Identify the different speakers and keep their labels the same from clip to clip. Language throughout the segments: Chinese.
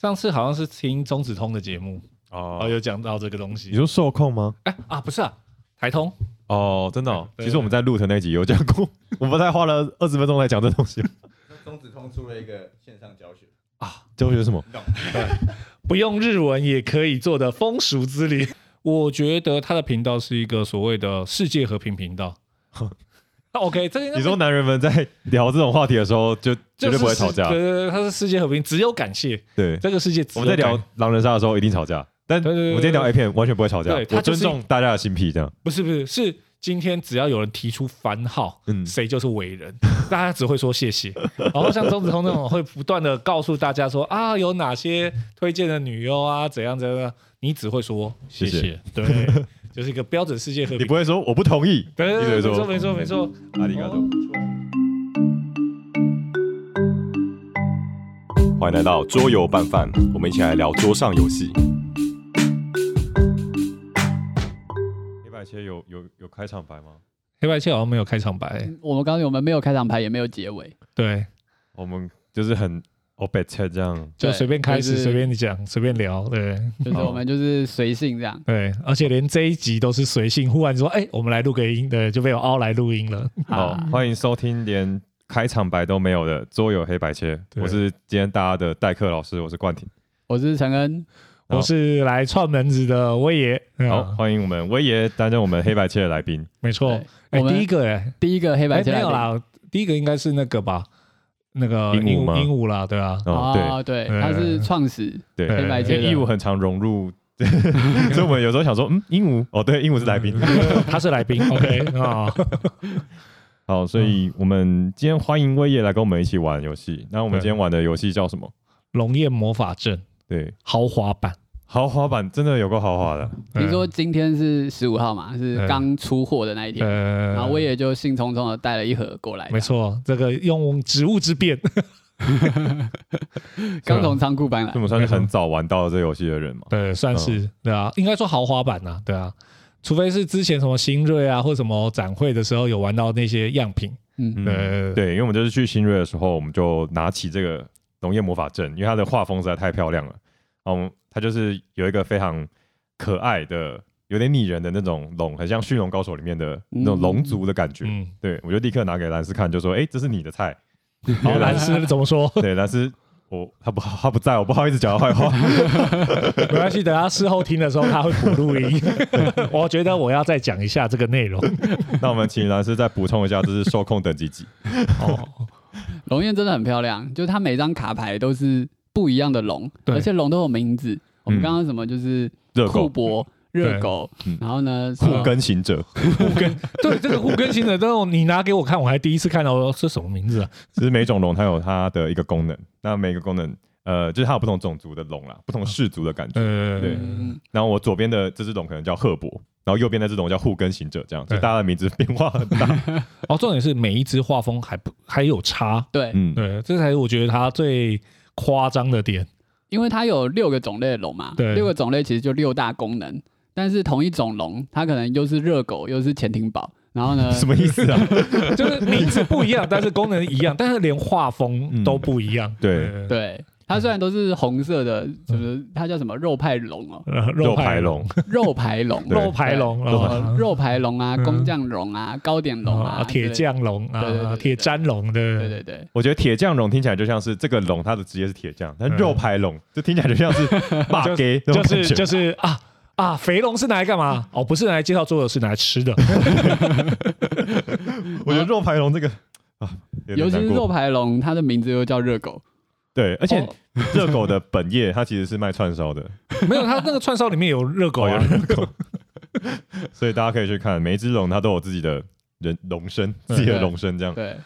Speaker 1: 上次好像是听中子通的节目，然后
Speaker 2: 哦，
Speaker 1: 有讲到这个东
Speaker 2: 你
Speaker 1: 西。
Speaker 2: 说受控吗？
Speaker 1: 哎啊，不是啊，台通
Speaker 2: 哦，真的哦。
Speaker 1: 对
Speaker 2: 其实我们在 root 那集有讲过， 我们才花了二十分钟来讲这东 西。
Speaker 3: 中子通出了一个线上教学，
Speaker 2: 教学是什么？
Speaker 1: 不用日文也可以做的风俗之旅。我觉得他的频道是一个所谓的世界和平频道。啊 OK，这个应该
Speaker 2: 你说男人们在聊这种话题的时候，就绝
Speaker 1: 就是
Speaker 2: 对不会吵
Speaker 1: 世
Speaker 2: 架
Speaker 1: 对。对对，他是世界和平，只有感谢
Speaker 2: 对，
Speaker 1: 这个世界只
Speaker 2: 我
Speaker 1: 有
Speaker 2: 们在
Speaker 1: 感。
Speaker 2: 聊狼人杀的时候一定吵架，但我
Speaker 1: 对对对
Speaker 2: 们今天聊 A 片完全不会吵架。
Speaker 1: 对
Speaker 2: 我
Speaker 1: 它就
Speaker 2: 尊
Speaker 1: 是
Speaker 2: 重大家的性癖，这样。
Speaker 1: 不是不是是今天只要有人提出番号，
Speaker 2: 嗯
Speaker 1: 谁就是伟人， 大家只会说谢 谢。然后像钟子通那种会不断的告诉大家说啊，有哪些推荐的女优啊，怎样怎样，你只会说谢
Speaker 2: 谢
Speaker 1: 谢， 对，就是一个标准世界和
Speaker 2: 你
Speaker 1: 平
Speaker 2: 不。会说我不同意，
Speaker 1: 对
Speaker 2: 你只
Speaker 1: 对对， 没
Speaker 2: 会
Speaker 1: 错
Speaker 2: 说
Speaker 1: 没错没错。
Speaker 2: 阿里嘎多。
Speaker 3: 欢迎来到桌游拌饭，我们一起来聊桌上游戏。
Speaker 2: 黑白切有有有开场白吗？
Speaker 1: 黑白切好像没有开场白，
Speaker 4: 我们刚刚我们没有开场牌，也没有结尾，
Speaker 1: 对，
Speaker 2: 我们就是很哦北切这样。
Speaker 1: 就
Speaker 4: 对
Speaker 1: 随便开
Speaker 4: 就
Speaker 1: 始，
Speaker 4: 是
Speaker 1: 随便哦你讲，随便聊，对
Speaker 4: 就是我们就是随性这样。
Speaker 1: 对，而且连这一集都是随性，忽然说，哎，我们来录个音，对，就被我凹来录音了。
Speaker 2: 好，欢迎收听连开场白都没有的桌游黑白切。
Speaker 1: 对
Speaker 2: 我是今天大家的代课老师，我是冠廷。
Speaker 4: 我是陈恩，
Speaker 2: 好
Speaker 1: 我是来串门子的威爷，嗯
Speaker 2: 好，欢迎我们威爷担任我们黑白切的来宾。
Speaker 1: 没错
Speaker 4: 对。
Speaker 1: 哎，
Speaker 4: 我们
Speaker 1: 第一个哎，
Speaker 4: 第一个黑白
Speaker 1: 哎
Speaker 4: 切
Speaker 1: 没
Speaker 4: 来
Speaker 1: 有
Speaker 4: 宾。
Speaker 1: 啦，第一个应该是那个吧，那个
Speaker 2: 鹦鹉吗
Speaker 1: 鹦鹉啦，对啊，
Speaker 2: 哦，
Speaker 4: 啊，对，
Speaker 1: 对
Speaker 4: 他是创始，
Speaker 2: 对
Speaker 1: 对
Speaker 2: 对，
Speaker 4: 黑白
Speaker 2: 因
Speaker 4: 切
Speaker 2: 为
Speaker 4: 的
Speaker 2: 义务很常融入， 所以我们有时候想说，嗯，鹦鹉哦，对，鹦鹉是来宾。
Speaker 1: 嗯 他是来 宾，OK 啊，
Speaker 2: 好，所以我们今天欢迎威爷来跟我们一起玩游戏。那我们
Speaker 1: 对
Speaker 2: 今天玩的游戏叫什么？
Speaker 1: 嗯龙焰魔法阵
Speaker 2: 对，
Speaker 1: 豪华版，
Speaker 2: 豪华版真的有够豪华的。
Speaker 1: 哎
Speaker 4: 听说今天是十五号嘛，是
Speaker 1: 嗯
Speaker 4: 刚出货的那一天，
Speaker 1: 呃，
Speaker 4: 然后我也就兴冲冲的带了一盒过来，
Speaker 1: 没，错，这个用植物之变，
Speaker 4: 刚从仓库搬来
Speaker 1: 嗯
Speaker 2: 所以我，们算是很早玩到这游戏的人嘛。
Speaker 1: 对，算是对啊，应该说豪华版呐，对啊，除非是之前什么新锐啊或什么展会的时候有玩到那些样品，
Speaker 4: 嗯，
Speaker 2: 嗯
Speaker 1: 对
Speaker 2: 对，因为我们就是去新锐的时候，我们就拿起这个农业魔法阵，因为它的画风实在太漂亮了。嗯，它就是有一个非常可爱的、有点拟人的那种龙，很像《驯龙高手》里面的那种龙族的感觉。
Speaker 1: 嗯，
Speaker 2: 对，我就立刻拿给兰斯看，就说：“哎、这是你的菜。
Speaker 1: 好，蓝 斯怎么说？”
Speaker 2: 对，兰斯，我他不他不在，我不好意思讲他坏话。
Speaker 1: 没关系，等他事后听的时候他会补录 音。我觉得我要再讲一下这个内容。
Speaker 2: 那我们请兰斯再补充一下，这是受控等级几？
Speaker 1: 哦，
Speaker 4: 龙燕真的很漂亮，就是它每张卡牌都是不一样的龙，
Speaker 1: 对
Speaker 4: 而且龙都有名字。我们
Speaker 2: 嗯
Speaker 4: 刚刚什么就是
Speaker 2: 热
Speaker 4: 库
Speaker 2: 狗
Speaker 4: 博、热狗
Speaker 2: 嗯，
Speaker 4: 然后呢，什
Speaker 2: 护
Speaker 4: 么
Speaker 2: 根行者
Speaker 1: 互根， 对这个互根型的这种，你拿给我看，我还第一次看到，我说这什么名字啊？
Speaker 2: 其实每种龙它有它的一个功能，那每个功能呃，就是它有不同种族的龙啦，不
Speaker 1: 嗯
Speaker 2: 同氏族的感觉。
Speaker 1: 呃，
Speaker 2: 对
Speaker 4: 嗯，
Speaker 2: 然后我左边的这只龙可能叫赫伯，然后右边的这种叫护根行者，这样，
Speaker 1: 对
Speaker 2: 就大家的名字变化很大。
Speaker 1: 哦，重点是每一只画风还不还有差，
Speaker 4: 对，
Speaker 2: 嗯，
Speaker 1: 对，这才是我觉得它最夸张的点。
Speaker 4: 因为它有六个种类的龙嘛，
Speaker 1: 对
Speaker 4: 六个种类其实就六大功能，但是同一种龙，它可能又是热狗，又是潜艇堡，然后 呢，
Speaker 2: 什么意思 啊？
Speaker 1: 就是名字不一样，但是功能一样，但是连画风都不一样。
Speaker 2: 嗯对
Speaker 1: 呃，，
Speaker 4: 对，它虽然都是红色的，就是它叫什么肉派龙哦
Speaker 1: 呃
Speaker 2: 肉
Speaker 1: 肉
Speaker 2: 排
Speaker 1: 排龙、
Speaker 2: 龙，
Speaker 4: 肉排龙，
Speaker 2: 对
Speaker 1: 肉排龙、
Speaker 4: 什
Speaker 1: 肉排
Speaker 4: 么肉排龙啊，
Speaker 1: 嗯
Speaker 4: 工匠龙啊，糕点龙
Speaker 1: 龙
Speaker 4: 啊，
Speaker 1: 啊、铁
Speaker 4: 之类的，
Speaker 1: 匠龙
Speaker 4: 对对对
Speaker 1: 啊、
Speaker 4: 对
Speaker 1: 铁粘龙的，
Speaker 4: 对对对，
Speaker 2: 我觉得铁匠龙听起来就像是这个龙它的职业是铁匠，但
Speaker 1: 嗯
Speaker 2: 肉 排龙就听起来就像是霸给，
Speaker 1: 就是就是啊啊，肥龙是拿来干嘛？哦，不是拿来介绍桌游，是拿来吃的。
Speaker 2: 我觉得肉排龙这个啊，有点
Speaker 4: 尤其是
Speaker 2: 难
Speaker 4: 肉
Speaker 2: 过。
Speaker 4: 排龙，它的名字又叫热狗，
Speaker 2: 对，而且
Speaker 4: 哦
Speaker 2: 热狗的本业它其实是卖 串烧的，
Speaker 1: 没有，它那个串烧里面有热狗
Speaker 2: 狗哦有
Speaker 1: 啊，
Speaker 2: 热狗， 所以大家可以去看，每一只龙它都有自己的人龙身，自己的
Speaker 4: 对
Speaker 2: 龙身这样。
Speaker 4: 对，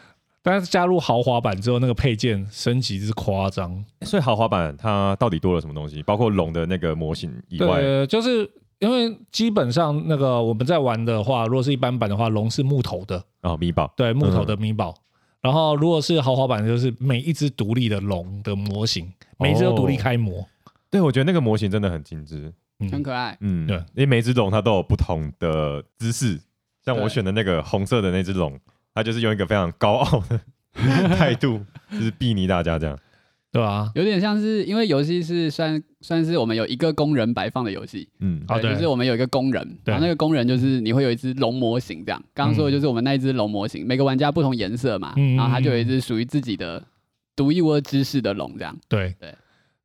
Speaker 1: 但是加入豪华版之后，那个配件升级是夸张。
Speaker 2: 所以豪华版它到底多了什么东西？包括龙的那个模型以外，
Speaker 1: 对，就是因为基本上那个我们在玩的话，如果是一般版的话，龙是木头的，
Speaker 2: 然后米宝，
Speaker 1: 对，木头的米宝。然后如果是豪华版，就是每一只独立的龙的模型，每一只都独立开模。
Speaker 2: 对我觉得那个模型真的很精致。
Speaker 4: 很
Speaker 1: 嗯，
Speaker 4: 可爱。
Speaker 2: 嗯，
Speaker 1: 对
Speaker 2: 因为每一只龙它都有不同的姿势，像我
Speaker 4: 对
Speaker 2: 选的那个红色的那只 龙，它就是用一个非常高傲的态度，就是避睨大家这样。
Speaker 1: 对啊，
Speaker 4: 有点像是因为游戏是算算是我们有一个工人摆放的游戏，
Speaker 2: 嗯，
Speaker 1: 哦对
Speaker 4: 就是我们有一个工人，
Speaker 1: 对
Speaker 4: 然后那个工人就是你会有一只龙模型这样。刚刚说的就是我们那一只龙模型，每个玩家不同颜色嘛，
Speaker 1: 嗯
Speaker 4: 然后他就有一只属于自己的独一无二知识的龙这样。
Speaker 1: 对
Speaker 4: 对。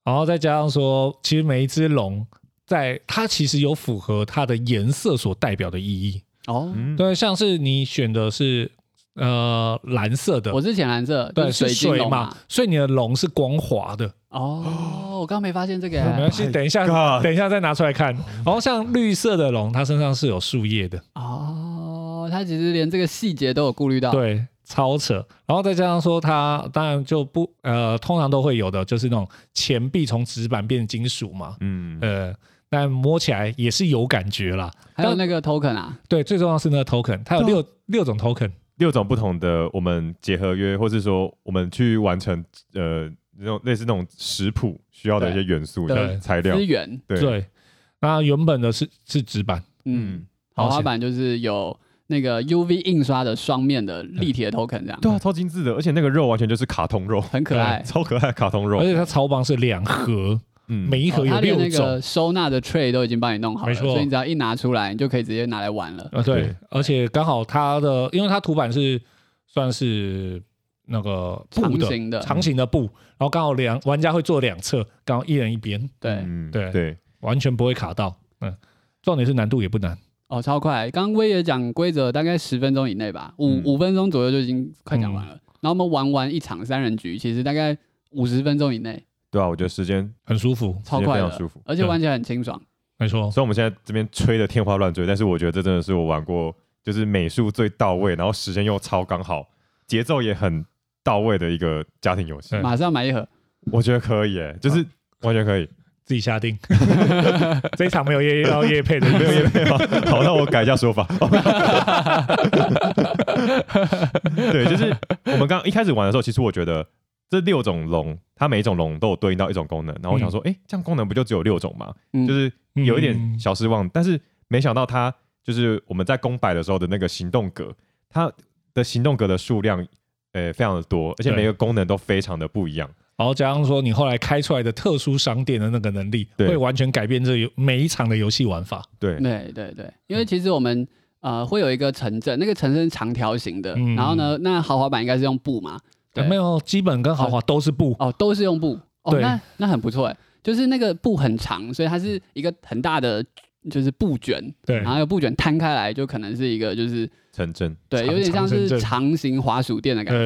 Speaker 1: 然后再加上说，其实每一只龙在它其实有符合它的颜色所代表的意义。
Speaker 4: 哦，
Speaker 2: 嗯，
Speaker 1: 对，像是你选的是呃蓝色的
Speaker 4: 我，是浅蓝色，就
Speaker 1: 对，
Speaker 4: 水
Speaker 1: 是
Speaker 4: 晶
Speaker 1: 水
Speaker 4: 龙啊
Speaker 1: 嘛，。所以你的龙是光滑的。
Speaker 4: 哦，我刚没发现这个
Speaker 1: 没
Speaker 4: 耶。
Speaker 1: 关系，等一下，
Speaker 2: 哎 God
Speaker 1: 等一下再拿出来看。然后像绿色的龙，它身上是有树叶的，
Speaker 4: 哦，他其实连这个细节都有顾虑到。，
Speaker 1: 对，超扯。然后再加上说它，当然就不呃，通常都会有的，就是那种钱币从纸板变金属嘛，
Speaker 2: 嗯，
Speaker 1: 呃，但摸起来也是有感觉啦。
Speaker 4: 还有
Speaker 1: 但
Speaker 4: 那个 token 啊，
Speaker 1: 对，最重要是那个 token，它有
Speaker 4: 哦
Speaker 1: 六六种 token，
Speaker 2: 六种不同的我们结合约，或是说我们去完成呃那种类似那种食谱需要的一些元素
Speaker 1: 对
Speaker 2: 像材料
Speaker 4: 资，源，
Speaker 2: 对，
Speaker 1: 对。那原本的是是纸板，
Speaker 4: 嗯，
Speaker 2: 嗯，
Speaker 4: 豪华版就是有那个 UV 印刷的双面的立体的 token 这样，
Speaker 2: 对啊，超精致的，而且那个肉完全就是卡通肉，
Speaker 4: 很可 爱。
Speaker 2: 超可爱的卡通
Speaker 1: 哎而
Speaker 2: 肉，
Speaker 1: 且它超棒是两盒，
Speaker 2: 嗯，
Speaker 1: 每一盒
Speaker 4: 哦
Speaker 1: 有
Speaker 4: 它连
Speaker 1: 六
Speaker 4: 那
Speaker 1: 种。
Speaker 4: 个收纳的 tray 都已经帮你弄好了，
Speaker 1: 没错
Speaker 4: 所以你只要一拿出来，你就可以直接拿来玩了。
Speaker 1: 呃，对
Speaker 2: 对，
Speaker 1: 而且刚好它的，因为它图板是算是那个布
Speaker 4: 长
Speaker 1: 的
Speaker 4: 形的
Speaker 1: 长形的布，然后刚好两玩家会坐两侧，刚好一人一边，
Speaker 4: 对，
Speaker 2: 嗯
Speaker 1: 对
Speaker 2: 对，
Speaker 1: 完全不会卡到。嗯，重点是难度也不难，
Speaker 4: 哦，超快！刚刚威也讲规则，大概十分钟以内吧，五
Speaker 2: 嗯
Speaker 4: 五分钟左右就已经快讲
Speaker 1: 嗯
Speaker 4: 完了。然后我们玩完一场三人局，其实大概五十分钟以内，
Speaker 2: 对啊，我觉得时间，
Speaker 1: 很舒服，
Speaker 4: 超
Speaker 2: 时
Speaker 4: 快
Speaker 2: 间非常舒
Speaker 4: 的
Speaker 2: 服，
Speaker 4: 而且玩起来很清爽。
Speaker 1: 没错。
Speaker 2: 虽然我们现在这边吹的天花乱坠，但是我觉得这真的是我玩过就是美术最到位，然后时间又超刚好，节奏也很到位的一个家庭游戏
Speaker 1: 对，啊
Speaker 4: 马上买一盒，
Speaker 2: 我觉得可以，哎，就是完全可以，
Speaker 1: 自己下 定， 这一场没有夜要夜配的，
Speaker 2: 没有也没有，好，那我改一下说法。 对，就是我们刚一开始玩的时候，其实我觉得这六种龙，它每一种龙都有对应到一种功能，然后我想说，哎、这样功能不就只有六种吗？
Speaker 4: 嗯
Speaker 2: 就是有一点
Speaker 1: 嗯
Speaker 2: 小失望，但是没想到它就是我们在公摆的时候的那个行动格，它的行动格的数量。呃，非常的多，而且
Speaker 1: 对
Speaker 2: 每个功能都非常的不一样。
Speaker 1: 然后加上说你后来开出来的特殊商店的那个能力，
Speaker 2: 对
Speaker 1: 会完全改变这游每一场的游戏玩法。
Speaker 2: 对，
Speaker 4: 对对对，因为其实我们呃会有一个城镇，那个城镇是长条形的，
Speaker 1: 嗯
Speaker 4: 然后呢，那豪华版应该是用布嘛，对
Speaker 1: 没有，基本跟豪华都是布，
Speaker 4: 哦，都是用布，哦，
Speaker 1: 对
Speaker 4: 那那很不错哎，就是那个布很长，所以它是一个很大的就是布卷，
Speaker 1: 对
Speaker 4: 然，后那个布卷摊开来就可能是一个就是
Speaker 2: 城镇
Speaker 4: 对，
Speaker 1: 长
Speaker 4: 有点像
Speaker 1: 长城
Speaker 4: 是
Speaker 1: 镇
Speaker 4: 长形滑鼠店的感觉，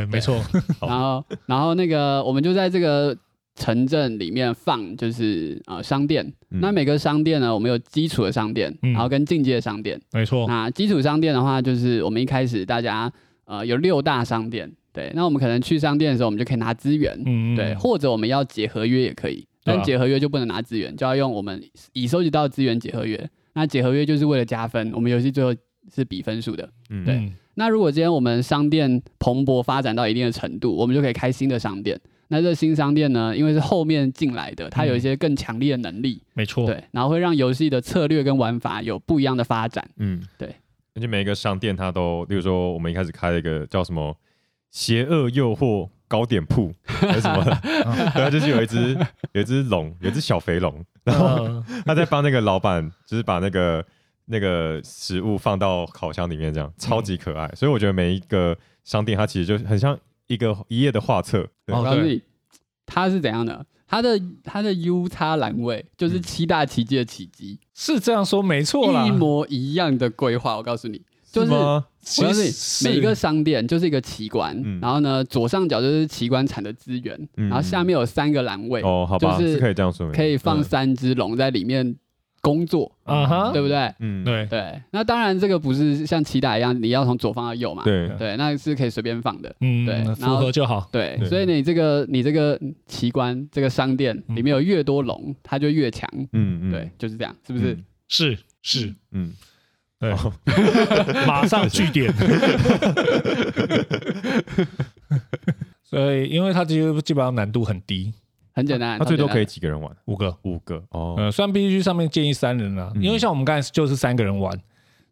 Speaker 1: 呃，没错，
Speaker 2: 好
Speaker 4: 然后然后那个我们就在这个。城镇里面放就是呃商店，
Speaker 2: 嗯
Speaker 4: 那每个商店呢，我们有基础的商店，
Speaker 1: 嗯哦
Speaker 4: 然后跟进阶的商店，
Speaker 1: 没错，
Speaker 4: 那基础商店的话，就是我们一开始大家呃有六大商店，对，那我们可能去商店的时候，我们就可以拿资源，
Speaker 1: 嗯，
Speaker 4: 对，或者我们要解合约也可以，
Speaker 1: 对啊
Speaker 4: 但解合约就不能拿资源，就要用我们已收集到的资源解合约。那解合约就是为了加分，我们游戏最后是比分数的。
Speaker 2: 嗯
Speaker 4: 对
Speaker 1: 嗯
Speaker 4: 那如果今天我们商店蓬勃发展到一定的程度，我们就可以开新的商店。那这新商店呢，因为是后面进来的，它有一些更强烈的能力，
Speaker 1: 没错，
Speaker 4: 对，然后会让游戏的策略跟玩法有不一样的发展。
Speaker 2: 嗯，
Speaker 4: 对。
Speaker 2: 而且每一个商店它都，例如说我们一开始开了一个叫什么“邪恶诱惑糕点铺”还是什 么的，对啊，就是有一只有一只龙，有一只小肥龙，然后
Speaker 1: 嗯
Speaker 2: 他在帮那个老板，就是把那个那个食物放到烤箱里面，
Speaker 4: 嗯
Speaker 2: 这样超级可爱。所以我觉得每一个商店它其实就很像一个一页的画册，对
Speaker 1: 哦
Speaker 4: 我告诉
Speaker 1: 对
Speaker 4: 你，它是怎样的？它的它的 U 叉栏位就是七大奇迹的奇迹，
Speaker 1: 是这样说没嗯错啦
Speaker 4: 一，模一样的规划。我告诉你，就是我
Speaker 2: 吗？
Speaker 1: 其
Speaker 4: 告诉
Speaker 1: 实
Speaker 4: 你，
Speaker 1: 是
Speaker 4: 每一个商店就是一个奇观，
Speaker 2: 嗯
Speaker 4: 然后呢，左上角就是奇观产的资源，
Speaker 2: 嗯
Speaker 4: 然后下面有三个栏位，
Speaker 2: 哦，好吧，
Speaker 4: 就是
Speaker 2: 是可以这样说明，
Speaker 4: 可以放
Speaker 2: 嗯
Speaker 4: 三只龙在里面工作，
Speaker 1: 啊哈，
Speaker 4: 对不对？
Speaker 2: 嗯，
Speaker 1: 对
Speaker 4: 对，那当然这个不是像奇打一样，你要从左放到右嘛，
Speaker 2: 对
Speaker 4: 对，那是可以随便放的。对然后
Speaker 1: 嗯，符合就好，
Speaker 4: 对，
Speaker 2: 对
Speaker 4: 所以你这个你这个奇观这个商店里面有越多龙，它就越强。
Speaker 2: 嗯嗯，
Speaker 4: 对，就是这样，是不是？
Speaker 2: 嗯
Speaker 1: 是是，
Speaker 2: 嗯，
Speaker 1: 对， 马上据点。 所以，因为它其实基本上难度很低，
Speaker 4: 很简单，
Speaker 2: 它最多
Speaker 4: 超
Speaker 2: 可以
Speaker 4: 简单
Speaker 2: 几个人玩？
Speaker 1: 五个，
Speaker 2: 五个哦，
Speaker 4: 嗯
Speaker 1: 呃，虽然 B G 上面建议三人啦，
Speaker 2: 嗯
Speaker 1: 因为像我们刚才就是三个人玩，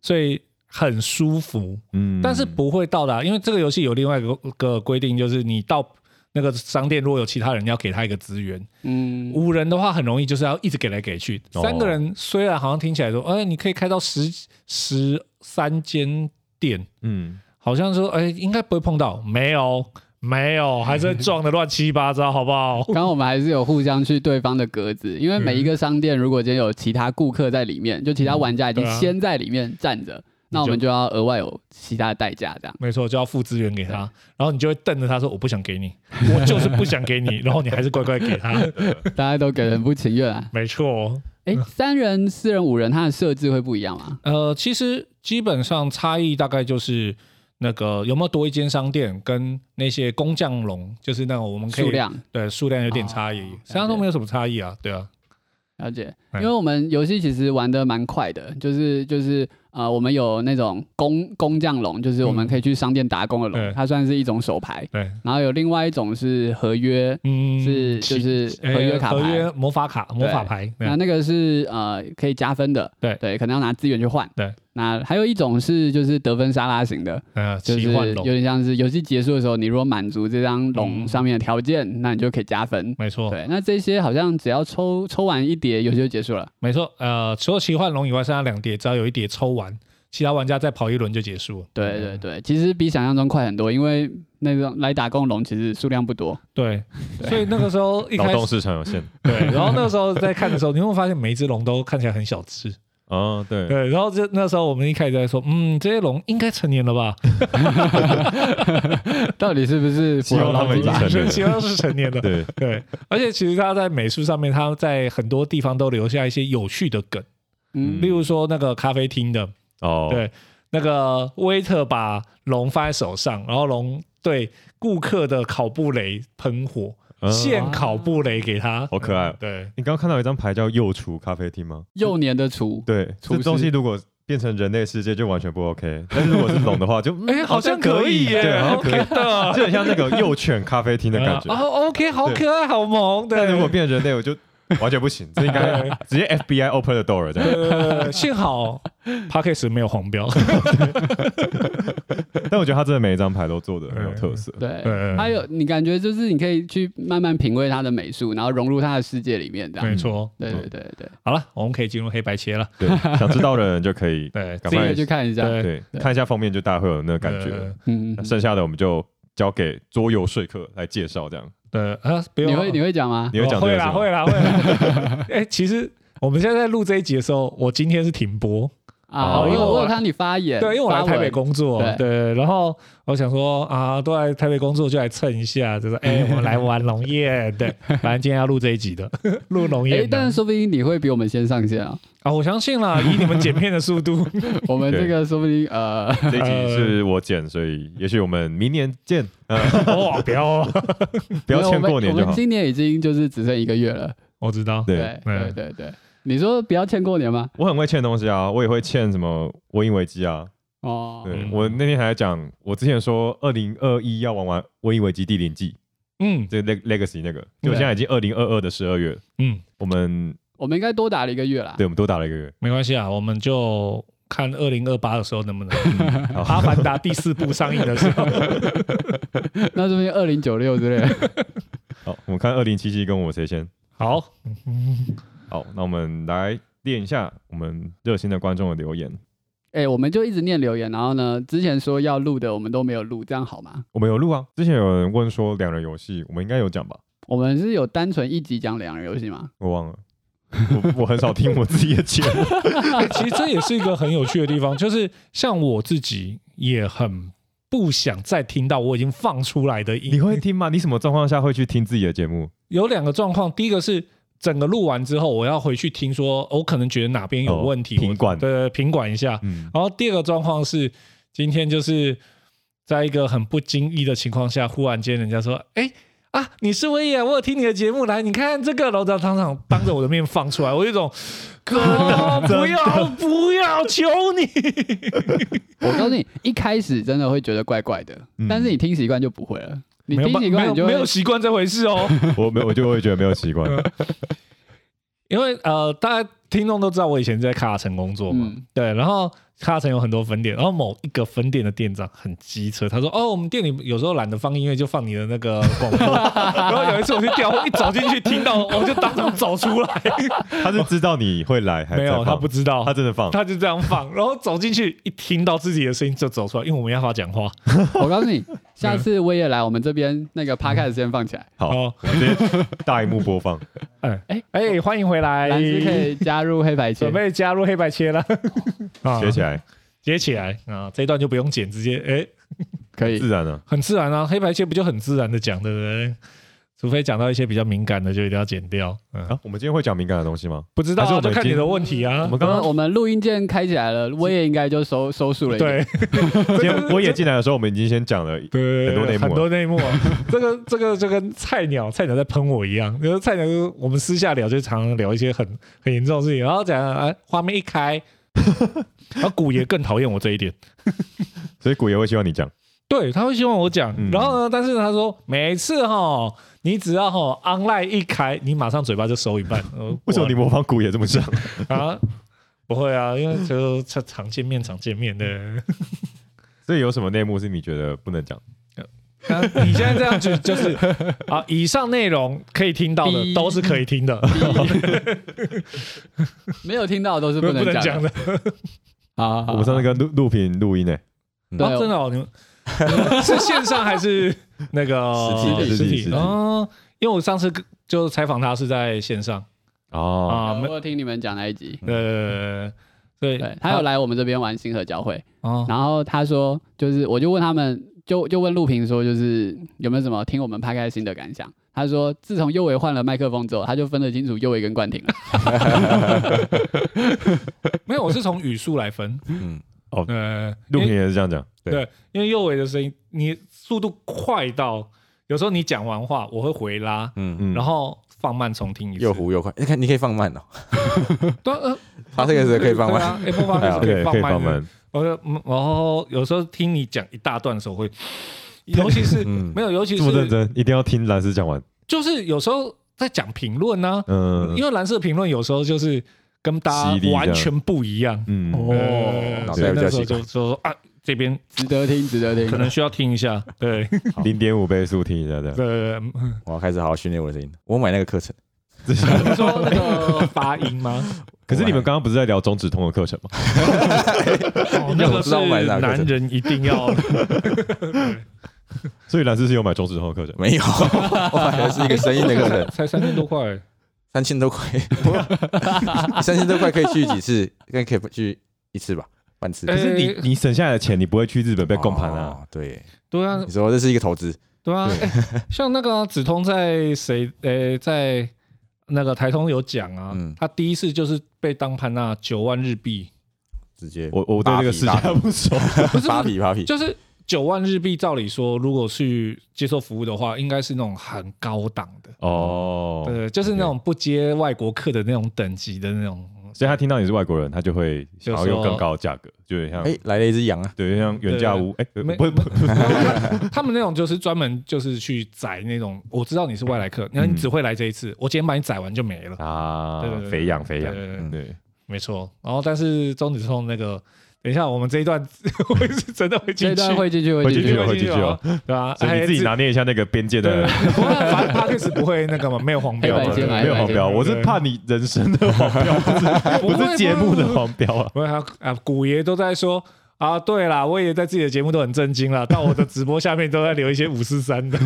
Speaker 1: 所以很舒服，
Speaker 2: 嗯
Speaker 1: 但是不会到达，因为这个游戏有另外一个个规定，就是你到那个商店如果有其他人，你要给他一个资源。
Speaker 4: 嗯，
Speaker 1: 五人的话很容易，就是要一直给来给去。
Speaker 2: 哦
Speaker 1: 三个人虽然好像听起来说，哎，你可以开到十十三间店，
Speaker 2: 嗯，
Speaker 1: 好像说，哎，应该不会碰到，没有，没有，还是会撞的乱七八糟，好不好？
Speaker 4: 刚刚我们还是有互相去对方的格子，因为每一
Speaker 1: 嗯
Speaker 4: 个商店如果今天有其他顾客在里面，就其他玩家已经
Speaker 1: 对啊
Speaker 4: 先在里面站着，那我们就要额外有其他的代价这样。
Speaker 1: 没错，就要付资源给他，然后你就会瞪着他说：“我不想给你，我就是不想给你。”然后你还是乖乖给他。
Speaker 4: 大家都给人不情愿啊。
Speaker 1: 没错，
Speaker 4: 哎，三人、四人、五人，它的设置会不一样吗？
Speaker 1: 呃，其实基本上差异大概就是那个有没有多一间商店，跟那些工匠龙，就是那种我们可以
Speaker 4: 数量
Speaker 1: 对数量有点差异，
Speaker 4: 哦
Speaker 1: 实际上都没有什么差异啊，对啊，
Speaker 4: 了解，
Speaker 1: 哎
Speaker 4: 因为我们游戏其实玩的蛮快的，就是就是呃，我们有那种工工匠龙，就是我们
Speaker 1: 嗯哎
Speaker 4: 可以去商店打工的龙，
Speaker 1: 对
Speaker 4: 它算是一种手牌。
Speaker 1: 对，
Speaker 4: 然后有另外一种是合约，
Speaker 1: 嗯，
Speaker 4: 是
Speaker 1: 其
Speaker 4: 就是合约卡牌
Speaker 1: 呃合约魔法卡、魔法牌，对啊
Speaker 4: 那那个是呃可以加分的，
Speaker 1: 对
Speaker 4: 对，可能要拿资源去换。
Speaker 1: 对，
Speaker 4: 那还有一种是就是得分沙拉型的，
Speaker 1: 呃，
Speaker 4: 就是
Speaker 1: 奇幻
Speaker 4: 有
Speaker 1: 龙，
Speaker 4: 点像是游戏结束的时候，你如果满足这张龙
Speaker 1: 嗯哦
Speaker 4: 上面的条件，那你就可以加分。
Speaker 1: 没错，
Speaker 4: 对，那这些好像只要抽抽完一叠，游戏就结束了。
Speaker 1: 没错，呃，除了奇幻龙以外，剩下两叠，只要有一叠抽完，其他玩家再跑一轮就结束了。
Speaker 4: 对对对，其实比想象中快很多，因为那种来打工龙其实数量不多。
Speaker 1: 对，所以那个时候一
Speaker 2: 劳
Speaker 1: 开
Speaker 2: 动
Speaker 1: 始
Speaker 2: 市场有 限。
Speaker 1: 对，然后那个时候在看的时候，你会发现每一只龙都看起来很小只，
Speaker 2: 哦，对，
Speaker 1: 对，然后就那时候我们一开始在说，嗯，这些龙应该成年了吧？
Speaker 4: 到底是不是符
Speaker 2: 希
Speaker 4: 合
Speaker 2: 望他
Speaker 4: 劳
Speaker 2: 们
Speaker 4: 基
Speaker 2: 已经
Speaker 4: 法？
Speaker 2: 成年了
Speaker 1: 其他都是成年的。
Speaker 2: 对，
Speaker 1: 对，而且其实他在美术上面，他在很多地方都留下一些有趣的梗，
Speaker 4: 嗯
Speaker 1: 例如说那个咖啡厅的，
Speaker 2: 哦，
Speaker 1: 对那个 waiter 把龙放在手上，然后龙对顾客的烤布雷喷火，
Speaker 2: 嗯
Speaker 1: 现烤布雷给他，
Speaker 2: 好可爱哦
Speaker 1: 对，
Speaker 2: 你刚刚看到有一张牌叫“幼厨咖啡厅”吗？
Speaker 4: 幼年的厨，
Speaker 2: 对，
Speaker 4: 厨
Speaker 2: 这
Speaker 4: 师
Speaker 2: 东西如果变成人类世界就完全不 OK，但是如果是龙的话就，嗯
Speaker 1: 哎，好像可以耶
Speaker 2: 对，好像可
Speaker 1: ，OK
Speaker 2: 以，
Speaker 1: 的，
Speaker 2: 就很像那个幼犬咖啡厅的感
Speaker 1: 然
Speaker 2: 觉。
Speaker 1: 后哦 OK，好可爱，好萌，对
Speaker 2: 但，如果变人类，我就完全不行，这应该
Speaker 1: 对
Speaker 2: 直接 FBI open the door 这样。
Speaker 1: 呃，幸好 p a c k a g e 没有黄 标，
Speaker 2: 但我觉得他真的每一张牌都做的很有特色。
Speaker 4: 对
Speaker 1: 嗯，
Speaker 4: 还有你感觉就是你可以去慢慢品味它的美术，然后融入它的世界里面，这样
Speaker 1: 没。错。
Speaker 4: 对
Speaker 2: 嗯
Speaker 4: 对对对，
Speaker 1: 好了，我们可以进入黑白切了。
Speaker 2: 对，想知道的人就可以
Speaker 1: 对，
Speaker 2: 赶
Speaker 4: 自
Speaker 2: 快
Speaker 4: 己去看一下。
Speaker 1: 对
Speaker 2: 对
Speaker 4: 对
Speaker 2: 看一下封面，就大家会有那个感觉。
Speaker 1: 呃
Speaker 4: 嗯，嗯
Speaker 2: 那
Speaker 4: 嗯
Speaker 2: 剩下的我们就交给桌游说客来介绍，这样
Speaker 1: 对啊，不用
Speaker 4: 你会你会讲吗？
Speaker 2: 你会讲
Speaker 1: 哦
Speaker 2: 这
Speaker 1: 会
Speaker 2: 个
Speaker 1: 啦
Speaker 2: 是
Speaker 1: 会
Speaker 2: 吗？
Speaker 1: 啦会 啦。哎，其实我们现在在录这一集的时候，我今天是停播，
Speaker 4: 啊，
Speaker 2: 哦
Speaker 4: 因
Speaker 1: 因
Speaker 4: 为
Speaker 1: 为
Speaker 4: 我
Speaker 1: 我
Speaker 4: 有看你发言，
Speaker 1: 对，因为我来
Speaker 4: 发文
Speaker 1: 台北，工作，
Speaker 4: 对
Speaker 1: 对，然后我想说啊，都来台北工作就来蹭一下，就是哎，我们来玩农业，对，反正今天要录这一集的， 录农业
Speaker 4: 哎
Speaker 1: 的，
Speaker 4: 但是说不定你会比我们先上 线啊。
Speaker 1: 啊，我相信 啦，以你们剪片的速度，
Speaker 4: 我们这个说不定呃，
Speaker 2: 这一集是我剪，所以也许我们明年见。呃，
Speaker 1: 哦，不要哦，
Speaker 2: 不要
Speaker 4: 没有
Speaker 2: 欠过
Speaker 4: 我们
Speaker 2: 年
Speaker 4: 我
Speaker 2: 就好
Speaker 4: 们。今年已经就是只剩一个月了。
Speaker 1: 我知 道，
Speaker 2: 对，
Speaker 4: 对对对，你说不要欠过年吗？
Speaker 2: 我很会欠东西啊，我也会欠什么《瘟疫危机》啊。
Speaker 4: 哦，
Speaker 2: 对
Speaker 1: 嗯
Speaker 2: 我那天还在讲，我之前说二零二一要玩完《瘟疫危机：第零季
Speaker 1: 嗯》
Speaker 2: 这个 Leg- Legacy 那个，就
Speaker 4: 对
Speaker 2: 现在已经二零二二的十二月，
Speaker 1: 嗯，
Speaker 2: 我们
Speaker 4: 我们应该多打了一个月啦。
Speaker 2: 对我们多打了一个月。
Speaker 1: 没关系啊，我们就看二零二八的时候能不能。 《
Speaker 2: 好
Speaker 1: 阿凡达》第四部上映的时候，
Speaker 4: 那这边二零九六之 类的，
Speaker 2: 好，我们看二零七七跟我谁先。
Speaker 1: 好，
Speaker 2: 好，那我们来念一下我们热心的观众的留言。
Speaker 4: 哎、我们就一直念留言，然后呢，之前说要录的我们都没有录，这样好吗？
Speaker 2: 我们有录啊，之前有人问说两人游戏，我们应该有讲吧？
Speaker 4: 我们是有单纯一集讲两人游戏吗？
Speaker 2: 我忘了，我我很少听我自己的节目。
Speaker 1: 欸其实这也是一个很有趣的地方，就是像我自己也很不想再听到我已经放出来的
Speaker 2: 你
Speaker 1: 音。
Speaker 2: 会听吗？你什么状况下会去听自己的节目？
Speaker 1: 有两个状况，第一个是整个录完之后，我要回去听说，哦我可能觉得哪边有问题，我
Speaker 2: 哦品管
Speaker 1: 对对对品管一下。
Speaker 2: 嗯，
Speaker 1: 然后第二个状况是，今天就是在一个很不经意的情况下，忽然间人家说：“哎、啊，你是威爷，我有听你的节目，来，你看这个。”然后当场当着我的面放出来，我有一种 哥不要不要，求你！
Speaker 4: 我告诉你，一开始真的会觉得怪怪的，
Speaker 2: 嗯
Speaker 4: 但是你听习惯就不会了。你
Speaker 1: 没有吧
Speaker 4: 听习惯，
Speaker 1: 没
Speaker 4: 你
Speaker 1: 有
Speaker 4: 就
Speaker 1: 没
Speaker 4: 会
Speaker 1: 有习惯这回事哦，
Speaker 2: 我没有，我就会觉得没有习惯。
Speaker 1: 因为呃，大家听众都知道我以前在卡城工作嘛，
Speaker 4: 嗯
Speaker 1: 对，然后卡城有很多分店，然后某一个分店的店长很机车，他说：“哦，我们店里有时候懒得放音乐，就放你的那个广播。”然后有一次我去调，我一走进去听到，我就当场走出来。
Speaker 2: 他是知道你会来，还
Speaker 1: 没有，
Speaker 2: 在放
Speaker 1: 他不，知道，
Speaker 2: 他真的放，
Speaker 1: 他就这样放，然后走进去一听到自己的声音就走出来，因为我们要发讲话。
Speaker 4: 我告诉你，下次我也来我们这边那个 podcast 先放起来，
Speaker 2: 好，
Speaker 1: 哦，
Speaker 2: 直接大荧幕播 放，
Speaker 1: 哎
Speaker 4: 哎
Speaker 1: 哎哎，欢迎回来，
Speaker 4: 蓝斯可以加入黑白切
Speaker 1: 准。备加入黑白切了，啊
Speaker 2: 学起来
Speaker 1: 接起来啊！这一段就不用剪，直接哎，
Speaker 4: 可以
Speaker 2: 自，然啊。
Speaker 1: 很自然啊，黑白切不就很自然的讲，对不对？除非讲到一些比较敏感的，就一定要剪掉。嗯，
Speaker 2: 啊，我们今天会讲敏感的东西吗？
Speaker 1: 不知道、
Speaker 2: 还是
Speaker 1: 啊，
Speaker 2: 我
Speaker 1: 就
Speaker 2: 们已
Speaker 1: 看你
Speaker 2: 经
Speaker 1: 的问题啊
Speaker 2: 我。们
Speaker 4: 我
Speaker 2: 刚
Speaker 4: 们
Speaker 2: 刚
Speaker 4: 我们录音键开起来了，我也应该就收收束了一点。
Speaker 1: 对
Speaker 2: 今天我也进来的时候，我们已经先讲了，
Speaker 1: 对，
Speaker 2: 很多内幕啊
Speaker 1: 很多内幕啊。这个这个就跟菜鸟菜鸟在喷我一样，就是菜鸟就是我们私下聊，就常常聊一些很很严重的事情，然后讲啊，画面一开， 然后古爷更讨厌我这一点。
Speaker 2: 所以古爷会希望你 讲。
Speaker 1: 对，他会希望我讲，
Speaker 2: 嗯
Speaker 1: 然后呢，但是他说每次哈，你只要哈 online 一开，你马上嘴巴就收一半。呃
Speaker 2: 为什么你模仿古爷这 么像？
Speaker 1: 我啊？不会啊，因为 就常常见面，常见面的。
Speaker 2: 所以有什么内幕是你觉得不能讲？
Speaker 1: 啊你现在这样子就是啊，以上内容可以听到的
Speaker 4: 哔
Speaker 1: 都是可以听的，
Speaker 4: 没有听到的都是
Speaker 1: 不
Speaker 4: 不
Speaker 1: 能
Speaker 4: 能
Speaker 1: 讲
Speaker 4: 讲
Speaker 1: 的。
Speaker 4: 啊！好
Speaker 2: 我们上次跟录录屏录音呢，
Speaker 4: 对
Speaker 1: 哦，真的哦，你们是线上还是那个
Speaker 3: 实体的
Speaker 2: 实体实体
Speaker 1: 哦，因为我上次跟就采访他是在线上
Speaker 2: 哦，
Speaker 1: 啊，
Speaker 4: 我
Speaker 1: 没
Speaker 4: 有听你们讲那一集，
Speaker 1: 呃，对
Speaker 4: 对他有来我们这边玩星河交汇，
Speaker 1: 哦，
Speaker 4: 然后他说就是我就问他们，就就问陆平说就是有没有什么听我们拍开心的感想？他说自从右维换了麦克风之后，他就分得清楚右维跟冠廷了。
Speaker 1: 没有，我是从语速来分，
Speaker 3: 嗯，
Speaker 1: 呃，
Speaker 2: 哦录屏
Speaker 1: 因为
Speaker 2: 也是这样讲。
Speaker 3: 对
Speaker 1: 对，因为右尾的声音，你速度快到有时候你讲完话，我会回拉，
Speaker 3: 嗯，
Speaker 2: 嗯，
Speaker 1: 然后放慢重听一次
Speaker 3: 又，糊又快。你看，你可以放慢哦，
Speaker 1: 对啊呃，
Speaker 3: 他这个是可以放
Speaker 1: 对
Speaker 3: 慢。
Speaker 1: 啊，Apple Podcast 可
Speaker 2: 对，
Speaker 1: 以
Speaker 2: 可以
Speaker 1: 放
Speaker 2: 放
Speaker 1: 慢的。
Speaker 2: 慢。
Speaker 1: 我就嗯然后有时候听你讲一大段的时候会，尤其是
Speaker 3: 嗯
Speaker 1: 没有，尤其
Speaker 2: 这么认
Speaker 1: 是
Speaker 2: 真，一定要听蓝斯讲完。
Speaker 1: 就是有时候在讲评论呢，
Speaker 2: 嗯
Speaker 1: 因为蓝色评论有时候就是跟大家
Speaker 2: 犀利这样
Speaker 1: 完全不一样，
Speaker 2: 嗯，
Speaker 1: 呃
Speaker 3: 脑
Speaker 1: 所以
Speaker 3: 袋比
Speaker 1: 那
Speaker 3: 较
Speaker 1: 时候
Speaker 3: 奇怪
Speaker 1: 就就说啊，这边
Speaker 4: 值得听，值得听。
Speaker 1: 可能需要听一下，对对
Speaker 2: 零点五倍速听一下这样。
Speaker 1: 对，对
Speaker 3: 我要开始好好训练我的声音。我买那个课程，
Speaker 1: 你说那个发音吗？
Speaker 2: 可是你们刚刚不是在聊中止痛的课程吗？
Speaker 1: 哦那
Speaker 3: 那
Speaker 1: 个
Speaker 3: 我知道我买
Speaker 1: 是
Speaker 3: 哪个
Speaker 1: 男人一定要
Speaker 2: 所以蓝斯是有买中止痛的课程。
Speaker 3: 没有，我买的是一个声音的课程，
Speaker 1: 才三千多块，
Speaker 3: 三千多块， 三千多块可以去几次？应该可以去一次吧，半次。
Speaker 1: 哎
Speaker 2: 可是你你省下来的钱，你不会去日本被供盘啊？
Speaker 3: 哦！对，
Speaker 1: 对啊
Speaker 3: 你说这是一个投资，
Speaker 1: 对啊，
Speaker 2: 对
Speaker 1: 哎像那个啊子通在谁呃在那个台通有讲啊
Speaker 3: 嗯，
Speaker 1: 他第一次就是被当盘啊九万日币，
Speaker 3: 直接
Speaker 2: 我我对这个世界还 不熟。
Speaker 1: 不是
Speaker 3: 扒皮扒皮，
Speaker 1: 就是九万日币，照理说如果去接受服务的话，应该是那种很高档的，
Speaker 2: 哦，
Speaker 1: 对，就是那种不接外国客的那种等级的那种。
Speaker 2: 所以他听到你是外国人，他就会想要用更高的价格，就有点像
Speaker 3: 哎，来了一只羊啊！
Speaker 2: 对，就像原价屋，哎，
Speaker 1: 没
Speaker 2: 不不，
Speaker 1: 他们那种就是专门就是去宰那种，我知道你是外来客，然后你
Speaker 2: 嗯
Speaker 1: 只会来这一次，我今天把你宰完就没了。
Speaker 2: 啊
Speaker 1: 对对，对
Speaker 2: 肥羊肥
Speaker 1: 对哎
Speaker 2: 羊，
Speaker 1: 对对，
Speaker 3: 嗯
Speaker 2: 对，
Speaker 1: 没错。然后但是中子通那个，等一下我们这一段我是真的会进
Speaker 4: 这
Speaker 1: 去，
Speaker 4: 一段会进去，会
Speaker 2: 会进
Speaker 4: 进
Speaker 2: 去。
Speaker 4: 去
Speaker 1: 会进
Speaker 2: 会进去
Speaker 1: 哦
Speaker 2: 哦，
Speaker 1: 对吧？
Speaker 2: 所以你自己
Speaker 1: 哎。
Speaker 2: 拿捏一下那个边界
Speaker 1: 对，对哎
Speaker 2: 的
Speaker 1: 对不过反正 Parkes 不会那个嘛，没有黄标
Speaker 4: 黑
Speaker 1: 嘛，
Speaker 4: 白键
Speaker 1: 对
Speaker 4: 啊
Speaker 2: 没有黄标，我是怕你人生的黄标，不是不是节目的黄标啊。
Speaker 1: 不是他啊，古爷都在说啊，对啦，我也在自己的节目都很震惊啦，到我的直播下面都在留一些五四三的，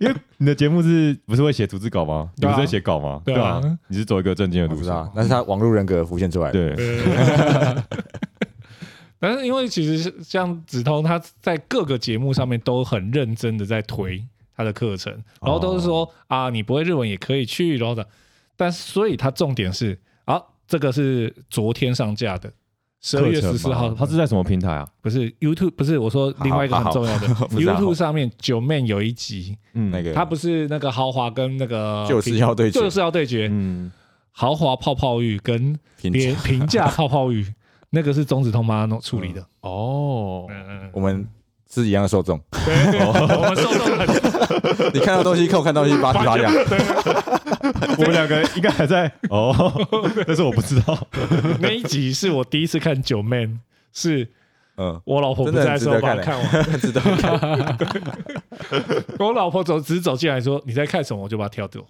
Speaker 2: 因为你的节目是不是会写逐字稿吗？你
Speaker 1: 对啊
Speaker 2: 不是会写稿吗？
Speaker 1: 对
Speaker 2: 对
Speaker 1: 啊
Speaker 2: 啊，你是走一个正经的
Speaker 3: 我
Speaker 2: 路
Speaker 3: 知
Speaker 2: 线。
Speaker 3: 道，啊那是他网络人格浮现出来的。
Speaker 2: 对，
Speaker 1: 呃 但是因为其实是像子通他在各个节目上面都很认真的在推他的课程，然后都是说、啊，你不会日文也可以去，然后的，但是所以他重点是啊，这个是昨天上架的。十二月十四号，
Speaker 2: 他是在什么平台啊？
Speaker 1: 不是 YouTube？不是我说另外一个
Speaker 3: 好
Speaker 1: 很
Speaker 3: 好
Speaker 1: 重要的
Speaker 3: 好不是好
Speaker 1: YouTube 上面九妹有一集，
Speaker 2: 嗯
Speaker 3: 那个
Speaker 1: 他不是那个豪华跟那个
Speaker 3: 就是要对决
Speaker 1: 就是要对决，
Speaker 2: 嗯，
Speaker 1: 豪华泡泡浴跟
Speaker 3: 评
Speaker 1: 廉
Speaker 3: 价，
Speaker 1: 平价泡泡浴，那个是中子通妈弄处理的。
Speaker 2: 哦，
Speaker 1: 嗯嗯，
Speaker 3: 我们是一样的受众。
Speaker 1: 对，我们受众很
Speaker 3: 你看到东西看我看到东西，扒皮扒痒。
Speaker 2: 我们两个应该 还在哦，但是我不知道。
Speaker 1: 那一集是我第一次看九妹，是
Speaker 3: 嗯，
Speaker 1: 我老婆不
Speaker 3: 真的
Speaker 1: 在的
Speaker 3: 很值
Speaker 1: 时候
Speaker 3: 得
Speaker 1: 把
Speaker 3: 看
Speaker 1: 它
Speaker 3: 嘞
Speaker 1: 看完。
Speaker 3: 知道看
Speaker 1: 我老婆走只是走进来说你在看什么，我就把它跳掉。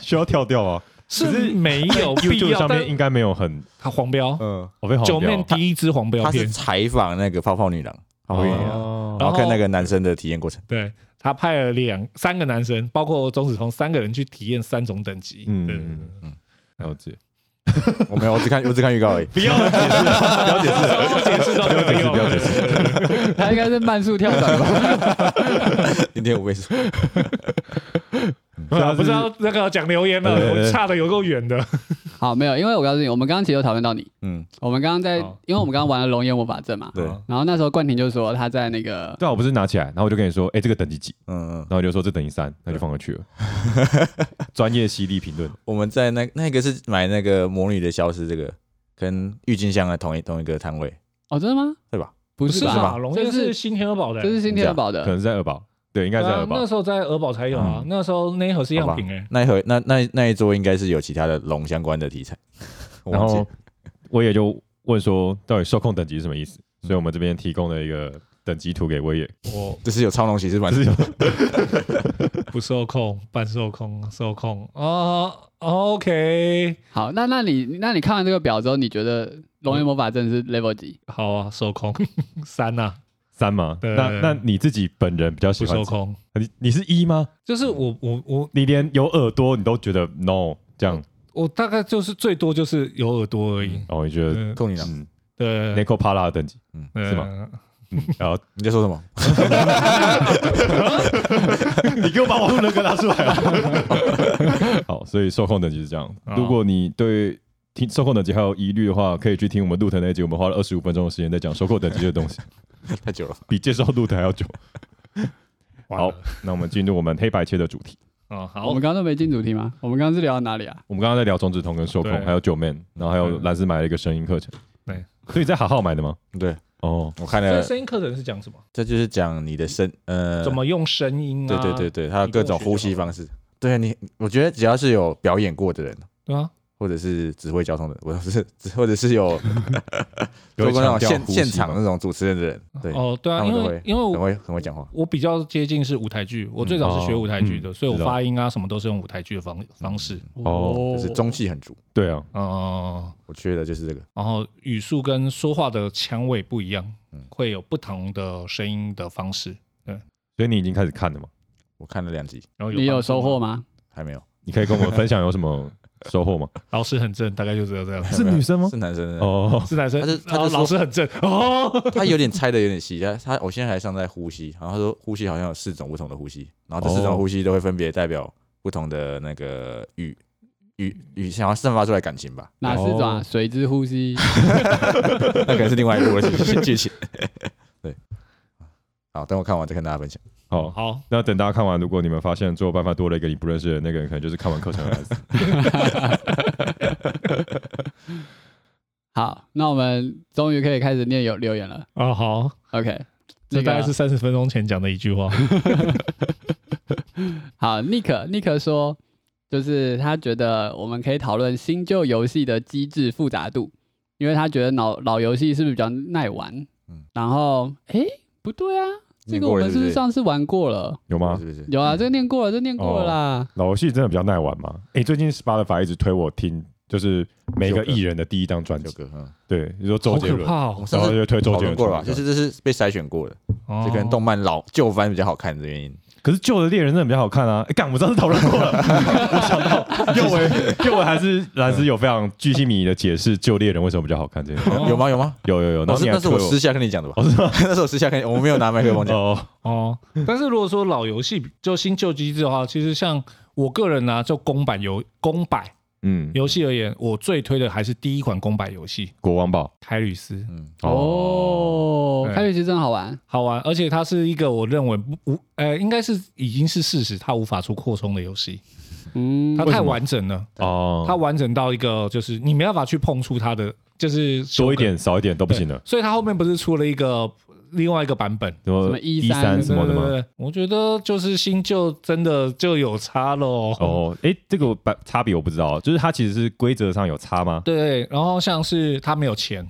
Speaker 2: 需要跳掉啊
Speaker 1: 是没有必
Speaker 2: ，YouTube
Speaker 1: 要，
Speaker 2: 上
Speaker 1: 但
Speaker 2: 面应该没有很，
Speaker 1: 它黄标，
Speaker 3: 嗯，
Speaker 2: 我被黄
Speaker 1: 九妹
Speaker 2: 标。
Speaker 1: 第一支黄标
Speaker 3: 他是
Speaker 1: 片，
Speaker 3: 采访那个泡泡女郎，泡泡女郎，
Speaker 2: 哦
Speaker 1: 然
Speaker 3: 然
Speaker 1: 后
Speaker 3: 后看那个男生的体验过程。
Speaker 1: 对他派了两三个男生，包括钟子通三个人去体验三种等级。
Speaker 2: 嗯
Speaker 1: 嗯，
Speaker 2: 嗯嗯，了解。
Speaker 3: 我没有，我只看我只看预告而 已。
Speaker 2: 不要了，解释啊，不要解释啊，
Speaker 1: 不解释都没有用
Speaker 2: 不要解释。
Speaker 4: 他应该是慢速跳转吧？
Speaker 3: 零点五倍速，
Speaker 1: 对啊
Speaker 2: 他
Speaker 1: 不知道那个讲留言了，
Speaker 2: 对对对
Speaker 1: 我差的有够远的。
Speaker 4: 好，没有，因为我告诉你，我们刚刚其实有讨论到你，
Speaker 3: 嗯，
Speaker 4: 我们刚刚在
Speaker 1: 好，
Speaker 4: 因为我们刚刚玩了龙岩魔法阵嘛，
Speaker 3: 对，
Speaker 1: 好
Speaker 4: 然后那时候冠廷就说他在那个，
Speaker 2: 对啊，我不是拿起来，然后我就跟你说，哎，这个等级几？
Speaker 3: 嗯嗯，
Speaker 2: 然后你就说这等于三，那就放回去 了。专业犀利评论，
Speaker 3: 我们在那那个是买那个魔女的消失这个跟郁金香的同一同一个摊位，
Speaker 4: 哦，真的吗？
Speaker 3: 对吧？
Speaker 4: 不是
Speaker 1: 是
Speaker 4: 吧？
Speaker 1: 吧？龙
Speaker 4: 这
Speaker 1: 岩
Speaker 4: 是
Speaker 1: 是新天鹅堡的，
Speaker 4: 这是新天鹅堡
Speaker 2: 可
Speaker 4: 的，
Speaker 2: 能是在二宝，对，应该
Speaker 1: 对
Speaker 2: 是在
Speaker 1: 啊
Speaker 2: 二宝
Speaker 1: 那。时候在鹅堡才有啊
Speaker 3: 嗯，
Speaker 1: 那时候那一盒是样品哎。
Speaker 3: 那一盒那那那一桌应该是有其他的龙相关的题材，我
Speaker 2: 然
Speaker 3: 忘记
Speaker 2: 后我也就问说，到底受控等级是什么意思？
Speaker 3: 嗯
Speaker 2: 所以我们这边提供了一个等级图给威也，
Speaker 1: 我
Speaker 3: 这是有超龙骑士版， 是
Speaker 1: 不受控，半受控，受控哦 OK，
Speaker 4: 好，那那你那你看完这个表之后，你觉得龙岩魔法阵是 level 几？
Speaker 1: 好啊，受控三呐，
Speaker 2: 三吗？
Speaker 1: 对
Speaker 2: 那那你自己本人比较喜
Speaker 1: 不
Speaker 2: 欢
Speaker 1: 受？控，
Speaker 2: 你你是一吗？
Speaker 1: 就是我我我
Speaker 2: 你连有耳朵你都觉得 no 这样？
Speaker 1: 我大概就是最多就是有耳朵而已。
Speaker 2: 哦，你觉得
Speaker 1: 嗯，
Speaker 3: 兔女郎，
Speaker 2: 嗯
Speaker 1: 对，
Speaker 2: n i c o p a l a 的等级，
Speaker 1: 嗯
Speaker 2: 是吗？嗯，然后
Speaker 3: 你在说什么？
Speaker 2: 你 给我把网络人格拿出来啊！ 好，所以受控等级是这样。
Speaker 1: 好
Speaker 2: 如果你对听受控等级还有疑虑的话，可以去听我们路腾那一集，我们花了二十五分钟的时间在讲受控等级这个东西，
Speaker 3: 太久了，
Speaker 2: 比介绍路腾还要久。
Speaker 1: 完
Speaker 2: 好
Speaker 1: 了，
Speaker 2: 那我们进入我们黑白切的主题。
Speaker 1: 哦，
Speaker 4: 我
Speaker 1: 好
Speaker 4: 们，刚刚都没进主题吗？我们刚刚是聊到哪里啊？
Speaker 2: 我们刚刚在聊中指通跟受控，
Speaker 1: 对
Speaker 2: 还有九 man，然后还有
Speaker 1: 对
Speaker 2: 蓝斯买了一个声音课程。
Speaker 1: 对，
Speaker 2: 所以在好好买的吗？
Speaker 3: 对
Speaker 2: 哦，
Speaker 3: 我看
Speaker 1: 这
Speaker 3: 了，
Speaker 1: 声音课程是讲什么？
Speaker 3: 这就是讲你的声，呃，
Speaker 1: 怎么用声音
Speaker 3: 对
Speaker 1: 啊？
Speaker 3: 对对对，还有
Speaker 1: 你跟
Speaker 3: 各
Speaker 1: 我
Speaker 3: 种
Speaker 1: 学
Speaker 3: 呼
Speaker 1: 就
Speaker 3: 吸
Speaker 1: 好
Speaker 3: 方式。对你，我觉得只要是有表演过的人，
Speaker 1: 对啊，
Speaker 3: 或者是指挥交通的，我是 或者是有做
Speaker 2: 有
Speaker 3: 过那
Speaker 2: 强
Speaker 3: 种
Speaker 2: 调
Speaker 3: 现
Speaker 2: 呼吸
Speaker 3: 现
Speaker 2: 吗
Speaker 3: 场那种主持人的人，对，
Speaker 1: 哦对啊，
Speaker 3: 他
Speaker 1: 因
Speaker 3: 们都
Speaker 1: 为
Speaker 3: 会
Speaker 1: 因为
Speaker 3: 很
Speaker 1: 我
Speaker 3: 会很会讲话。
Speaker 1: 我比较接近是舞台剧，我最早是学舞台剧的，所以我
Speaker 2: 知道
Speaker 1: 发音啊什么都是用舞台剧的方方式。
Speaker 4: 嗯
Speaker 2: 哦
Speaker 3: 就是中气很足。
Speaker 2: 对啊，
Speaker 1: 哦，
Speaker 3: 我缺的就是这个，
Speaker 1: 然后语速跟说话的腔位不一样，会有不同的声音的方式。
Speaker 2: 所以你已经开始看了吗？
Speaker 3: 我看了两集
Speaker 1: 然后
Speaker 4: 你有
Speaker 1: 哦帮助
Speaker 4: 收获吗？
Speaker 3: 还没有，
Speaker 2: 你可以跟我们分享有什么收获吗？
Speaker 1: 吗？老师很正，大概就只有这样。
Speaker 2: 是女生吗
Speaker 3: 是男生的，
Speaker 2: 哦，
Speaker 1: 是男生，
Speaker 3: 他就
Speaker 1: 然
Speaker 3: 他就
Speaker 1: 后
Speaker 3: 说
Speaker 1: 老师很正 哦，
Speaker 3: 他有点猜的有点细，他他我现在还尚在呼吸，然后他说呼吸好像有四种不同的呼吸，然后这四
Speaker 2: 哦
Speaker 3: 种呼吸都会分别代表不同的那个语语语想要散发出来感情吧，
Speaker 4: 哪四种啊？
Speaker 2: 哦
Speaker 4: 水之呼吸，
Speaker 3: 那可能是另外一部的剧剧情。 对，好，等我看完再跟大家分享。
Speaker 2: 好，
Speaker 1: 好，
Speaker 2: 那等大家看完，如果你们发现最后办法多了一个你不认识的那个人，可能就是看完课程的孩子。
Speaker 4: 好，那我们终于可以开始念有留言了。
Speaker 1: 啊，好，
Speaker 4: OK，
Speaker 1: 这
Speaker 4: 那
Speaker 1: 大概
Speaker 4: 个啊
Speaker 1: 是三十分钟前讲的一句话。
Speaker 4: 好，Nick Nick 说，就是他觉得我们可以讨论新旧游戏的机制复杂度，因为他觉得老老游戏是不是比较耐玩？
Speaker 3: 嗯
Speaker 4: 然后诶，不对啊，这
Speaker 3: 念
Speaker 4: 个
Speaker 3: 过
Speaker 4: 我
Speaker 3: 了
Speaker 4: 们
Speaker 3: 是不
Speaker 4: 是不
Speaker 3: 是
Speaker 4: 是上次玩过了？
Speaker 2: 有吗
Speaker 3: 是？不是？
Speaker 4: 有啊，这个念过了，这个念过了啦。
Speaker 2: 老游戏真的比较耐玩吗？哎、最近 Spotify 一直推我听，就是每个艺人的第一张专
Speaker 3: 九
Speaker 2: 辑，
Speaker 3: 个，嗯，
Speaker 2: 对，你说周
Speaker 1: 好
Speaker 2: 杰
Speaker 1: 可
Speaker 2: 伦，
Speaker 1: 怕
Speaker 3: 我
Speaker 1: 哦
Speaker 3: 们上
Speaker 2: 然后
Speaker 3: 次
Speaker 2: 就推周
Speaker 3: 讨
Speaker 2: 杰伦
Speaker 3: 论过
Speaker 2: 出
Speaker 3: 了
Speaker 2: 来，
Speaker 3: 吧？就是这是被筛选过的，！
Speaker 1: 哦
Speaker 3: 这跟动漫老旧番比较好看的原因。
Speaker 2: 可是旧的猎人真的比较好看啊！哎、干，我们上次讨论过了， 我想到右维，右维还是蓝斯有非常巨细靡遗的解释旧猎人为什么比较好看这件 事。
Speaker 1: 哦
Speaker 3: 有吗？有吗？
Speaker 2: 有有有，然
Speaker 3: 那
Speaker 2: 后
Speaker 3: 哦是
Speaker 2: 你还
Speaker 3: 那是我
Speaker 2: 推
Speaker 3: 私下跟你讲的吧？
Speaker 2: 哦是吗
Speaker 3: 那是我私下跟你，我没有拿麦克风讲。
Speaker 2: 哦，
Speaker 1: 哦，但是如果说老游戏就新旧机制的话，其实像我个人呢、啊就公版游公版
Speaker 2: 嗯，
Speaker 1: 游戏而言，我最推的还是第一款公版游戏《
Speaker 2: 国王堡
Speaker 1: 开律师》，
Speaker 3: 嗯，
Speaker 4: 哦
Speaker 1: 对，
Speaker 4: 开学其实真好玩。
Speaker 1: 好玩，而且它是一个我认为不无呃，应该是已经是事实，它无法出扩充的游戏，
Speaker 4: 嗯
Speaker 1: 它，
Speaker 2: 为
Speaker 1: 太
Speaker 2: 什么
Speaker 1: 完整了，
Speaker 2: 哦，
Speaker 1: 它完整到一个就是你没办法去碰触它的，就是修
Speaker 2: 多一
Speaker 1: 改
Speaker 2: 点少一点都不行了。
Speaker 1: 所以他后面不是出了一个另外一个版本。
Speaker 2: 什么
Speaker 4: 什么
Speaker 2: 一
Speaker 4: 一
Speaker 2: 三
Speaker 4: 三
Speaker 2: 什么的
Speaker 1: 对
Speaker 2: 吗？
Speaker 1: 对对我觉得就是新旧真的就有差喽。
Speaker 2: 哦，哎，这个版差别我不知道，就是它其实是规则上有差吗？
Speaker 1: 对，然后像是他没有钱，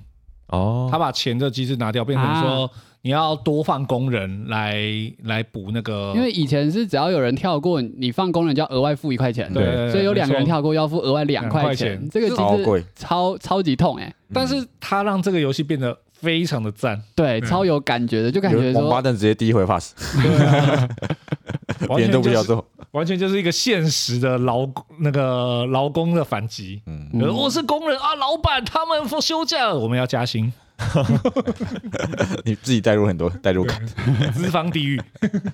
Speaker 2: 哦，
Speaker 1: 他把钱这机制拿掉，变成
Speaker 4: 啊
Speaker 1: 说你要多放工人来来补那个，
Speaker 4: 因为以前是只要有人跳过，你放工人就要额外付一块钱，
Speaker 2: 对
Speaker 4: 所以有两个人，跳过要付额外两
Speaker 1: 两块
Speaker 4: 块
Speaker 1: 钱
Speaker 4: 钱，这个
Speaker 3: 超
Speaker 4: 其
Speaker 3: 贵
Speaker 4: 实超超级痛哎、
Speaker 1: 没错但是他让这个游戏变得非常的赞，
Speaker 4: 对，
Speaker 1: 嗯
Speaker 4: 超有感觉的，就感觉
Speaker 3: 有王八
Speaker 4: 说，
Speaker 3: 蛋直接第一回 pass，
Speaker 1: 对啊
Speaker 4: 嗯
Speaker 3: 别人都不要，做。
Speaker 1: 完全就是完全就是一个现实的劳那个劳工的反击。
Speaker 3: 嗯，
Speaker 4: 嗯
Speaker 1: 呃我是工人啊，老板，他们放休假，我们要加薪，
Speaker 3: 你自己带入很多代入感，
Speaker 1: 资方地狱。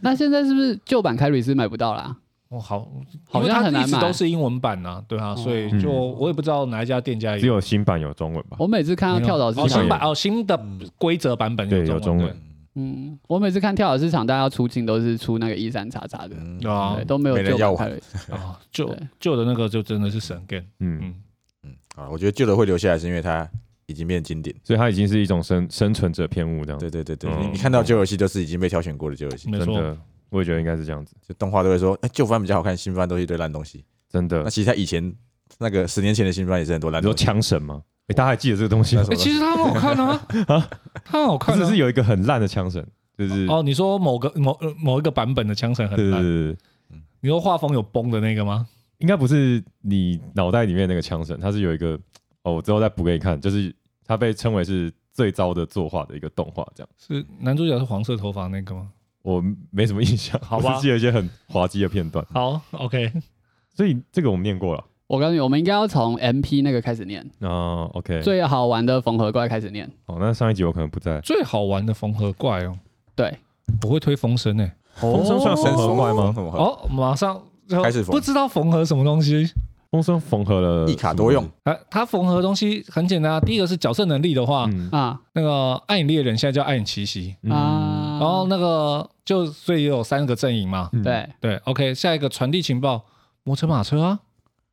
Speaker 4: 那现在是不是旧版凯瑞斯买不到啦？
Speaker 1: 哦，好，
Speaker 4: 好像
Speaker 1: 因
Speaker 4: 很
Speaker 1: 为它
Speaker 4: 难
Speaker 1: 一直
Speaker 4: 买
Speaker 1: 都是英文版呐、对啊，
Speaker 4: 哦
Speaker 1: 所以就我也不知道哪一家店家
Speaker 2: 只有新版有中文吧？
Speaker 4: 我每次看到跳蚤
Speaker 1: 哦，
Speaker 4: 市
Speaker 1: 新
Speaker 4: 场，
Speaker 1: 版哦，新的规则版本
Speaker 2: 对，有
Speaker 1: 有
Speaker 2: 中
Speaker 1: 文
Speaker 2: 文，
Speaker 4: 嗯，我每次看跳蚤市场，大家要出镜都是出那个一三叉叉的，
Speaker 3: 嗯
Speaker 2: 哦
Speaker 1: 对啊
Speaker 4: 对，，都没有
Speaker 3: 没人
Speaker 4: 旧
Speaker 3: 要玩
Speaker 4: 版凯瑞斯。
Speaker 1: 哦，旧
Speaker 4: 对
Speaker 1: 旧的那个就真的是神 game，
Speaker 2: 嗯，
Speaker 1: 嗯，
Speaker 3: 嗯啊，我觉得旧的会留下来，是因为它已经变经典。
Speaker 2: 所以它已经是一种生生存者偏误这样，
Speaker 3: 对对对对，
Speaker 2: 嗯
Speaker 3: 你你看到旧游戏都是已经被挑选过的旧游戏，
Speaker 1: 没
Speaker 2: 真
Speaker 1: 错，
Speaker 2: 的，我也觉得应该是这样子，
Speaker 3: 就动画都会说，哎，旧番比较好看，新番都是一堆烂东西。
Speaker 2: 真的
Speaker 3: 那。其实他以前那个十年前的新番也是很多烂
Speaker 2: 你说
Speaker 3: 东西。
Speaker 2: 枪神吗？哎，大家还记得这个东西吗
Speaker 3: 那时？
Speaker 1: 诶
Speaker 3: 候
Speaker 1: 其实它很好看 啊，它很好
Speaker 2: 不
Speaker 1: 看
Speaker 2: 是
Speaker 1: 啊
Speaker 2: 是。有一个很烂的枪神，就是
Speaker 1: 哦，你说某个某呃某一个版本的枪神
Speaker 2: 对
Speaker 1: 很
Speaker 2: 对
Speaker 1: 烂，
Speaker 2: 对，对
Speaker 1: 你说画风有崩的那个吗？
Speaker 2: 应该不是你脑袋里面那个枪神，它是有一个哦，我之后再补给你看，就是它被称为是最糟的作画的一个动画，这样
Speaker 1: 是男主角是黄色头发那个吗？
Speaker 2: 我没什么印象，
Speaker 1: 好
Speaker 2: 我
Speaker 1: 吧
Speaker 2: 只记得一些很滑稽的片段，
Speaker 1: 好，OK，
Speaker 2: 所以这个我们念过了。
Speaker 4: 我告诉你，我们应该要从 MP 那个开始念，
Speaker 2: 哦，OK，
Speaker 4: 最好玩的缝合怪开始念。
Speaker 2: 哦，那上一集我可能不在，
Speaker 1: 最好玩的缝合怪哦，
Speaker 4: 对，
Speaker 1: 我会推欸风声诶，
Speaker 2: 风声算缝合怪吗？
Speaker 3: 什么？
Speaker 1: 哦，马上
Speaker 3: 开始缝
Speaker 1: 不知道缝合什么东西。
Speaker 2: 风声缝合了
Speaker 3: 一卡多用，
Speaker 1: 啊，它缝合的东西很简单啊。第一个是角色能力的话，
Speaker 2: 嗯
Speaker 4: 啊
Speaker 1: 那个《暗影猎人》现在叫《暗影奇袭》，
Speaker 2: 啊，
Speaker 4: 啊，
Speaker 1: 然后那个就所以也有三个阵营嘛。
Speaker 2: 嗯，
Speaker 4: 对，
Speaker 1: 对，OK，下一个传递情报，摩托马车啊，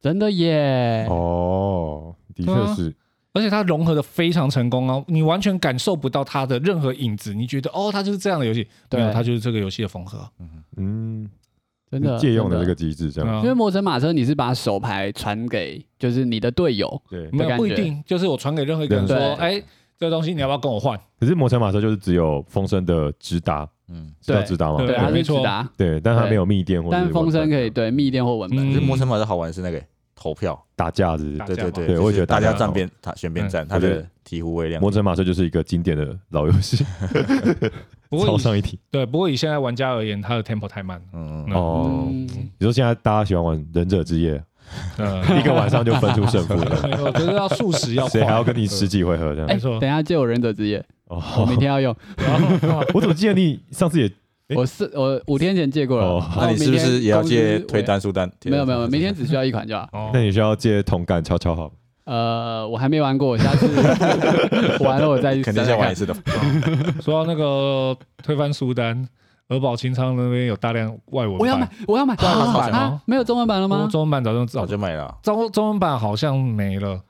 Speaker 4: 真的耶，
Speaker 2: 哦，的
Speaker 1: 对啊
Speaker 2: 确是，
Speaker 1: 而且它融合的非常成功哦，你完全感受不到它的任何影子，你觉得哦，它就是这样的游戏，没有，
Speaker 4: 对
Speaker 1: 它就是这个游戏的缝合。
Speaker 2: 嗯，
Speaker 4: 真的
Speaker 2: 借用的
Speaker 4: 真
Speaker 2: 这个机制这样，
Speaker 1: 嗯
Speaker 4: 因为魔神马车你是把手牌传给就是你的队友，
Speaker 2: 对。
Speaker 1: 没
Speaker 4: 的
Speaker 1: 有
Speaker 4: 感
Speaker 1: 不一
Speaker 4: 觉
Speaker 1: 定，就是我传给任何一个人说
Speaker 4: 对，
Speaker 1: 哎，这个东西你要不要跟我换？
Speaker 2: 可是摩拳马车就是只有风声的直达，
Speaker 3: 嗯，
Speaker 2: 是叫
Speaker 4: 对
Speaker 2: 直达吗？
Speaker 1: 对
Speaker 4: 对，他
Speaker 1: 没
Speaker 4: 是直
Speaker 1: 错
Speaker 4: 达，
Speaker 2: 对，但它没有密电或者
Speaker 4: 啊但
Speaker 2: 是
Speaker 4: 风声可
Speaker 2: 文
Speaker 4: 以
Speaker 2: 本
Speaker 4: 对密电或文本，
Speaker 3: 其实
Speaker 1: 嗯
Speaker 3: 魔城马的好玩是那个投票，
Speaker 2: 打架子。
Speaker 1: 打
Speaker 3: 对对对，
Speaker 2: 对我也
Speaker 3: 就
Speaker 2: 觉
Speaker 3: 是
Speaker 2: 得
Speaker 3: 大
Speaker 2: 大
Speaker 3: 家
Speaker 2: 家
Speaker 3: 站
Speaker 2: 好
Speaker 3: 边，他选边
Speaker 1: 嗯
Speaker 3: 站，他
Speaker 2: 我觉
Speaker 3: 的
Speaker 2: 得
Speaker 3: 醍醐味量。
Speaker 2: 摩拳马车就是一个经典的老游戏，
Speaker 1: 不过
Speaker 2: 超
Speaker 1: 以
Speaker 2: 上一题。
Speaker 1: 对，不过以现在玩家而言，它的 tempo 太慢了。
Speaker 3: 嗯嗯，
Speaker 1: 嗯
Speaker 2: 哦，
Speaker 4: 嗯
Speaker 2: 你说现在大家喜欢玩忍者之 夜，
Speaker 1: 嗯，
Speaker 2: 一个晚上就分出胜负了，
Speaker 1: 没有，就是要速食要
Speaker 2: 谁还
Speaker 1: 快
Speaker 2: 要跟你十几回合这
Speaker 1: 没
Speaker 2: 样？
Speaker 1: 错
Speaker 4: 哎等一下借我忍者之夜，我
Speaker 2: 哦
Speaker 4: 明，天要用，
Speaker 1: 哦
Speaker 2: 我怎么记得你上次也诶
Speaker 4: 我是我五天前借过
Speaker 2: 哦
Speaker 4: 了，然后
Speaker 3: 那你是不
Speaker 4: 明天
Speaker 3: 是也要借
Speaker 4: 公司
Speaker 3: 推？单数单？
Speaker 4: 没有没 有，明天只需要一款就好。
Speaker 1: 哦
Speaker 2: 那你需要借同感悄悄好，
Speaker 4: 呃，我还没玩过，我下次玩了我再去
Speaker 3: 肯定再玩一次的。
Speaker 1: 说到那个推翻苏丹，鹅堡清仓那边有大量外文版，
Speaker 4: 我要买，我要买
Speaker 1: 要买
Speaker 4: 啊
Speaker 1: 版吗
Speaker 4: 啊没有中文版了
Speaker 1: 中
Speaker 4: 吗？
Speaker 1: 中文版早就
Speaker 3: 早
Speaker 1: 早
Speaker 3: 就买了啊，
Speaker 1: 中中文版好像没了，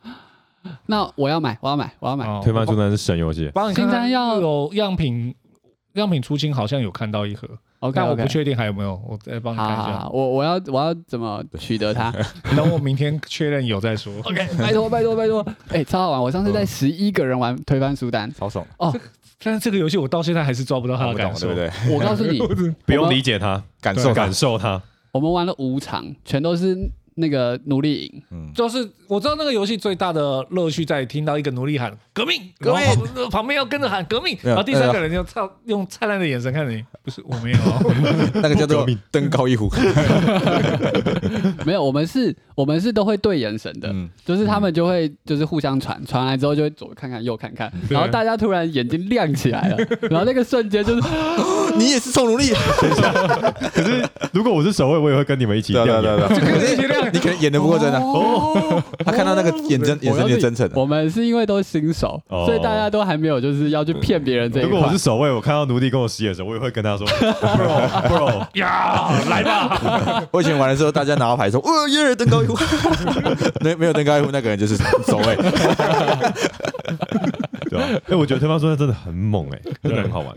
Speaker 4: 那我要买，我要买，我要买。
Speaker 1: 哦
Speaker 2: 推翻出那是神游戏
Speaker 1: 我，帮你看
Speaker 4: 清
Speaker 1: 看
Speaker 4: 仓要
Speaker 1: 有样品。样品出清好像有看到一盒，
Speaker 4: OK，
Speaker 1: 但我不
Speaker 4: OK
Speaker 1: 确定还有没有，我再帮你
Speaker 4: 好
Speaker 1: 看一
Speaker 4: 好
Speaker 1: 下。
Speaker 4: 好，我我要我要怎么取得它？
Speaker 1: 等我明天确认有再说。OK，
Speaker 4: 拜托拜托拜托！哎，超好玩！我上次带十一个人玩推翻书单，
Speaker 3: 超爽，
Speaker 1: 但是这个游戏我到现在还是抓不到它
Speaker 3: 我
Speaker 1: 的
Speaker 3: 不
Speaker 1: 啊感
Speaker 3: 懂
Speaker 1: 受，
Speaker 3: 对不对？
Speaker 4: 我告诉你，
Speaker 2: 不
Speaker 4: 我
Speaker 2: 用
Speaker 4: 们
Speaker 2: 理解它，
Speaker 3: 感受
Speaker 2: 感，受它。
Speaker 4: 我们玩了五场，全都是那个奴隶营，
Speaker 3: 嗯，
Speaker 1: 就是我知道那个游戏最大的乐趣在于听到一个奴隶喊“革命”，
Speaker 3: 革命
Speaker 1: 然后旁旁边要跟着喊“革命”，
Speaker 3: 没
Speaker 1: 然
Speaker 3: 有啊
Speaker 1: 后第三个人就灿用灿烂的眼神看着你，不是我 没有哦，
Speaker 3: 那个叫
Speaker 2: 不
Speaker 3: 做
Speaker 2: 革命
Speaker 3: 登高一呼。
Speaker 4: 没有，我们是，我们是都会对眼神的，
Speaker 3: 嗯，
Speaker 4: 就是他们就会就是互相传，传来之后就会左看看右看看，
Speaker 1: 对
Speaker 4: 然后大家突然眼睛亮起来了，然后那个瞬间就是
Speaker 3: 你也是臭奴隶。
Speaker 2: 可是如果我是守卫，我也会跟你们一起
Speaker 3: 对
Speaker 2: 亮
Speaker 3: 啊对啊
Speaker 2: 眼
Speaker 3: 对啊对啊，可是你可能演的不过真的，
Speaker 4: 哦，
Speaker 3: 他看到那个眼真眼
Speaker 4: 我
Speaker 3: 神
Speaker 4: 告
Speaker 3: 也
Speaker 4: 诉
Speaker 3: 真诚
Speaker 4: 你，
Speaker 3: 的。
Speaker 4: 我们是因为都新手，
Speaker 2: 哦
Speaker 4: 所以大家都还没有就是要去骗别人这一
Speaker 2: 如果我
Speaker 4: 块
Speaker 2: 是。守卫，我看到奴隶跟我使眼的时候，我也会跟他说 “bro bro”，
Speaker 1: 呀，来吧，
Speaker 3: 我以前玩的时候，大家拿到牌说：“哦耶，登高一呼。” 没没有登高一呼，那个人就是守卫。
Speaker 2: 对吧？哎、我觉得推翻书单真的很猛哎、真的很好玩。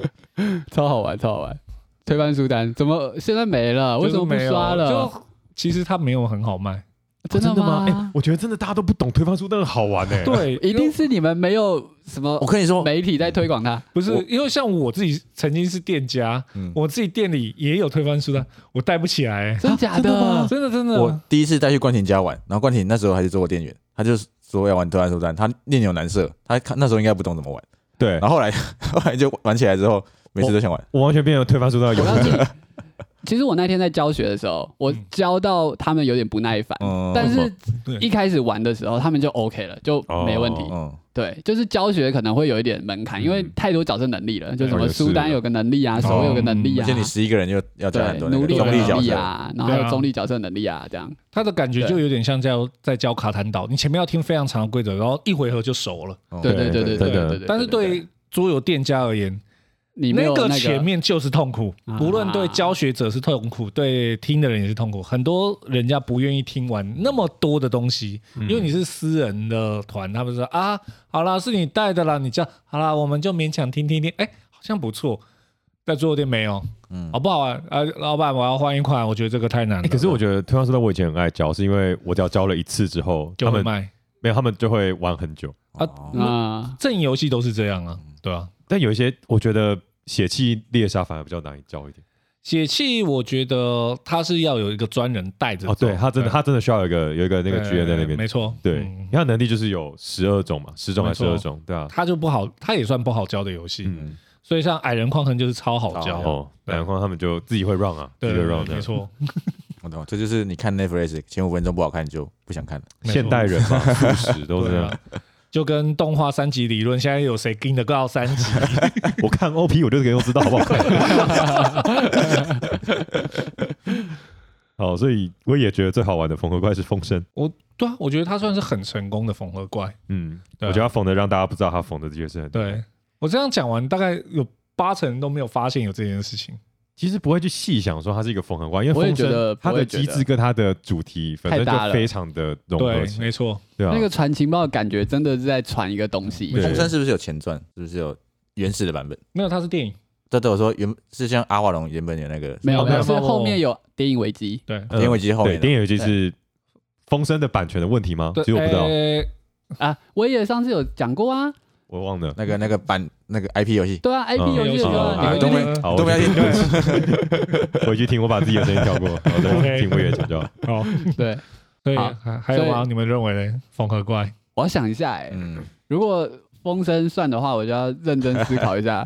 Speaker 4: 超好玩，超好玩。推翻书单怎么现在没了？为什么不
Speaker 1: 就是没有
Speaker 4: 刷了？
Speaker 1: 就其实它没有很好卖，
Speaker 4: 真的
Speaker 2: 哎、我觉得真的大家都不懂推翻书单的好玩哎、，
Speaker 1: 对，
Speaker 4: 一定是你们没有什么
Speaker 3: 我跟你说，
Speaker 4: 媒体在推广它。
Speaker 1: 不是
Speaker 3: 我
Speaker 1: 因为像我自己曾经是店家，
Speaker 3: 嗯
Speaker 1: 我自己店里也有推翻书单，我带不起来、
Speaker 4: 真假
Speaker 3: 真的吗
Speaker 4: 的？
Speaker 1: 真的真的，
Speaker 3: 我第一次带去冠廷家玩，然后冠廷那时候还是做过店员，他就说要玩推翻书单，他面有难色，他看那时候应该不懂怎么玩，
Speaker 2: 对
Speaker 3: 然后后来后来就玩起来之后，每次都想玩，
Speaker 2: 我完全变成推翻书单的
Speaker 4: 我
Speaker 2: 游
Speaker 4: 告
Speaker 2: 戏。
Speaker 4: 诉你，其实我那天在教学的时候，我
Speaker 1: 嗯
Speaker 4: 教到他们有点不耐烦，
Speaker 3: 嗯，
Speaker 4: 哦但
Speaker 2: 为
Speaker 4: 是
Speaker 1: 对
Speaker 4: 一开始玩的时候，他们就 OK 了，就没问题。
Speaker 2: 哦
Speaker 3: 嗯，
Speaker 4: 对，啊就是教学可能会有一点门槛，因为太多角色能力了，就什么书单有个能力啊，手有个能力
Speaker 3: 而
Speaker 4: 啊
Speaker 3: 且，你十一个人就要加
Speaker 4: 对
Speaker 3: 很，多那
Speaker 4: 奴
Speaker 3: 个
Speaker 4: 隶
Speaker 1: 有
Speaker 4: 的
Speaker 3: 中立角
Speaker 4: 能力
Speaker 3: 色，
Speaker 4: 啊，然后还有中立角色能力啊，这样。
Speaker 1: 它的感觉就有点像在在教卡坦岛，你前面要听非常长的规则，然后一回合就熟了。
Speaker 3: 嗯
Speaker 4: 对对对对对
Speaker 2: 真的
Speaker 4: 对对。
Speaker 1: 但是对桌游店家而言，
Speaker 4: 你没有
Speaker 1: 个
Speaker 4: 那
Speaker 1: 前
Speaker 4: 个，
Speaker 1: 面就是痛苦，
Speaker 4: 啊
Speaker 1: 无论对教学者是痛苦，对听的人也是痛苦。很多人家不愿意听完那么多的东西，
Speaker 4: 嗯
Speaker 1: 因为你是私人的团，他们说啊，好啦，是你带的啦，你这样好啦，我们就勉强听听听，哎，好像不错。在桌游店没有，
Speaker 3: 嗯
Speaker 1: 好不好玩？啊，老板，我要换一款，我觉得这个太难了。
Speaker 2: 哎可是我觉得推翻书单我以前很爱教，是因为我只要教了一次之后，
Speaker 1: 就
Speaker 2: 他
Speaker 1: 会
Speaker 2: 们
Speaker 1: 卖
Speaker 2: 没有，他们就会玩很久。
Speaker 1: 啊
Speaker 3: 哦
Speaker 4: 啊，
Speaker 1: 阵营游戏都是这样啊，
Speaker 4: 嗯
Speaker 1: 对啊。
Speaker 2: 但有一些我觉得血气猎杀反而比较难以教一点。
Speaker 1: 血气，我觉得他是要有一个专人带着
Speaker 2: 哦，
Speaker 1: 走
Speaker 2: 对他真的，他真的需要有一个有一个那个剧院在那
Speaker 1: 对没
Speaker 2: 边。
Speaker 1: 错，
Speaker 2: 对，
Speaker 1: 嗯
Speaker 2: 因为他能力就是有十二种嘛，十种还是十
Speaker 1: 没
Speaker 2: 二
Speaker 1: 错
Speaker 2: 种，对啊。
Speaker 1: 它就不好，它也算不好教的游戏。
Speaker 2: 嗯，
Speaker 1: 所以像矮人矿坑就是超好教，
Speaker 3: 超
Speaker 2: 哦，南方他们就自己会让啊，自
Speaker 1: 对
Speaker 2: 己会让
Speaker 1: 没
Speaker 2: 的。
Speaker 1: 错，
Speaker 3: 我懂，这就是你看 Netflix 前五分钟不好看你就不想看了，
Speaker 1: 没错
Speaker 2: 现代人 嘛，素食都是这
Speaker 1: 对
Speaker 2: 样。
Speaker 1: 啊。就跟动画三级理论，现在有谁跟得到三 级？
Speaker 2: 我看 OP 我就可以都知道好不好看。 好，所以我也觉得最好玩的缝合怪是风声，
Speaker 1: 对啊，我觉得他算是很成功的缝合怪。
Speaker 2: 嗯，
Speaker 1: 对啊
Speaker 2: 我觉得他缝的让大家不知道他缝的这些事很，
Speaker 1: 对我这样讲完，大概有八成都没有发现有这件事情。
Speaker 2: 其实不会去细想说它是一个缝合怪，因为
Speaker 4: 我也
Speaker 2: 风
Speaker 4: 觉得
Speaker 2: 声它
Speaker 4: 不
Speaker 2: 的
Speaker 4: 会觉
Speaker 2: 机
Speaker 4: 得
Speaker 2: 制跟它的主题本身
Speaker 4: 太大
Speaker 2: 就
Speaker 4: 了
Speaker 2: 非常的融合
Speaker 1: 对，
Speaker 2: 起来，
Speaker 1: 没错，
Speaker 2: 对啊，
Speaker 4: 那个传情报的感觉真的是在传一个东西。
Speaker 2: 对
Speaker 3: 风声是不是有前传？是不是有原始的版本？
Speaker 1: 没有它是电影，
Speaker 3: 这对我说原是像阿华龙原本有那个
Speaker 4: 没有
Speaker 1: 哦
Speaker 4: 没有，
Speaker 1: 没有
Speaker 4: 是后面有电影危机。
Speaker 1: 嗯对
Speaker 2: 呃
Speaker 3: 电影危机后
Speaker 2: 对
Speaker 4: 啊
Speaker 3: 面的
Speaker 2: 电影机是风声的版权的问题吗？
Speaker 1: 对，
Speaker 2: 其实我不知道，
Speaker 1: 呃
Speaker 4: 啊，我也上次有讲过啊，
Speaker 2: 我忘了。
Speaker 3: 那个那个版那个 IP 游戏，
Speaker 4: 对啊，IP
Speaker 1: 哎
Speaker 4: 游戏的时候
Speaker 2: 哦
Speaker 4: 啊，
Speaker 3: 啊
Speaker 4: 你
Speaker 3: 东
Speaker 4: 们
Speaker 3: 北
Speaker 1: 呃
Speaker 2: 好，
Speaker 3: 都不要
Speaker 2: 我去
Speaker 3: 听
Speaker 2: 对不起 回去听，我把自己的声音跳过，然后再
Speaker 1: OK
Speaker 2: 听我也讲就好。
Speaker 1: 好，
Speaker 4: 对，
Speaker 1: 对，
Speaker 4: 好
Speaker 1: 还还有
Speaker 4: 所
Speaker 1: 吗？
Speaker 4: 以
Speaker 1: 你们认为嘞？缝合怪
Speaker 4: 我要想一下哎，
Speaker 3: 嗯，
Speaker 4: 如果风声算的话，我就要认真思考一下。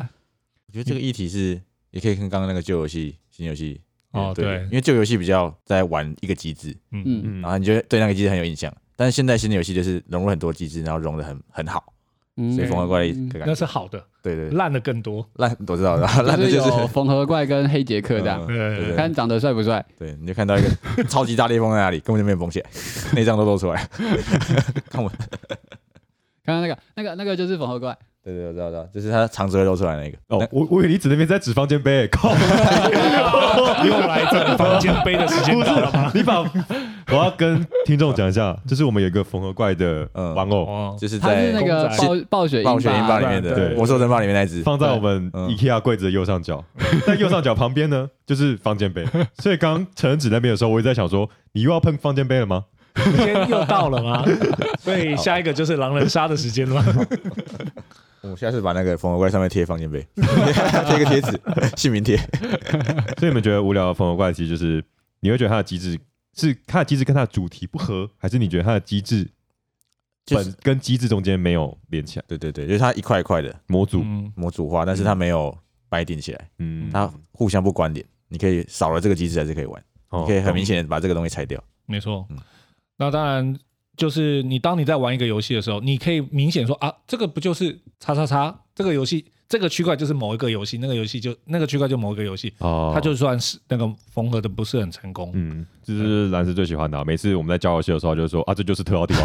Speaker 3: 我觉得这个议题是也可以跟刚刚那个旧游戏、新游戏
Speaker 1: 哦，
Speaker 3: 对的，
Speaker 1: 对
Speaker 3: 因，为旧游戏比较在玩一个机制，
Speaker 1: 嗯，
Speaker 4: 嗯
Speaker 2: 嗯
Speaker 3: 然，后你就会对那个机制很有印象。但是现在新的游戏就是融入很多机制，然后融的很很好，
Speaker 4: 嗯，
Speaker 3: 所以
Speaker 1: 风
Speaker 3: 缝啊合怪的感
Speaker 1: 那
Speaker 3: 觉，
Speaker 1: 是好的，
Speaker 3: 对对，对
Speaker 1: 烂的更多。
Speaker 3: 烂我知道，然后烂的
Speaker 4: 就是
Speaker 3: 就是
Speaker 4: 有缝合怪跟黑杰克这样，
Speaker 3: 嗯
Speaker 1: 对
Speaker 3: 对
Speaker 4: 看长得帅不帅。
Speaker 3: 对，你就看到一个超级大裂缝在哪里，根本就没有缝起来，内脏都露出来。看我，
Speaker 4: 刚刚那个那个那个就是缝合怪，
Speaker 3: 对对，我知道，我知道，就是它肠子会露出来那个。
Speaker 2: 哦
Speaker 3: 那，
Speaker 2: 我我以为你指那边在指方尖碑，靠！
Speaker 1: 又来这房间杯的时间到了吗？
Speaker 2: 你把我要跟听众讲一下，就是我们有一个缝合怪的
Speaker 3: 嗯
Speaker 2: 玩偶，
Speaker 1: 哦，
Speaker 3: 就是
Speaker 4: 它是
Speaker 3: 在
Speaker 4: 那个
Speaker 1: 公仔
Speaker 4: 暴暴雪
Speaker 3: 暴雪
Speaker 4: 鹰
Speaker 3: 英
Speaker 4: 吧
Speaker 3: 霸里面
Speaker 1: 对
Speaker 3: 的
Speaker 2: 对
Speaker 3: 魔兽争霸里面那只，
Speaker 2: 放在我们
Speaker 3: 嗯
Speaker 2: IKEA 柜子的右上角，在右上角旁边呢 就是方尖碑。所以刚刚陈恩指那边的时候，我也在想说，你又要碰方尖碑了吗？
Speaker 1: 时间又到了吗？ 所以下一个就是狼人杀的时间了吗。
Speaker 3: 我下次把那个缝合怪上面贴房间杯， 贴个贴纸，姓名贴。
Speaker 2: 所以你们觉得无聊的缝合怪其实就是你会觉得它的机制是它的机制跟它的主题不合，还是你觉得它的机制
Speaker 3: 就是
Speaker 2: 本跟机制中间没有连起来
Speaker 3: 对对对，就是它一块一块的
Speaker 2: 模组？
Speaker 1: 嗯，
Speaker 3: 模组化，但是它没有掰定起来，
Speaker 2: 嗯，
Speaker 3: 它互相不关联。你可以少了这个机制还是可以玩，
Speaker 2: 哦
Speaker 3: 你可以很明显的把这个东西拆掉。
Speaker 1: 没错
Speaker 3: 嗯。
Speaker 1: 那当然，就是你当你在玩一个游戏的时候，你可以明显说啊，这个不就是叉叉叉这个游戏，这个区块就是某一个游戏，那个游戏就那个区块就某一个游戏，
Speaker 2: 哦，
Speaker 1: 它就算是那个缝合的不是很成功。
Speaker 2: 嗯，这是蓝斯最喜欢的啊、每次我们在教游戏的时候，就是说啊，这就是特奥地王，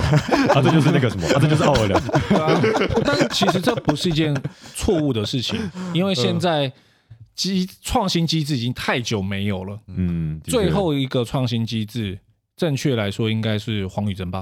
Speaker 2: 啊，这就是那个什么，啊，这就是奥尔良。
Speaker 1: 对啊，但是其实这不是一件错误的事情，因为现在机创新机制已经太久没有了。
Speaker 2: 嗯，的确
Speaker 1: 最后一个创新机制，正确来说应该是《荒与争霸》。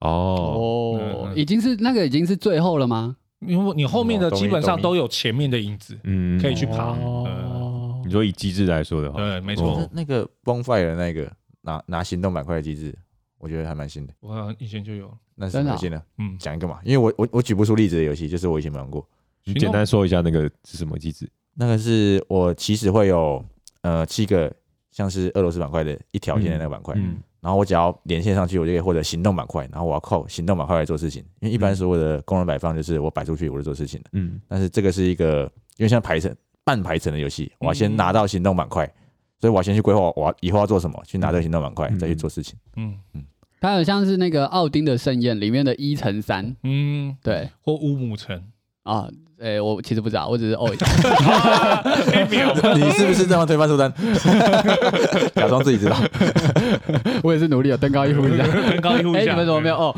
Speaker 2: 哦，
Speaker 4: 哦
Speaker 1: 嗯，嗯
Speaker 4: 已经是那个已经是最后了吗？
Speaker 1: 因为你后面的
Speaker 2: 哦懂你
Speaker 1: 基本上
Speaker 2: 懂你
Speaker 1: 都有前面的影子，
Speaker 2: 嗯
Speaker 1: 可以去爬
Speaker 4: 哦
Speaker 3: 嗯
Speaker 2: 你说以机制来说的话，
Speaker 1: 对，没
Speaker 2: 哦
Speaker 1: 错
Speaker 3: 那，那个 bonfire 的那个拿拿行动板块的机制，我觉得还蛮新的。
Speaker 1: 我好像以前就有，
Speaker 3: 那是什
Speaker 4: 真的
Speaker 3: 么
Speaker 4: 啊
Speaker 3: 新的？
Speaker 1: 嗯，
Speaker 3: 讲一个嘛，因为我我我举不出例子的游戏，就是我以前没玩过。
Speaker 2: 你简单说一下那个是什么机制？
Speaker 3: 那个是我起始会有呃七个像是俄罗斯板块的一条线的那个板块，
Speaker 2: 嗯
Speaker 3: 然后我只要连线上去，我就可以获得行动板块，然后我要靠行动板块来做事情。因为一般所有的功能摆放就是我摆出去我就做事情了，
Speaker 2: 嗯，
Speaker 3: 但是这个是一个因为像排程半排程的游戏，我要
Speaker 1: 嗯
Speaker 3: 先拿到行动板块，所以我要先去规划我要以后要做什么，去拿到行动板块
Speaker 2: 嗯
Speaker 3: 再去做事情。
Speaker 1: 嗯
Speaker 4: 它很像是那个《奥丁的盛宴》里面的一乘三，
Speaker 1: 嗯，
Speaker 4: 对
Speaker 1: 或乌姆城，
Speaker 4: 啊，诶、我其实不知道，我只是 哦，
Speaker 3: 你是不是在玩推翻书 单？假装自己知道，
Speaker 4: 我也是努力有登高一 呼一下。
Speaker 1: 登高一呼
Speaker 4: 哎、
Speaker 1: 一
Speaker 4: 你
Speaker 1: 下，
Speaker 4: 们怎么没有？哦？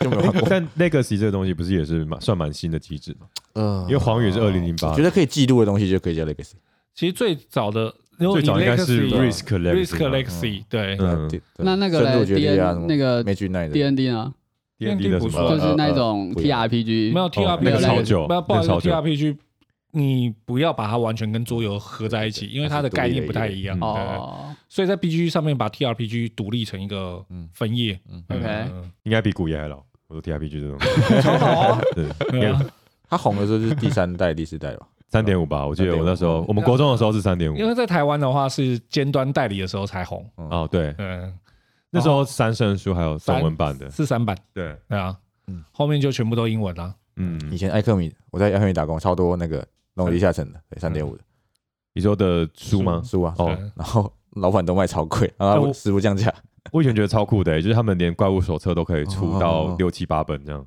Speaker 3: 就 没有玩过。
Speaker 2: 但 Legacy 这个东西不是也是蛮算蛮新的机制嘛？
Speaker 3: 嗯
Speaker 2: 因为黄宇是二零零八
Speaker 3: 觉，得可以记录的东西就可以叫 legacy。
Speaker 1: 其实最早的，如果
Speaker 2: 最
Speaker 1: 以
Speaker 2: 早应该是
Speaker 1: Legacy- 啊
Speaker 2: Risk
Speaker 1: Risk
Speaker 2: Legacy 啊吧
Speaker 1: Legacy，对，
Speaker 2: 嗯
Speaker 3: 对
Speaker 4: 那那个
Speaker 3: 深入
Speaker 4: 嘞
Speaker 3: 决
Speaker 4: ，D
Speaker 3: 裂啊什
Speaker 4: N
Speaker 3: 么
Speaker 4: 那个
Speaker 3: Magic Knight 的
Speaker 4: D N D 呢，
Speaker 2: D N D 的什
Speaker 1: 呃
Speaker 2: 么啊
Speaker 4: 就？是那
Speaker 3: 呃
Speaker 4: 种
Speaker 3: 不一
Speaker 4: T
Speaker 3: 样
Speaker 4: R P G，
Speaker 1: 没有
Speaker 2: 那
Speaker 1: TRPG，
Speaker 4: 个超
Speaker 2: 久
Speaker 1: 没有不好意思
Speaker 2: 那个超久
Speaker 1: ，TRPG 你不要把它完全跟桌游合在一起，因为它的概念不太一样。
Speaker 2: 嗯
Speaker 1: 对，
Speaker 4: 哦，
Speaker 1: 所以在 BG 上面把 TRPG 独立成一个分页。
Speaker 3: 嗯
Speaker 1: 嗯
Speaker 4: OK
Speaker 2: 应该比古爷还老。我说 T R P G 这种，
Speaker 1: 超好啊！
Speaker 2: 对，
Speaker 1: 对啊
Speaker 2: 嗯
Speaker 3: 他红的时候就是第三代、第四代吧？
Speaker 2: 三点五吧，我记得我那时候
Speaker 3: 3.5
Speaker 2: 我们国中的时候是三点五
Speaker 1: 因。为在台湾的话是尖端代理的时候才红，
Speaker 2: 哦，对，
Speaker 1: 嗯，
Speaker 2: 那时候三圣书还有中文版的，
Speaker 1: 是哦三版，
Speaker 2: 对，
Speaker 1: 对啊
Speaker 3: 嗯，
Speaker 1: 后面就全部都英文了。
Speaker 3: 以
Speaker 2: 嗯，
Speaker 3: 前艾克米，我在艾克米打工，超多那个弄地下城的，对，三点五的
Speaker 2: 你说的书吗？
Speaker 3: 书啊，
Speaker 2: 哦，
Speaker 1: 对
Speaker 3: 然后老板都卖超 贵，
Speaker 4: 哦
Speaker 3: 然
Speaker 1: 哎
Speaker 3: 后
Speaker 1: 我
Speaker 3: 师傅降价，
Speaker 2: 我以前觉得超酷的欸，就是他们连怪物手册都可以出
Speaker 3: 哦
Speaker 2: 到六七八本这样，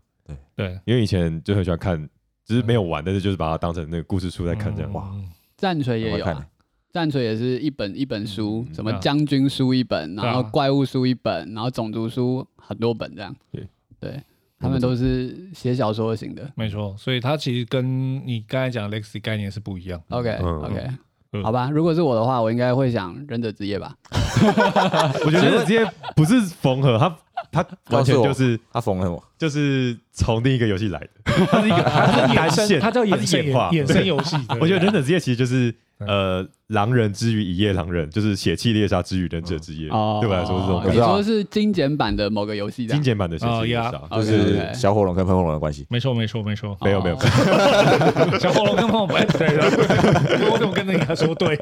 Speaker 1: 对，
Speaker 2: 因为以前就很喜欢看，只是没有玩，但是就是把它当成那个故事书在看这样。
Speaker 1: 嗯
Speaker 3: 哇，
Speaker 4: 战锤也
Speaker 3: 我
Speaker 4: 有、
Speaker 3: 看
Speaker 4: 啊，战锤也是一本一本书，
Speaker 2: 嗯
Speaker 4: 什么
Speaker 1: 对啊
Speaker 4: 将军书一本，
Speaker 1: 对
Speaker 4: 然
Speaker 1: 啊
Speaker 4: 后怪物书一本，然后种族书很多本这样
Speaker 2: 对。
Speaker 4: 对，他们都是写小说型的。
Speaker 1: 没错，所以它其实跟你刚才讲的 Lexi 概念是不一样。
Speaker 4: OK
Speaker 2: 嗯
Speaker 4: OK，、
Speaker 1: 嗯
Speaker 4: 好吧，如果是我的话，我应该会想忍者之夜吧。
Speaker 2: 我觉得这些不是缝合，它它完全就是
Speaker 3: 他缝了我，
Speaker 2: 就是从另一个游戏来的， 它是一个它是
Speaker 1: 衍生，它叫
Speaker 2: 它
Speaker 1: 衍
Speaker 2: 是
Speaker 1: 生
Speaker 2: 演化
Speaker 1: 衍生游戏。
Speaker 2: 我觉得
Speaker 1: 对
Speaker 2: 忍者之夜其实就是呃狼人之于一夜狼人，就是血气猎杀之于忍者之夜，
Speaker 4: 哦，
Speaker 2: 对我来说是这种
Speaker 3: 我
Speaker 2: 感
Speaker 4: 你
Speaker 3: 知
Speaker 2: 觉。
Speaker 3: 道
Speaker 4: 说是精简版的某个游戏这
Speaker 2: 精
Speaker 4: 样？
Speaker 2: 简版的血气猎杀
Speaker 1: 哦，
Speaker 4: 呀
Speaker 2: 就
Speaker 3: 就
Speaker 4: OK，OK
Speaker 2: 是
Speaker 3: 是小火龙跟喷火龙的关系。
Speaker 1: 没错，没错，没错。
Speaker 2: 没有
Speaker 4: 哦
Speaker 2: 没有，
Speaker 1: 小火龙跟胖虎，哎，对啊了，我怎么跟人家说对？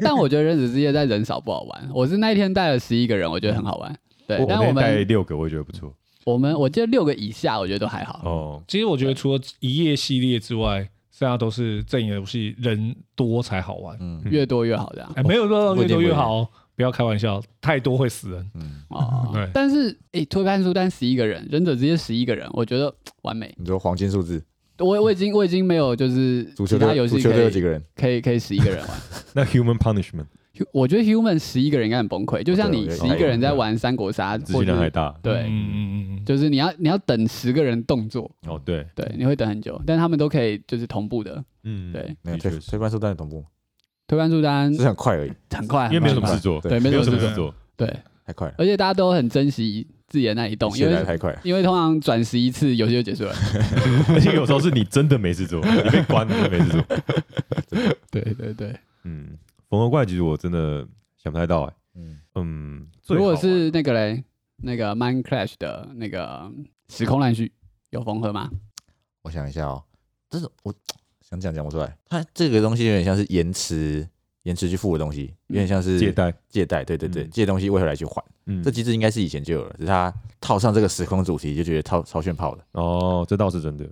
Speaker 4: 但我觉得忍者之夜在人少不好玩。我是那一天带了十一个人，我觉得很好玩。对，
Speaker 2: 那
Speaker 4: 但我
Speaker 2: 天带
Speaker 4: 们
Speaker 2: 六个，我也觉得不错
Speaker 4: 我们我记得六个以下，我觉得都还好。
Speaker 2: 哦。
Speaker 1: 其实我觉得除了一夜系列之外，剩下都是阵营游戏，人多才好玩。
Speaker 3: 嗯
Speaker 4: 越多越好这样。
Speaker 1: 哎，没有说
Speaker 3: 不
Speaker 1: 越
Speaker 3: 一定
Speaker 1: 多越好哦，不要开玩笑，太多会死人。
Speaker 3: 嗯，
Speaker 4: 哦
Speaker 1: 对，
Speaker 4: 但是诶，推翻书单十一个人，忍者直接十一个人，我觉得完美。
Speaker 3: 你说黄金数字，
Speaker 4: 我我已经我已经没有就是
Speaker 3: 足
Speaker 4: 其
Speaker 3: 球
Speaker 4: 他游
Speaker 3: 队
Speaker 4: 戏
Speaker 3: 足球队有
Speaker 4: 可
Speaker 3: 几
Speaker 4: 以
Speaker 3: 个人？
Speaker 4: 可以可以十一个人玩。
Speaker 2: 那 Human Punishment
Speaker 4: 我觉得 human 十一个人应该很崩溃，就像
Speaker 3: 对我
Speaker 4: 你
Speaker 3: 觉得
Speaker 4: 十一个人在玩三国杀，
Speaker 2: 资
Speaker 4: 或
Speaker 2: 讯量还
Speaker 4: 者
Speaker 2: 大
Speaker 4: 对，
Speaker 1: 嗯嗯嗯嗯，
Speaker 4: 就是你要你要等十个人动作，
Speaker 2: 哦，对，
Speaker 4: 对，你会等很久，但他们都可以就是同步的。
Speaker 2: 嗯
Speaker 4: 对
Speaker 3: 没有
Speaker 2: 的确
Speaker 3: 推
Speaker 2: 是，
Speaker 3: 推翻书单的同步吗，
Speaker 4: 推翻书单
Speaker 3: 只是很快而已，
Speaker 4: 很快，
Speaker 2: 因为没有什么
Speaker 4: 很
Speaker 2: 事做，
Speaker 4: 快对，没
Speaker 2: 没有
Speaker 4: 什
Speaker 2: 什
Speaker 4: 么
Speaker 2: 么
Speaker 4: 事
Speaker 2: 事做，
Speaker 4: 对，
Speaker 3: 太快了，
Speaker 4: 而且大家都很珍惜自己的那一动，因
Speaker 3: 写来
Speaker 4: 为
Speaker 3: 太快了。
Speaker 4: 因为通常转十一次游戏就结束了。
Speaker 2: 而且有时候是你真的没事做，你被关你就没事做。
Speaker 4: 对对对。
Speaker 2: 嗯，缝合怪其实我真的想不太到哎、
Speaker 3: 嗯，
Speaker 2: 嗯，最
Speaker 4: 如果
Speaker 2: 好玩
Speaker 4: 是那个嘞，那个 Mind Clash 的那个时空乱序有缝合吗？
Speaker 3: 我想一下哦，这是我想讲讲不出
Speaker 2: 嗯
Speaker 3: 来，它这个东西有点像是延迟延迟去付的东西，有点像是
Speaker 2: 啊借贷，
Speaker 3: 借贷，对对对，
Speaker 2: 嗯
Speaker 3: 借东西为何来去还？
Speaker 2: 嗯
Speaker 3: 这，机制应该是以前就有了，只是它套上这个时空主题，就觉得超超炫炮的。
Speaker 2: 哦，这倒是真的，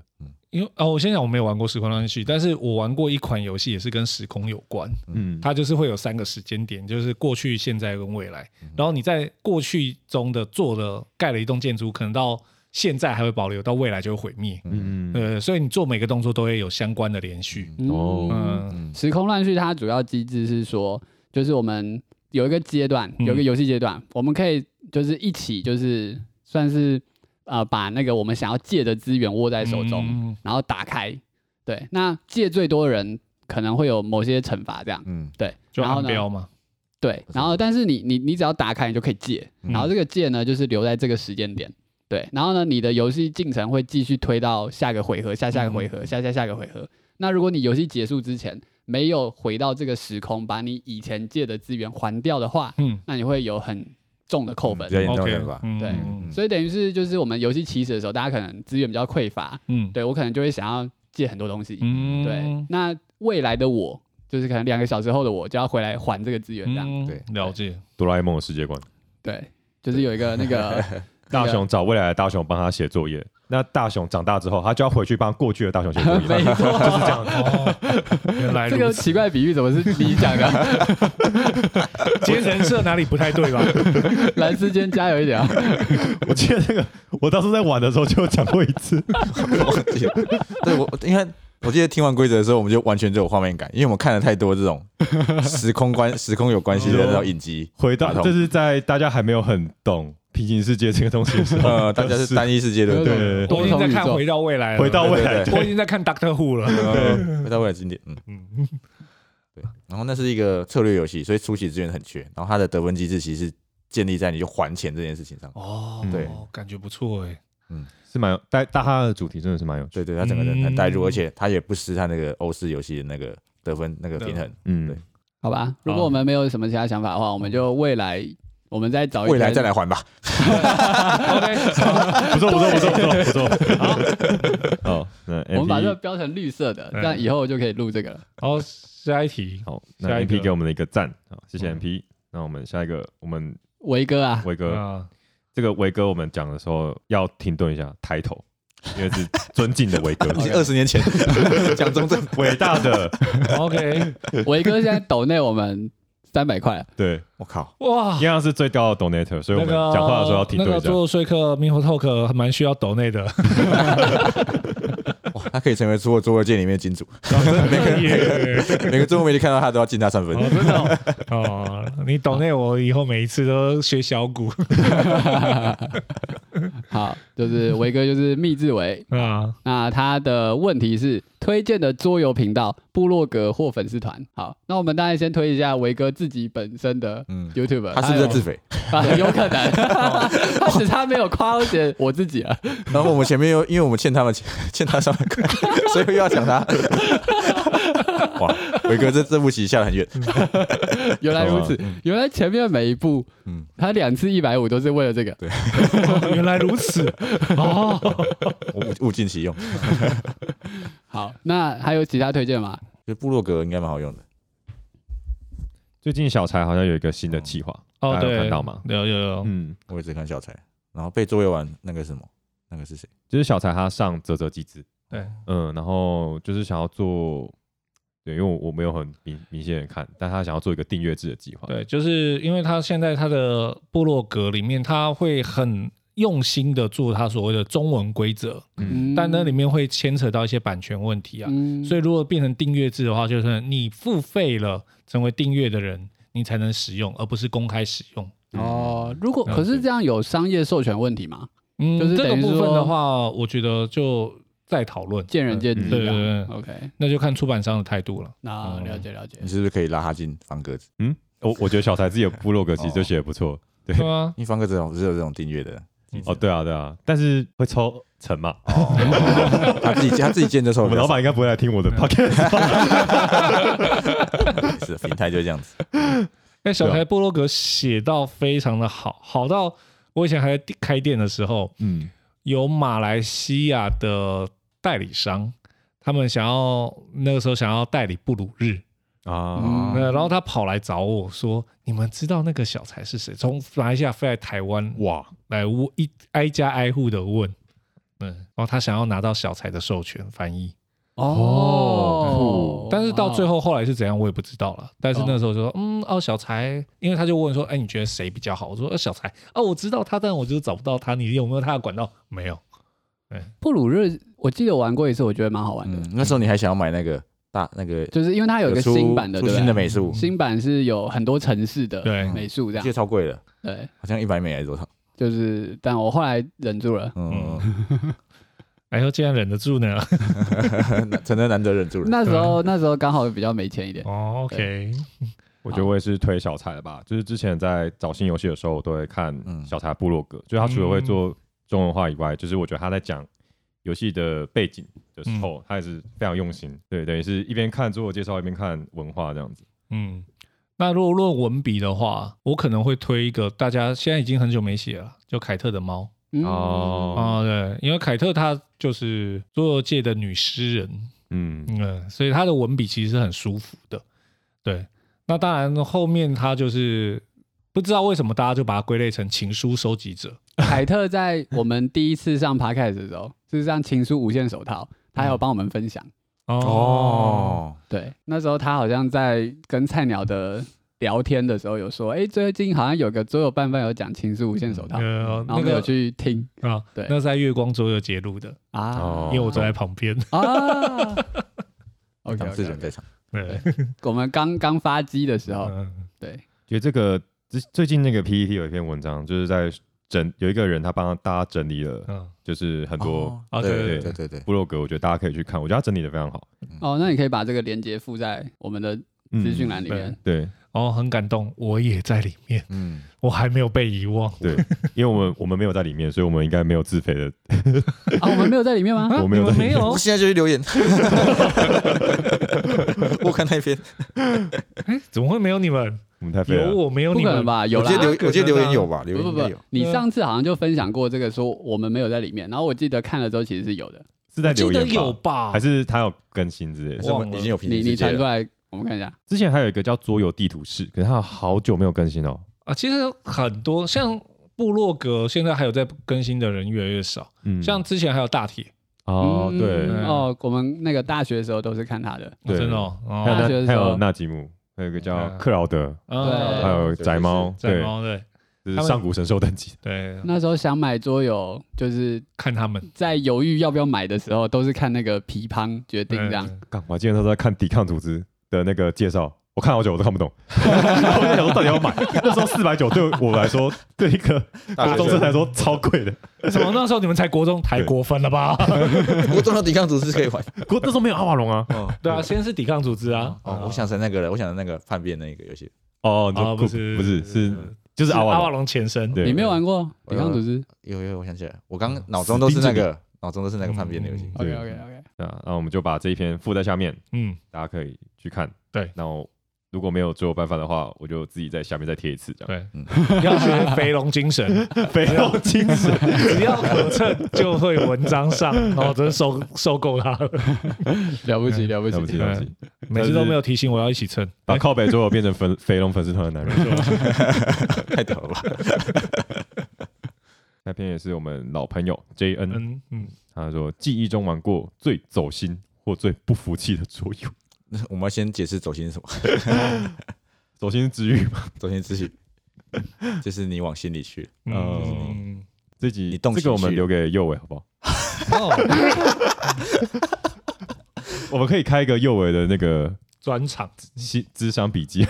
Speaker 1: 因为哦，我先讲我没有玩过时空乱序，但是我玩过一款游戏也是跟时空有关，
Speaker 2: 嗯，
Speaker 1: 它就是会有三个时间点，就是过去、现在跟未来。
Speaker 4: 嗯
Speaker 1: 然后你在过去中的做了盖了一栋建筑，可能到现在还会保留，到未来就会毁灭。
Speaker 2: 嗯嗯
Speaker 1: 呃，所以你做每个动作都会有相关的连续。
Speaker 2: 哦
Speaker 4: 嗯，
Speaker 1: 嗯
Speaker 3: 嗯，
Speaker 4: 时空乱序它主要机制是说，就是我们有一个阶段，
Speaker 1: 嗯
Speaker 4: 有一个游戏阶段，我们可以就是一起就是算是呃把那个我们想要借的资源握在手中，
Speaker 1: 嗯
Speaker 4: 然后打开。对，那借最多的人可能会有某些惩罚，这样
Speaker 3: 嗯，
Speaker 4: 对。
Speaker 1: 就
Speaker 4: 然后
Speaker 1: 按
Speaker 4: 呢？
Speaker 1: 标嘛。嗯
Speaker 4: 对，然后但是你你你只要打开，你就可以借，然后这个借呢就是留在这个时间点，对，然后呢，你的游戏进程会继续推到下个回合、下下个回
Speaker 1: 嗯
Speaker 4: 合、下下下个回合。那如果你游戏结束之前没有回到这个时空，把你以前借的资源还掉的话，
Speaker 1: 嗯
Speaker 4: 那你会有很重的扣分
Speaker 3: 比。较严重的
Speaker 1: ，OK，
Speaker 3: 吧？
Speaker 1: 嗯
Speaker 4: 对
Speaker 1: 嗯
Speaker 4: 所以等于是就是我们游戏起始的时候，大家可能资源比较匮乏，
Speaker 1: 嗯，
Speaker 4: 对我可能就会想要借很多东西。
Speaker 1: 嗯，
Speaker 4: 对，那未来的我就是可能两个小时后的我就要回来还这个资源，这样、
Speaker 1: 嗯
Speaker 3: 对
Speaker 1: 了 解，
Speaker 2: 哆啦 A 梦的世界观，
Speaker 4: 对，就是有一个那个 那
Speaker 2: 大
Speaker 4: 个
Speaker 2: 雄找未来的大雄帮他写作业，那大雄长大之后，他就要回去帮过去的大雄写作
Speaker 4: 没
Speaker 2: 业。
Speaker 4: 错，
Speaker 1: 哦， 原来
Speaker 4: 这
Speaker 1: 如
Speaker 4: 个
Speaker 1: 此
Speaker 4: 奇怪比喻怎么是你 讲的？
Speaker 1: 今天人设哪里不太对 吧？
Speaker 4: 蓝丝间加油一点啊！
Speaker 2: 我记得这个，我当时在玩的时候就有讲过一次，
Speaker 3: 忘记了。对我，因为我记得听完规则的时候，我们就完全就有画面感，因为我们看了太多这种时空关时空有关系的那种影集。
Speaker 2: 回到
Speaker 3: 打通
Speaker 2: 这是在大家还没有很懂平行世界这个东西的 时候，
Speaker 3: 呃，大家是单一世界的，
Speaker 4: 对
Speaker 3: 对
Speaker 2: 对
Speaker 1: 我
Speaker 4: 多
Speaker 1: 已经
Speaker 4: 重
Speaker 1: 在
Speaker 4: 宇
Speaker 1: 看《
Speaker 4: 宙
Speaker 1: 回，到未来》了，
Speaker 2: 回到未来
Speaker 3: 对对，
Speaker 1: 我已经在看《Doctor Who》了。
Speaker 3: 呃回到未来经典，嗯
Speaker 1: 嗯，
Speaker 3: 对。然后那是一个策略游戏，所以初期资源很缺，然后它的得分机制其实是建立在你就还钱这件事情上。
Speaker 1: 哦，
Speaker 2: 嗯
Speaker 3: 对，
Speaker 1: 感觉不错 哎。
Speaker 2: 是蛮有带大哈的主题真的是蛮有趣的。
Speaker 3: 对对，它整个人很带入，
Speaker 1: 嗯
Speaker 3: 而且它也不失它那个欧式游戏的那个得分那个平衡。
Speaker 2: 嗯，
Speaker 4: 好吧？
Speaker 1: 啊
Speaker 4: 如果我们没有什么其他想法的话，我们就未来我们再找
Speaker 2: 哦
Speaker 4: 一
Speaker 3: 未来
Speaker 4: 天
Speaker 3: 再来还吧。
Speaker 1: OK，
Speaker 2: 不错不错不错不错不错。 好，那
Speaker 4: 我们把这个
Speaker 2: MP
Speaker 4: 标成绿色的，
Speaker 1: 嗯
Speaker 4: 这样以后就可以录这个了。
Speaker 1: 好，下一题，
Speaker 2: 好，那
Speaker 1: 下一个
Speaker 2: MP 给我们的一个赞，好，谢谢
Speaker 1: 嗯
Speaker 2: MP。那我们下一个，我们
Speaker 4: 维哥 啊，
Speaker 2: 伟哥
Speaker 1: 啊，
Speaker 2: 这个维哥，我们讲的时候要停顿一下，抬头，因为是尊敬的维 哥，
Speaker 3: 二十年前 讲中正，
Speaker 2: 伟大的，
Speaker 1: OK，
Speaker 4: 维哥现在抖内我们三百块，
Speaker 2: 对，
Speaker 3: 我靠，
Speaker 1: 哇
Speaker 2: 一，样是最高的 donator，所以我
Speaker 1: 那
Speaker 2: 们
Speaker 1: 个啊
Speaker 2: 讲话的时候要停
Speaker 1: 那
Speaker 2: 顿
Speaker 1: 个
Speaker 2: 一下
Speaker 1: 做。说客 m i h o Talk 还蛮需要抖内 的，
Speaker 3: 哇，他可以成为桌桌游界里面的金主，
Speaker 1: 那个也
Speaker 3: 每个中国媒体看到他都要敬他三分。
Speaker 1: 哦，真的哦哦，你抖内我以后每一次都学小鼓
Speaker 4: 好，就是维哥就是密字维。
Speaker 1: 啊，
Speaker 4: 那他的问题是推荐的桌游频道、部落格或粉丝团。好，那我们当然先推一下维哥自己本身的
Speaker 3: 嗯
Speaker 4: YouTube，、
Speaker 3: 他是不是在自
Speaker 2: 哎
Speaker 3: 肥？
Speaker 4: 啊，有 可能，他只差没有夸写我自己啊。
Speaker 3: 然后我们前面又因为我们欠他们钱，欠他三百块，所以又要讲他。 哇，伟哥这这步棋下得很远，
Speaker 4: 原来如
Speaker 1: 哦
Speaker 4: 此，原来前面每一步，
Speaker 3: 嗯
Speaker 4: 他两次一百五都是为了这个。
Speaker 1: 哦原来如此，哦，
Speaker 3: 物物尽其用。
Speaker 4: 好，那还有其他推荐吗？
Speaker 3: 就部落格应该蛮好用的，
Speaker 2: 最近小柴好像有一个新的计划，
Speaker 1: 哦
Speaker 2: 大家有
Speaker 1: 对哦
Speaker 2: 看到吗？
Speaker 1: 有有有，
Speaker 2: 嗯，
Speaker 3: 我也只看小柴，然后被桌游玩那个什么，那个是谁？
Speaker 2: 就是小柴他上泽泽机制，
Speaker 1: 对，
Speaker 2: 嗯，然后就是想要做，对，因为我我没有很明明显的看，但他想要做一个订阅制的计划，
Speaker 1: 对，就是因为他现在他的部落格里面，他会很用心的做他所谓的中文规则，
Speaker 2: 嗯
Speaker 1: 但那里面会牵扯到一些版权问题啊。
Speaker 4: 嗯
Speaker 1: 所以如果变成订阅制的话，就是你付费了成为订阅的人，你才能使用，而不是公开使用。
Speaker 4: 哦，如果
Speaker 1: 了
Speaker 4: 可是这样有商业授权问题吗？
Speaker 1: 嗯，
Speaker 4: 就是
Speaker 1: 这个
Speaker 4: 等于
Speaker 1: 部分
Speaker 4: 说
Speaker 1: 的话，我觉得就再讨论，
Speaker 4: 见仁见智
Speaker 1: 嗯对对
Speaker 4: 啊。
Speaker 1: 对嗯
Speaker 4: OK，
Speaker 1: 那就看出版商的态 度了。
Speaker 4: 那了解了解
Speaker 3: 你。是不是可以拉他进方格子？
Speaker 2: 嗯我我觉得小柴自己的部落格其实就写的不错，对
Speaker 1: 对啊，
Speaker 3: 因为方格子好像是有这种订阅的，
Speaker 2: 哦，对啊对啊，但是会抽成嘛，
Speaker 3: 他自己他自己建的时候，
Speaker 2: 我们老板应该不会来听我的 podcast，
Speaker 3: 是平台就是 这样子。
Speaker 1: 那哎小
Speaker 2: 对啊
Speaker 1: 台部落格写到非常的好，好到我以前还在店开店的时候，
Speaker 2: 嗯，
Speaker 1: 有马来西亚的代理商，他们想要那个时候想要代理布鲁日，
Speaker 2: 啊
Speaker 4: 嗯，
Speaker 1: 呃，然后他跑来找我说：“你们知道那个小才是谁？从马来西亚飞来台湾
Speaker 2: 哇，
Speaker 1: 来问一挨家挨户的问，嗯，然后他想要拿到小才的授权翻译，
Speaker 4: 哦，
Speaker 1: 但是到最
Speaker 4: 后，
Speaker 1: 后后来是怎样我也不知道了。但是那时候就说，嗯，哦，小才，因为他就问说，哎，你觉得谁比较好？我说，呃，小才，哦，我知道他，但我就是找不到他，你有没有他的管道？没有，
Speaker 4: 布鲁日，我记得我玩过一次，我觉得蛮好玩的
Speaker 3: 嗯，，那时候你还想要买那个大那个
Speaker 4: 就是因为它有一个
Speaker 3: 出
Speaker 4: 新版的，
Speaker 3: 出
Speaker 4: 对嗯不
Speaker 3: 新的
Speaker 4: 对？
Speaker 3: 美术，
Speaker 4: 新版是有很多城市的
Speaker 1: 对
Speaker 4: 美术这
Speaker 3: 记得
Speaker 4: 样，
Speaker 3: 超贵的，
Speaker 4: 对，
Speaker 3: 好像一百美还是
Speaker 4: 嗯
Speaker 3: 多少？
Speaker 4: 就是，但我后来忍住了。
Speaker 3: 嗯，
Speaker 1: 哎呦，竟然忍得住呢。
Speaker 3: 真的难得忍住了。
Speaker 4: 那时候那时候刚好比较没钱一点，
Speaker 1: 哦，OK，
Speaker 2: 我觉得我也是推小柴的吧，就是之前在找新游戏的时候，我都会看
Speaker 3: 嗯
Speaker 2: 嗯小柴部落格，就是他除了会做中文化以外，就是我觉得他在讲游戏的背景的时候，他也是非常用心。对，等于是一边看自我介绍，一边看文化这样子。
Speaker 1: 嗯，那如果论文笔的话，我可能会推一个大家现在已经很久没写了，就凯特的猫
Speaker 4: 嗯
Speaker 2: 哦
Speaker 1: 啊、对，因为凯特她就是桌游界的女诗人，
Speaker 2: 嗯，
Speaker 1: 嗯，所以她的文笔其实是很舒服的。对，那当然后面她就是不知道为什么大家就把它归类成情书收集者，
Speaker 4: 凯特在我们第一次上 podcast 的时候，就是上情书无限手套，他还有帮我们分享。
Speaker 3: 哦，
Speaker 4: 对，那时候他好像在跟菜鸟的聊天的时候有说，哎、最近好像有个桌友伴伴有讲情书无限手套，
Speaker 1: 呃，
Speaker 4: 然后
Speaker 1: 那
Speaker 4: 我们有
Speaker 1: 个
Speaker 4: 去听
Speaker 1: 啊，
Speaker 4: 对
Speaker 1: 那是在月光桌游节录的，
Speaker 4: 啊
Speaker 1: 因
Speaker 2: 哦
Speaker 1: 为我坐在旁边。
Speaker 4: 啊。OK，
Speaker 3: 长哦志人在场，
Speaker 1: 对，
Speaker 4: 我们刚刚发机的时候，
Speaker 1: 嗯
Speaker 4: 对，
Speaker 2: 觉得这个最最近那个 PPT 有一篇文章，就是在整有一个人他帮大家整理了，
Speaker 1: 嗯，
Speaker 2: 就是很多
Speaker 1: 啊对
Speaker 3: 对
Speaker 2: 对
Speaker 3: 对对对，
Speaker 2: 部落格，我觉得大家可以去看，我觉得他整理的非常好。
Speaker 4: 哦，那你可以把这个链接附在我们的
Speaker 2: 嗯
Speaker 4: 资讯栏里面。
Speaker 2: 对
Speaker 1: 哦，很感动，我也在里面，
Speaker 3: 嗯，
Speaker 1: 我还没有被遗忘。
Speaker 2: 对， 因为我们我们没有在里面，所以我们应该没有自肥的。
Speaker 4: 啊，我们没有在里面吗？
Speaker 1: 啊
Speaker 2: 我没有
Speaker 1: 你们
Speaker 2: 在
Speaker 1: 没有
Speaker 3: 我现在就去留 言，我看那篇，
Speaker 1: 哎，怎么会没有你们？
Speaker 2: 我们太啊肥
Speaker 1: 有
Speaker 2: 了。
Speaker 1: 我没 有
Speaker 4: 不
Speaker 1: 你
Speaker 4: 可能
Speaker 1: 们？
Speaker 4: 吧？有
Speaker 3: 我
Speaker 4: 啦
Speaker 3: 记得留，
Speaker 1: 可能啊
Speaker 3: 我记得留言有吧，留
Speaker 4: 不
Speaker 3: 言
Speaker 4: 不
Speaker 3: 应该
Speaker 4: 不
Speaker 3: 有，，
Speaker 4: 你
Speaker 1: 对啊
Speaker 4: 上次好像就分享过这个，说我们没有在里面。然后我记得看了之后，其实是有的。
Speaker 2: 是在
Speaker 1: 记
Speaker 2: 留
Speaker 1: 得
Speaker 2: 言吧
Speaker 1: 有吧？
Speaker 2: 还是他有更新之类
Speaker 3: 还
Speaker 2: 的？
Speaker 3: 是我们
Speaker 1: 忘了
Speaker 3: 已经有平
Speaker 4: 你
Speaker 3: 行
Speaker 4: 你
Speaker 3: 世界
Speaker 4: 传出
Speaker 3: 了，
Speaker 4: 来，我们看一下。
Speaker 2: 之前还有一个叫桌游地图室，可是他好久没有更新哦。
Speaker 1: 啊？其实很多像部落格，现在还有在更新的人越来越少。
Speaker 2: 嗯，
Speaker 1: 像之前还有大铁，
Speaker 2: 哦，
Speaker 4: 嗯
Speaker 2: 对，
Speaker 1: 嗯
Speaker 4: 哦，我们那个大学的时候都是看他的。
Speaker 1: 哦
Speaker 2: 对
Speaker 1: 真的哦，
Speaker 2: 还
Speaker 1: 哦
Speaker 4: 大学
Speaker 2: 有那
Speaker 4: 的
Speaker 2: 还
Speaker 4: 时候
Speaker 2: 有纳吉姆，还有一个叫
Speaker 1: 嗯
Speaker 2: 克劳德，
Speaker 1: 嗯
Speaker 2: 还有宅猫，
Speaker 1: 在
Speaker 2: 对，
Speaker 1: 猫哦对
Speaker 2: 就
Speaker 1: 他
Speaker 2: 是
Speaker 1: 们
Speaker 2: 上古神兽等级。
Speaker 1: 对，
Speaker 4: 那时候想买桌游，就是
Speaker 1: 看他们
Speaker 4: 在犹豫要不要买的时候，都是看那个皮乓决定这样。
Speaker 1: 嗯
Speaker 2: 干，我还记得他在看抵抗组织的那个介绍，我看好久我都看不懂，我在想说到底要买。那时候四百九对我 来说，对一个
Speaker 3: 大
Speaker 2: 国中
Speaker 3: 学
Speaker 2: 生
Speaker 3: 生
Speaker 2: 来说超贵 的。
Speaker 1: 怎么那时候你们才国中抬国分了吧？
Speaker 3: 我中到抵抗组织可 以玩，
Speaker 2: 国那时候没有阿瓦隆啊，
Speaker 3: 哦
Speaker 1: 对啊，先是抵抗组织啊。
Speaker 3: 哦，我想成那个了，我想成那个叛变那个游戏，
Speaker 2: 哦，你
Speaker 1: 啊，
Speaker 2: 说
Speaker 1: 不是
Speaker 2: 不是是就是
Speaker 1: 是
Speaker 2: 阿瓦
Speaker 1: 阿
Speaker 2: 隆
Speaker 1: 瓦，隆前身。
Speaker 2: 对
Speaker 4: 你没有玩过
Speaker 3: 我
Speaker 4: 抵抗组织
Speaker 3: 有有，我想起来，我刚脑中都是那
Speaker 4: 哦
Speaker 3: 个，脑中都是那个叛变的游戏
Speaker 1: 嗯，
Speaker 4: ？OK
Speaker 2: 对
Speaker 4: OK OK。
Speaker 2: 对啊，那我们就把这一篇附在下面，
Speaker 1: 嗯，
Speaker 2: 大家可以去看。
Speaker 1: 对
Speaker 2: 然后如果没有最后办法的话，我就自己在下面再贴一次这样。
Speaker 1: 对，要学肥龙精 神，
Speaker 2: 肥肉精神，
Speaker 1: 只要可蹭就会文章上。哦，真受受够他了，
Speaker 4: 了不起，了哦不
Speaker 2: 对不起
Speaker 4: 起！
Speaker 2: 对不起，
Speaker 1: 每次都没有提醒我要一起 嗯蹭。
Speaker 2: 把靠北桌游变成粉肥龙粉丝团的男人。
Speaker 4: 嗯
Speaker 3: 太屌了吧？
Speaker 2: 那篇也是我们老朋友 J N，
Speaker 1: 嗯嗯，
Speaker 2: 他说记忆中玩过最走心或最不服气的桌游，
Speaker 3: 我们要先解释走心是什么，
Speaker 2: 走心是治愈嘛？
Speaker 3: 走心之许，就是你往心里去，
Speaker 1: 嗯，
Speaker 2: 这集
Speaker 3: 你动
Speaker 2: 这
Speaker 3: 心
Speaker 2: 个我们
Speaker 3: 去
Speaker 2: 留给右伟好不好？
Speaker 1: 哦，
Speaker 2: 我们可以开一个右伟的那个
Speaker 1: 专场。
Speaker 2: 心智商笔记，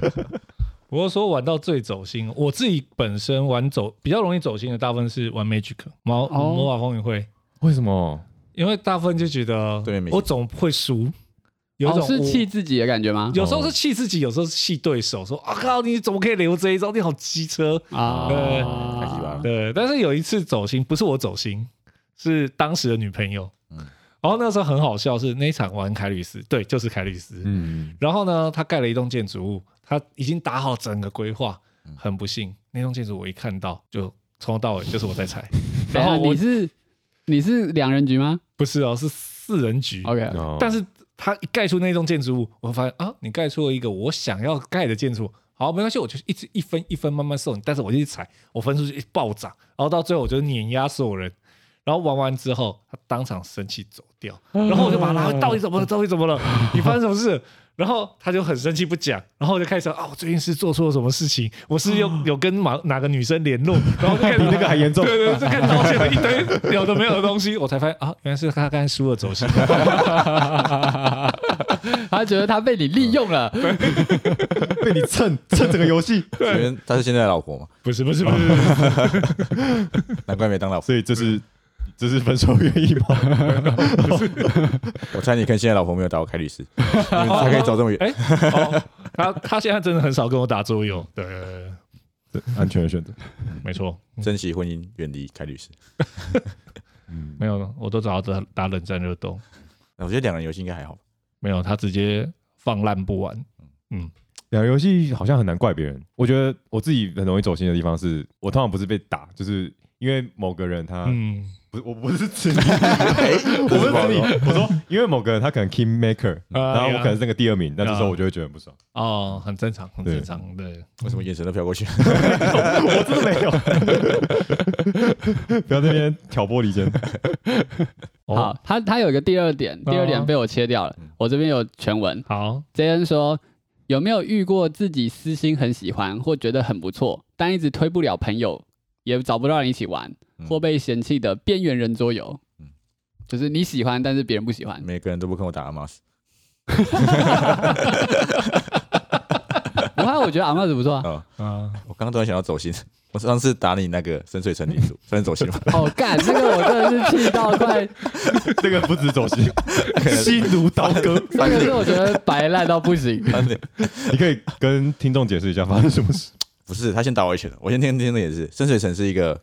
Speaker 1: 不过说玩到最走心，我自己本身玩走比较容易走心的，大部分是玩 Magic 魔
Speaker 4: 哦
Speaker 1: 魔法风云会，
Speaker 2: 为什么？
Speaker 1: 因为大部分就觉得
Speaker 3: 对没
Speaker 1: 我总会输，有一
Speaker 4: 哦，
Speaker 1: 种
Speaker 4: 是
Speaker 1: 我
Speaker 4: 气自己的感觉吗？
Speaker 1: 有时候是气自己，有时候是气对手，说啊靠，你怎么可以留这一招？你好机车。
Speaker 3: 太鸡巴
Speaker 4: 啊
Speaker 3: 了，
Speaker 1: 对，但是有一次走心，不是我走心，是当时的女朋友。
Speaker 3: 嗯
Speaker 1: 然后那时候很好笑，是那一场玩凯吕斯，对，就是凯吕斯。
Speaker 2: 嗯，
Speaker 1: 然后呢，他盖了一栋建筑物，他已经打好整个规划
Speaker 3: 嗯。
Speaker 1: 很不幸，那栋建筑我一看到就从头到尾就是我在踩。
Speaker 4: 等
Speaker 1: 然
Speaker 4: 一下
Speaker 1: 后我
Speaker 4: 你是你是两人局吗
Speaker 1: 不是哦，是四人局。
Speaker 4: ？OK，
Speaker 2: 哦
Speaker 1: 但是他一盖出那栋建筑物，我发现啊，你盖出了一个我想要盖的建筑物。好，没关系，我就一直一分一分慢慢送你，但是我就一直踩，我分数就一暴涨，然后到最后我就碾压所有人。然后玩完之后，他当场生气走掉，然后我就把他拉回到底怎么了？到底怎么了？你发生什么事？然后他就很生气不讲，然后我就开始啊，我最近是做错了什么事情？我是有有跟哪哪个女生联络？然后就开始
Speaker 2: 比那个还严重
Speaker 1: 对对，就开始道歉了一堆有的没有的东西，我才发现啊，原来是他刚才输了走心。
Speaker 4: 他觉得他被你利用了，
Speaker 2: 被你蹭蹭整个游戏，
Speaker 3: 因为她是现在的老婆嘛，
Speaker 1: 不是不是不是，
Speaker 3: 难怪没当老婆，
Speaker 2: 所以这 是这是分手原因吗？
Speaker 3: 我猜你跟现在老婆没有打过凯律师，你们才可以走这么远，
Speaker 1: 哎、哦，他他现在真的很少跟我打桌游，对，
Speaker 2: 对安全的选择。
Speaker 1: 没错，
Speaker 3: 珍惜婚姻，远离凯律师。
Speaker 2: 嗯，
Speaker 1: 没有，我都找他打冷战热斗，
Speaker 3: 我觉得两人游戏应该还好吧。
Speaker 1: 没有，他直接放烂不玩。
Speaker 2: 两个游戏好像很难怪别人。我觉得我自己很容易走心的地方是，我通常不是被打，就是因为某个人他、
Speaker 1: 嗯，
Speaker 2: 不是，我不是 指你，
Speaker 3: 哎，
Speaker 2: 啊我
Speaker 3: 这
Speaker 2: 不是
Speaker 3: 不好
Speaker 2: 指你
Speaker 3: 说，
Speaker 2: 我 说因为某个人他可能 king maker，
Speaker 1: 啊
Speaker 2: 然后我
Speaker 1: 呀
Speaker 2: 可能是那个第二名，那这时
Speaker 1: 啊
Speaker 2: 候我就会觉得很不爽。
Speaker 1: 哦，很正常，很正常，对，
Speaker 3: 为什么眼神都飘过去？
Speaker 2: 我真的没有， 不要在那边挑拨离间。
Speaker 1: 哦，
Speaker 4: 好，他他有一个第二点，第二点被我切掉了。我这边有全文
Speaker 1: 好，
Speaker 4: ，J N 说有没有遇过自己私心很喜欢或觉得很不错，但一直推不了朋友，也找不到人一起玩，
Speaker 3: 嗯
Speaker 4: 或被嫌弃的边缘人桌游
Speaker 3: 嗯？
Speaker 4: 就是你喜欢，但是别人不喜 欢。
Speaker 3: 每个人都不跟我打阿玛斯
Speaker 4: 不过我觉得阿妈子不错啊。
Speaker 3: 啊！
Speaker 1: 啊，
Speaker 3: 我刚刚突然想到走心，我上次打你那个深水城领主，算是走心吗？
Speaker 4: 哦，干，这个我真的是气到 快，
Speaker 2: 这个不止走 心，心如刀割。
Speaker 4: 这个是我觉得白烂到不行。
Speaker 3: 反正
Speaker 2: 你可以跟听众解释一下发生什么 事？
Speaker 3: 不是，他先打我一拳了。我先听听的也是，深水城是一个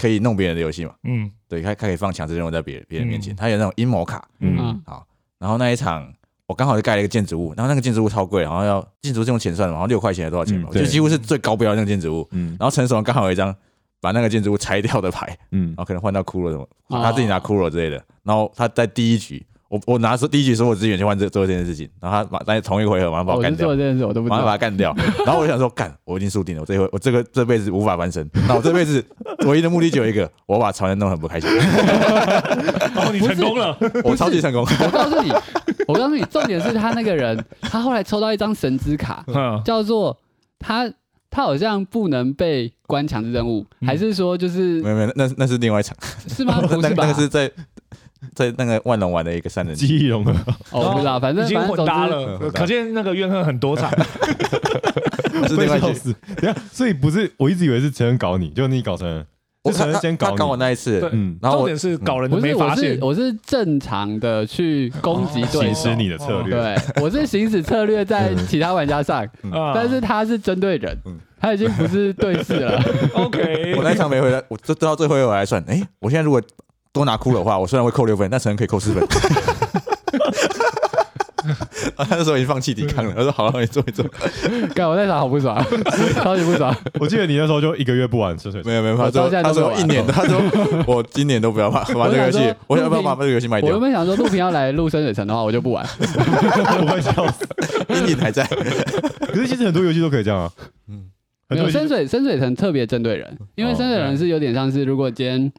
Speaker 3: 可以弄别人的游戏嘛？
Speaker 1: 嗯
Speaker 3: 对，它它可以放强制任务在别人别人面前，
Speaker 1: 嗯
Speaker 3: 它有那种阴谋卡。
Speaker 2: 嗯，
Speaker 4: 嗯，
Speaker 3: 好，然后那一场我刚好就盖了一个建筑物，然后那个建筑物超贵，好像要建筑物是用钱算的嘛，好像六块钱还是多少钱
Speaker 2: 嗯，
Speaker 3: 吧我就
Speaker 2: 对
Speaker 3: 几乎是最高标的那个建筑物。
Speaker 2: 嗯
Speaker 3: 然后陈爽刚好有一张把那个建筑物拆掉的牌，
Speaker 2: 嗯
Speaker 3: 然，后可能换到骷髅什么，
Speaker 4: 哦
Speaker 3: 他自己拿骷髅之类的。然后他在第一局，我我拿出第一局说我自己去换这做这件事情，然后他马在同一回合马上把我
Speaker 4: 我
Speaker 3: 干
Speaker 4: 是
Speaker 3: 掉
Speaker 4: 做。这件事我都不知
Speaker 3: 马上把他
Speaker 4: 道。
Speaker 3: 干掉，然后我就想说，干，我已经输定了，我这回我这个这辈子无法翻身。那我这辈子唯一的目的只有一个，我把潮人弄得很不开心，
Speaker 1: 哦，你成功 了，
Speaker 3: 我超级成功。
Speaker 4: 我告诉你，我告诉你，重点是他那个人，他后来抽到一张神之卡，
Speaker 1: 嗯，
Speaker 4: 叫做他他好像不能被关强制任务，
Speaker 1: 嗯
Speaker 4: 还是说就是
Speaker 3: 没有没有，那那是另外一场，
Speaker 4: 是吗？
Speaker 3: 那
Speaker 4: 不
Speaker 3: 那那
Speaker 4: 是吧
Speaker 3: 个？是在在那个万隆玩的一个三人
Speaker 2: 记忆融合，
Speaker 4: 哦，我不知道，反正
Speaker 1: 已经
Speaker 4: 反正
Speaker 1: 混
Speaker 4: 总
Speaker 1: 搭
Speaker 4: 之，
Speaker 1: 了，
Speaker 3: 嗯
Speaker 1: 可见那个怨恨很多场。
Speaker 3: 那是另外一
Speaker 2: 笑
Speaker 3: 局。
Speaker 2: 死。等一下，所以不是，我一直以为是陈恩搞你，就你搞成人。
Speaker 3: 我
Speaker 2: 是陈恩先搞
Speaker 3: 他
Speaker 2: 你，
Speaker 3: 搞我那一次
Speaker 1: 对，
Speaker 2: 嗯，
Speaker 3: 然后
Speaker 1: 重
Speaker 3: 我
Speaker 1: 点是搞人
Speaker 4: 不
Speaker 1: 都没
Speaker 4: 是
Speaker 1: 发
Speaker 4: 我
Speaker 1: 现哦
Speaker 4: 是，我是正常的去攻击对
Speaker 2: 哦行
Speaker 4: 手
Speaker 2: 使。你的策略，
Speaker 4: 对，我是行使策略在其他玩家上，
Speaker 1: 啊
Speaker 4: 但是他是针对人
Speaker 3: 嗯，
Speaker 4: 他已经不是对视了。
Speaker 1: OK，
Speaker 3: 我那一场没回来，我这到最后一回合来算，哎、我现在如果多拿骷髅的话，我虽然会扣六分，但陈恩可以扣四分。 啊、他那时候已经放弃抵抗了，他说：“好了，你做一做。
Speaker 4: 干，我在场好不爽， 超级不爽。
Speaker 2: 我记得你那时候就一个月不玩深水”城，
Speaker 3: 没有没有，他
Speaker 4: 我
Speaker 3: 说：“
Speaker 4: 到现在
Speaker 3: 他
Speaker 4: 都没有
Speaker 3: 说
Speaker 4: 玩哦
Speaker 3: 一年，他说我今年都不要玩玩这个游
Speaker 4: 我想
Speaker 3: 戏
Speaker 4: 说，
Speaker 3: 我要不要把这个游戏 卖
Speaker 4: 我
Speaker 3: 掉
Speaker 4: 原？本想说，陆平要来录深水城的话，我就不玩。
Speaker 2: 我会笑死。
Speaker 3: 阴影还在。
Speaker 2: 可是其实很多游戏都可以这样啊，嗯
Speaker 3: 嗯，
Speaker 2: 很多
Speaker 4: 没有
Speaker 2: 游戏
Speaker 4: 深水深水城特别针对人，因为
Speaker 2: 哦
Speaker 4: 深水城是有点像是，如果今天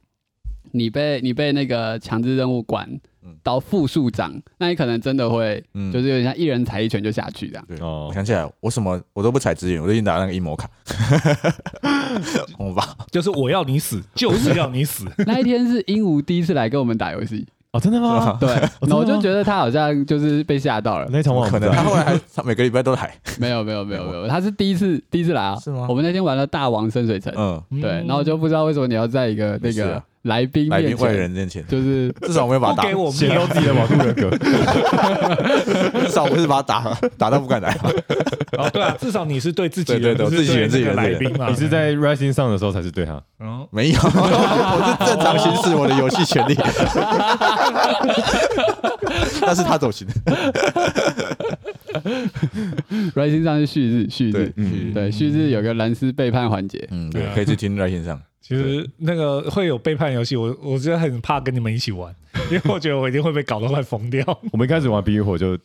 Speaker 4: 你被你被那个强制任务管
Speaker 3: 嗯
Speaker 4: 到负数张，那你可能真的会
Speaker 3: 嗯，
Speaker 4: 就是有点像一人踩一拳就下去这样。
Speaker 3: 对
Speaker 2: 哦
Speaker 3: 我想起来，我什么我都不踩资源，我最近打那个阴谋卡， 红吧，
Speaker 1: 就是我要你死，就是要你死。
Speaker 4: 那一天是鹦鹉第一次来跟我们打游 戏，
Speaker 2: 哦，真的 吗？
Speaker 4: 对，
Speaker 2: 真的
Speaker 4: 然后我就
Speaker 2: 吗
Speaker 4: 觉得他好像就是被 吓到了。
Speaker 2: 那一场我好
Speaker 3: 可
Speaker 2: 像不
Speaker 3: 能
Speaker 2: 在
Speaker 3: 他后来还他每个礼拜都来，
Speaker 4: 没有没有没有没有，他是第一次第一次来啊。
Speaker 3: 是吗
Speaker 4: 我们那天玩了大王深水城，
Speaker 3: 嗯，
Speaker 4: 对，然后就不知道为什么你要在一个
Speaker 3: 没
Speaker 4: 那
Speaker 3: 事
Speaker 4: 个
Speaker 3: 啊
Speaker 4: 来宾
Speaker 3: 来宾
Speaker 4: 面
Speaker 3: 外
Speaker 4: 前，
Speaker 3: 人面 前，
Speaker 4: 就是
Speaker 3: 至少我没有把
Speaker 1: 不
Speaker 3: 他
Speaker 1: 给我
Speaker 2: 显露
Speaker 1: 面
Speaker 2: 自己的网络人格。
Speaker 3: 打，至少我不是把他打打到不敢来。
Speaker 1: 哦，对 啊，至少你是对自己人，
Speaker 3: 对对对
Speaker 1: 不是
Speaker 3: 自己人
Speaker 1: 对那个
Speaker 3: 自己
Speaker 1: 来
Speaker 3: 人
Speaker 1: 宾嘛，
Speaker 2: 你是在 Rising 上的时候才是对他，
Speaker 1: 嗯，
Speaker 3: 没有， 我是正常行使我的游戏权利。但是他走心，
Speaker 4: Rising 上是旭日，旭日
Speaker 3: 对，，
Speaker 2: 嗯
Speaker 4: 对，旭日有个蓝斯背叛环节，
Speaker 3: 嗯，
Speaker 1: 对
Speaker 3: 对，可以去听在线上。
Speaker 1: 其实那个会有背叛游戏，我我真的很怕跟你们一起 玩，因为我觉得我一定会被搞到快疯掉，
Speaker 2: 我们一开始玩《冰与火》就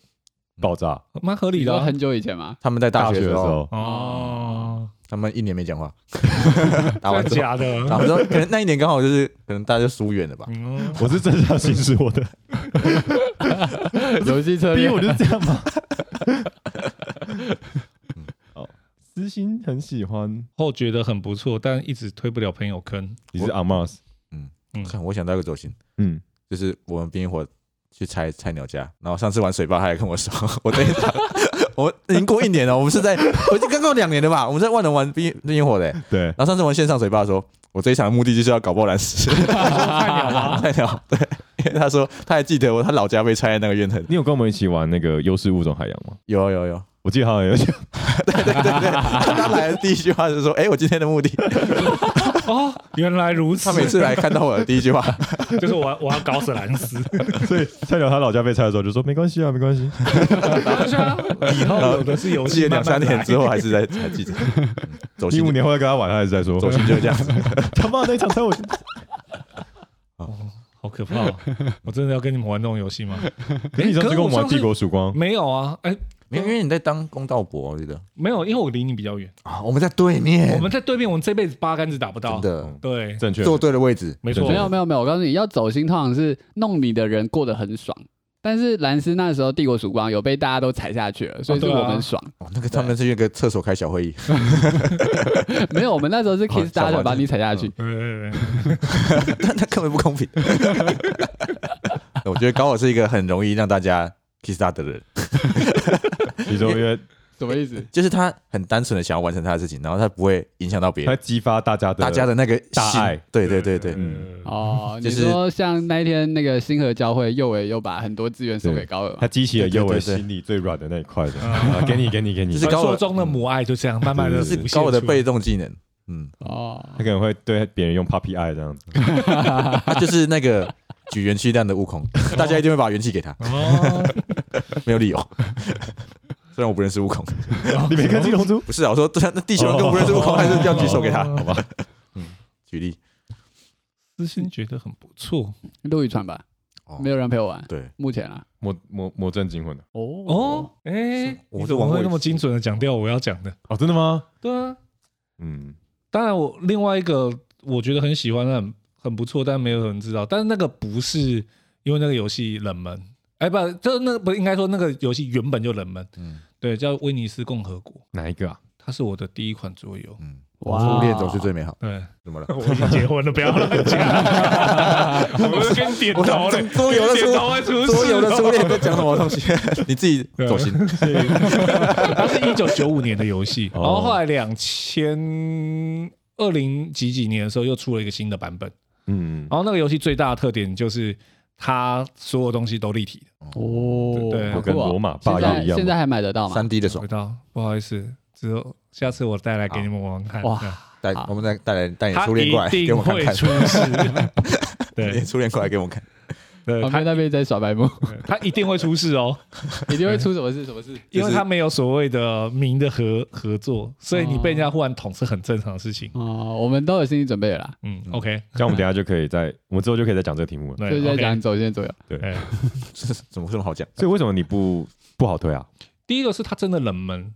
Speaker 2: 爆炸，
Speaker 1: 蛮合
Speaker 4: 你
Speaker 1: 理的
Speaker 4: 说
Speaker 1: 啊、
Speaker 4: 很久以前吗？
Speaker 3: 他们在大
Speaker 2: 大学
Speaker 3: 学的
Speaker 2: 的
Speaker 3: 时
Speaker 2: 时
Speaker 3: 候，
Speaker 2: 候，
Speaker 1: 哦，
Speaker 3: 他们一年没讲话，打
Speaker 1: 真
Speaker 3: 完
Speaker 1: 的
Speaker 3: 之后，
Speaker 1: 假
Speaker 3: 打
Speaker 1: 的？
Speaker 3: 完之后，可能那一年刚好就是，可能大家就疏远了吧。
Speaker 1: 嗯，
Speaker 2: 我是正常行使我 的，
Speaker 4: 游戏策
Speaker 2: 冰与
Speaker 4: 略
Speaker 2: 火就是这样 嘛。哦，私心很喜欢，
Speaker 1: 后觉得很不错，但一直推不了朋友坑。
Speaker 2: 你是 Amas，
Speaker 3: 看，我想到一个走心，
Speaker 2: 嗯，
Speaker 3: 就是我们冰火去拆菜鸟家，然后上次玩水坝，他还跟我说，我等一下，我已经过一年了，我们是在，我已经刚过两年了吧，我们在万能玩冰冰火的、欸
Speaker 2: 对，
Speaker 3: 然后上次玩线上水坝的时候，我这一场的目的就是要搞爆蓝 石。 菜鸟，对，因为他说他还记得我他老家被拆的那个怨恨。
Speaker 2: 你有跟我们一起玩那个《优势物种海洋》吗？啊
Speaker 3: 有有有，
Speaker 2: 我我记得好像有 一
Speaker 3: 对对对，他来的第一句话就是说：“哎、我今天的目的。
Speaker 1: 哦，原来如”此
Speaker 3: 他。每次来看到我的第一句话，
Speaker 1: 就是我要我要搞死兰 斯，
Speaker 2: 所以菜鸟他老家被拆的时候就说没关系啊，没关系。
Speaker 1: 以后有的是游
Speaker 3: 记
Speaker 1: 戏
Speaker 3: 得
Speaker 1: 慢
Speaker 3: 哦
Speaker 1: 慢
Speaker 3: 两三年
Speaker 1: 来
Speaker 3: 之后还是在还记得。嗯走
Speaker 2: 一
Speaker 3: 心
Speaker 2: 五年后再跟他玩，他还是在说
Speaker 3: 走心就是这样子。
Speaker 2: 他妈那一场才我
Speaker 1: 好可怕、哦！ 我真的要跟你们玩这种游 戏吗？
Speaker 2: 可是你上次跟我们玩《帝国曙
Speaker 3: 嗯
Speaker 2: 光》，
Speaker 1: 没有啊，哎、
Speaker 3: 没有，因为你在当公道伯，我记得
Speaker 1: 没有，因为我离你比较远，
Speaker 3: 啊，我们哦在对面，
Speaker 1: 我们在对面，我们这辈子八竿子打不到
Speaker 3: 真。的
Speaker 1: 对，
Speaker 2: 正确
Speaker 3: 坐对了位置。
Speaker 1: 没错，
Speaker 4: 没有没有没有，我告诉你要走心，通常是弄你的人过得很爽。但是兰斯那时候《帝国曙光》有被大家都踩下去了，所以是
Speaker 1: 对啊
Speaker 4: 我们爽。
Speaker 3: 哦，那个他们是那个厕所开小会议，
Speaker 4: 没有，我们那时候是
Speaker 3: 好
Speaker 4: Kiss 大
Speaker 3: 小
Speaker 4: 家
Speaker 3: 玩
Speaker 4: 把你踩下去。
Speaker 1: 对对对
Speaker 3: 那那根本不公平。 我觉得高我是一个很容易让大家 kiss 他的人，
Speaker 2: 你说因为
Speaker 4: 什么意思？
Speaker 3: 就是他很单纯的想要完成他的事情，然后他不会影响到别
Speaker 2: 他
Speaker 3: 人，
Speaker 2: 激发大家的
Speaker 3: 大家的那个
Speaker 2: 大
Speaker 3: 心
Speaker 2: 爱。
Speaker 3: 对对对对，
Speaker 2: 嗯
Speaker 4: 哦，
Speaker 3: 就是
Speaker 4: 你说像那一天那个星河交汇，右伟又把很多资源送给 高尔嘛
Speaker 2: 他，激起了右为
Speaker 3: 对对对对
Speaker 2: 心里最软的那一块的，
Speaker 4: 嗯
Speaker 2: 啊给你给你给你
Speaker 3: 就。是
Speaker 1: 传
Speaker 3: 高
Speaker 1: 说
Speaker 3: 我
Speaker 1: 中的母爱就这样慢慢的
Speaker 2: 就
Speaker 3: 就是是高我的被
Speaker 1: 背，
Speaker 3: 动技能，嗯，
Speaker 4: 哦，
Speaker 2: 他可能会对别人用 puppy eye 这样子，
Speaker 3: 他就是那 个举元气弹的悟空，大家一定会把元气给他，
Speaker 1: 哦，
Speaker 3: 没有 理由。虽然我不认识悟空，
Speaker 4: 哦
Speaker 2: 你没看《七龙珠》？
Speaker 3: 不是啊，我说对啊那地球人更不认识
Speaker 2: 哦
Speaker 3: 悟空，还是要举手给他，
Speaker 4: 哦
Speaker 3: 好吧？嗯，举例，
Speaker 1: 私心觉得很不错
Speaker 4: 陆羽传吧，
Speaker 3: 哦
Speaker 4: 没有人陪我玩，
Speaker 3: 对，
Speaker 4: 目前啊。
Speaker 2: 魔魔魔怔惊魂的
Speaker 1: 哦，。哎、
Speaker 3: 是啊我
Speaker 1: 你
Speaker 3: 是
Speaker 1: 怎么
Speaker 3: 玩过
Speaker 1: 会
Speaker 3: 一
Speaker 1: 那么
Speaker 3: 次
Speaker 1: 精准的讲掉我要讲的？
Speaker 2: 哦，真的吗？
Speaker 1: 对啊，
Speaker 2: 嗯，
Speaker 1: 当然我另外一个我觉得很喜欢的很很不错，但没有人知道，但是那个不是因为那个游戏冷门，哎，不，就那个不应该说那个游戏原本就冷门，
Speaker 3: 嗯
Speaker 1: 对，叫《威尼斯共和国》，
Speaker 2: 哪一个啊？
Speaker 1: 它是我的第一款桌游。
Speaker 3: 嗯，
Speaker 4: 哇
Speaker 3: 初恋总是最美好。
Speaker 1: 对，
Speaker 3: 怎么了？
Speaker 1: 我已经结婚了，不要乱 讲。 我都跟你点 头了，
Speaker 3: 桌游的
Speaker 1: 点
Speaker 3: 初
Speaker 1: 头会出事。
Speaker 3: 桌游的初恋在讲什么东西？ 你自己走心。
Speaker 1: 它是一九九五年的游戏，
Speaker 2: 哦
Speaker 1: 然后后来两千二零几几年的时候又出了一个新的版本。
Speaker 2: 嗯，
Speaker 1: 然后那个游戏最大的特点就是它所有东西都立体的。
Speaker 4: 哦，
Speaker 1: 对
Speaker 4: 好
Speaker 2: 跟
Speaker 4: 酷哦
Speaker 2: 罗马霸业
Speaker 4: 现在
Speaker 2: 一样
Speaker 4: 现在
Speaker 2: 吗。
Speaker 4: 还买得到吗？哦
Speaker 3: 三 D 的
Speaker 1: 回
Speaker 3: 爽，
Speaker 1: 到不好意思，之后下次我带来给你们玩玩看。
Speaker 4: 哇
Speaker 1: 对
Speaker 3: 带
Speaker 4: 好
Speaker 3: 我们再带来带你
Speaker 1: 它
Speaker 3: 初恋过来
Speaker 1: 一
Speaker 3: 给
Speaker 1: 定
Speaker 3: 我们
Speaker 1: 会
Speaker 3: 看
Speaker 1: 出
Speaker 3: 看，
Speaker 1: 事。
Speaker 3: 你
Speaker 1: 对
Speaker 3: 初恋过来给我们看。
Speaker 1: 对，
Speaker 4: 旁
Speaker 1: 它
Speaker 4: 边那边在耍白目，
Speaker 1: 它一定会出事哦。
Speaker 4: 一定会出什么事？什么事？
Speaker 1: 因为他没有所谓的明的合合作，所以你被人家忽然捅是很正常的事情。
Speaker 4: 哦，我们都有心理准备了啦，
Speaker 1: 嗯，OK，
Speaker 2: 这样我们等一下就可以在，我们之后就可以再讲这个题目了。
Speaker 1: 对
Speaker 4: 就是在
Speaker 1: 哎 OK
Speaker 4: 讲走线左右。
Speaker 1: 哎
Speaker 3: 这是怎么这么好讲？
Speaker 2: 所以为什么你不不好推啊？
Speaker 1: 第一个是他真的冷门，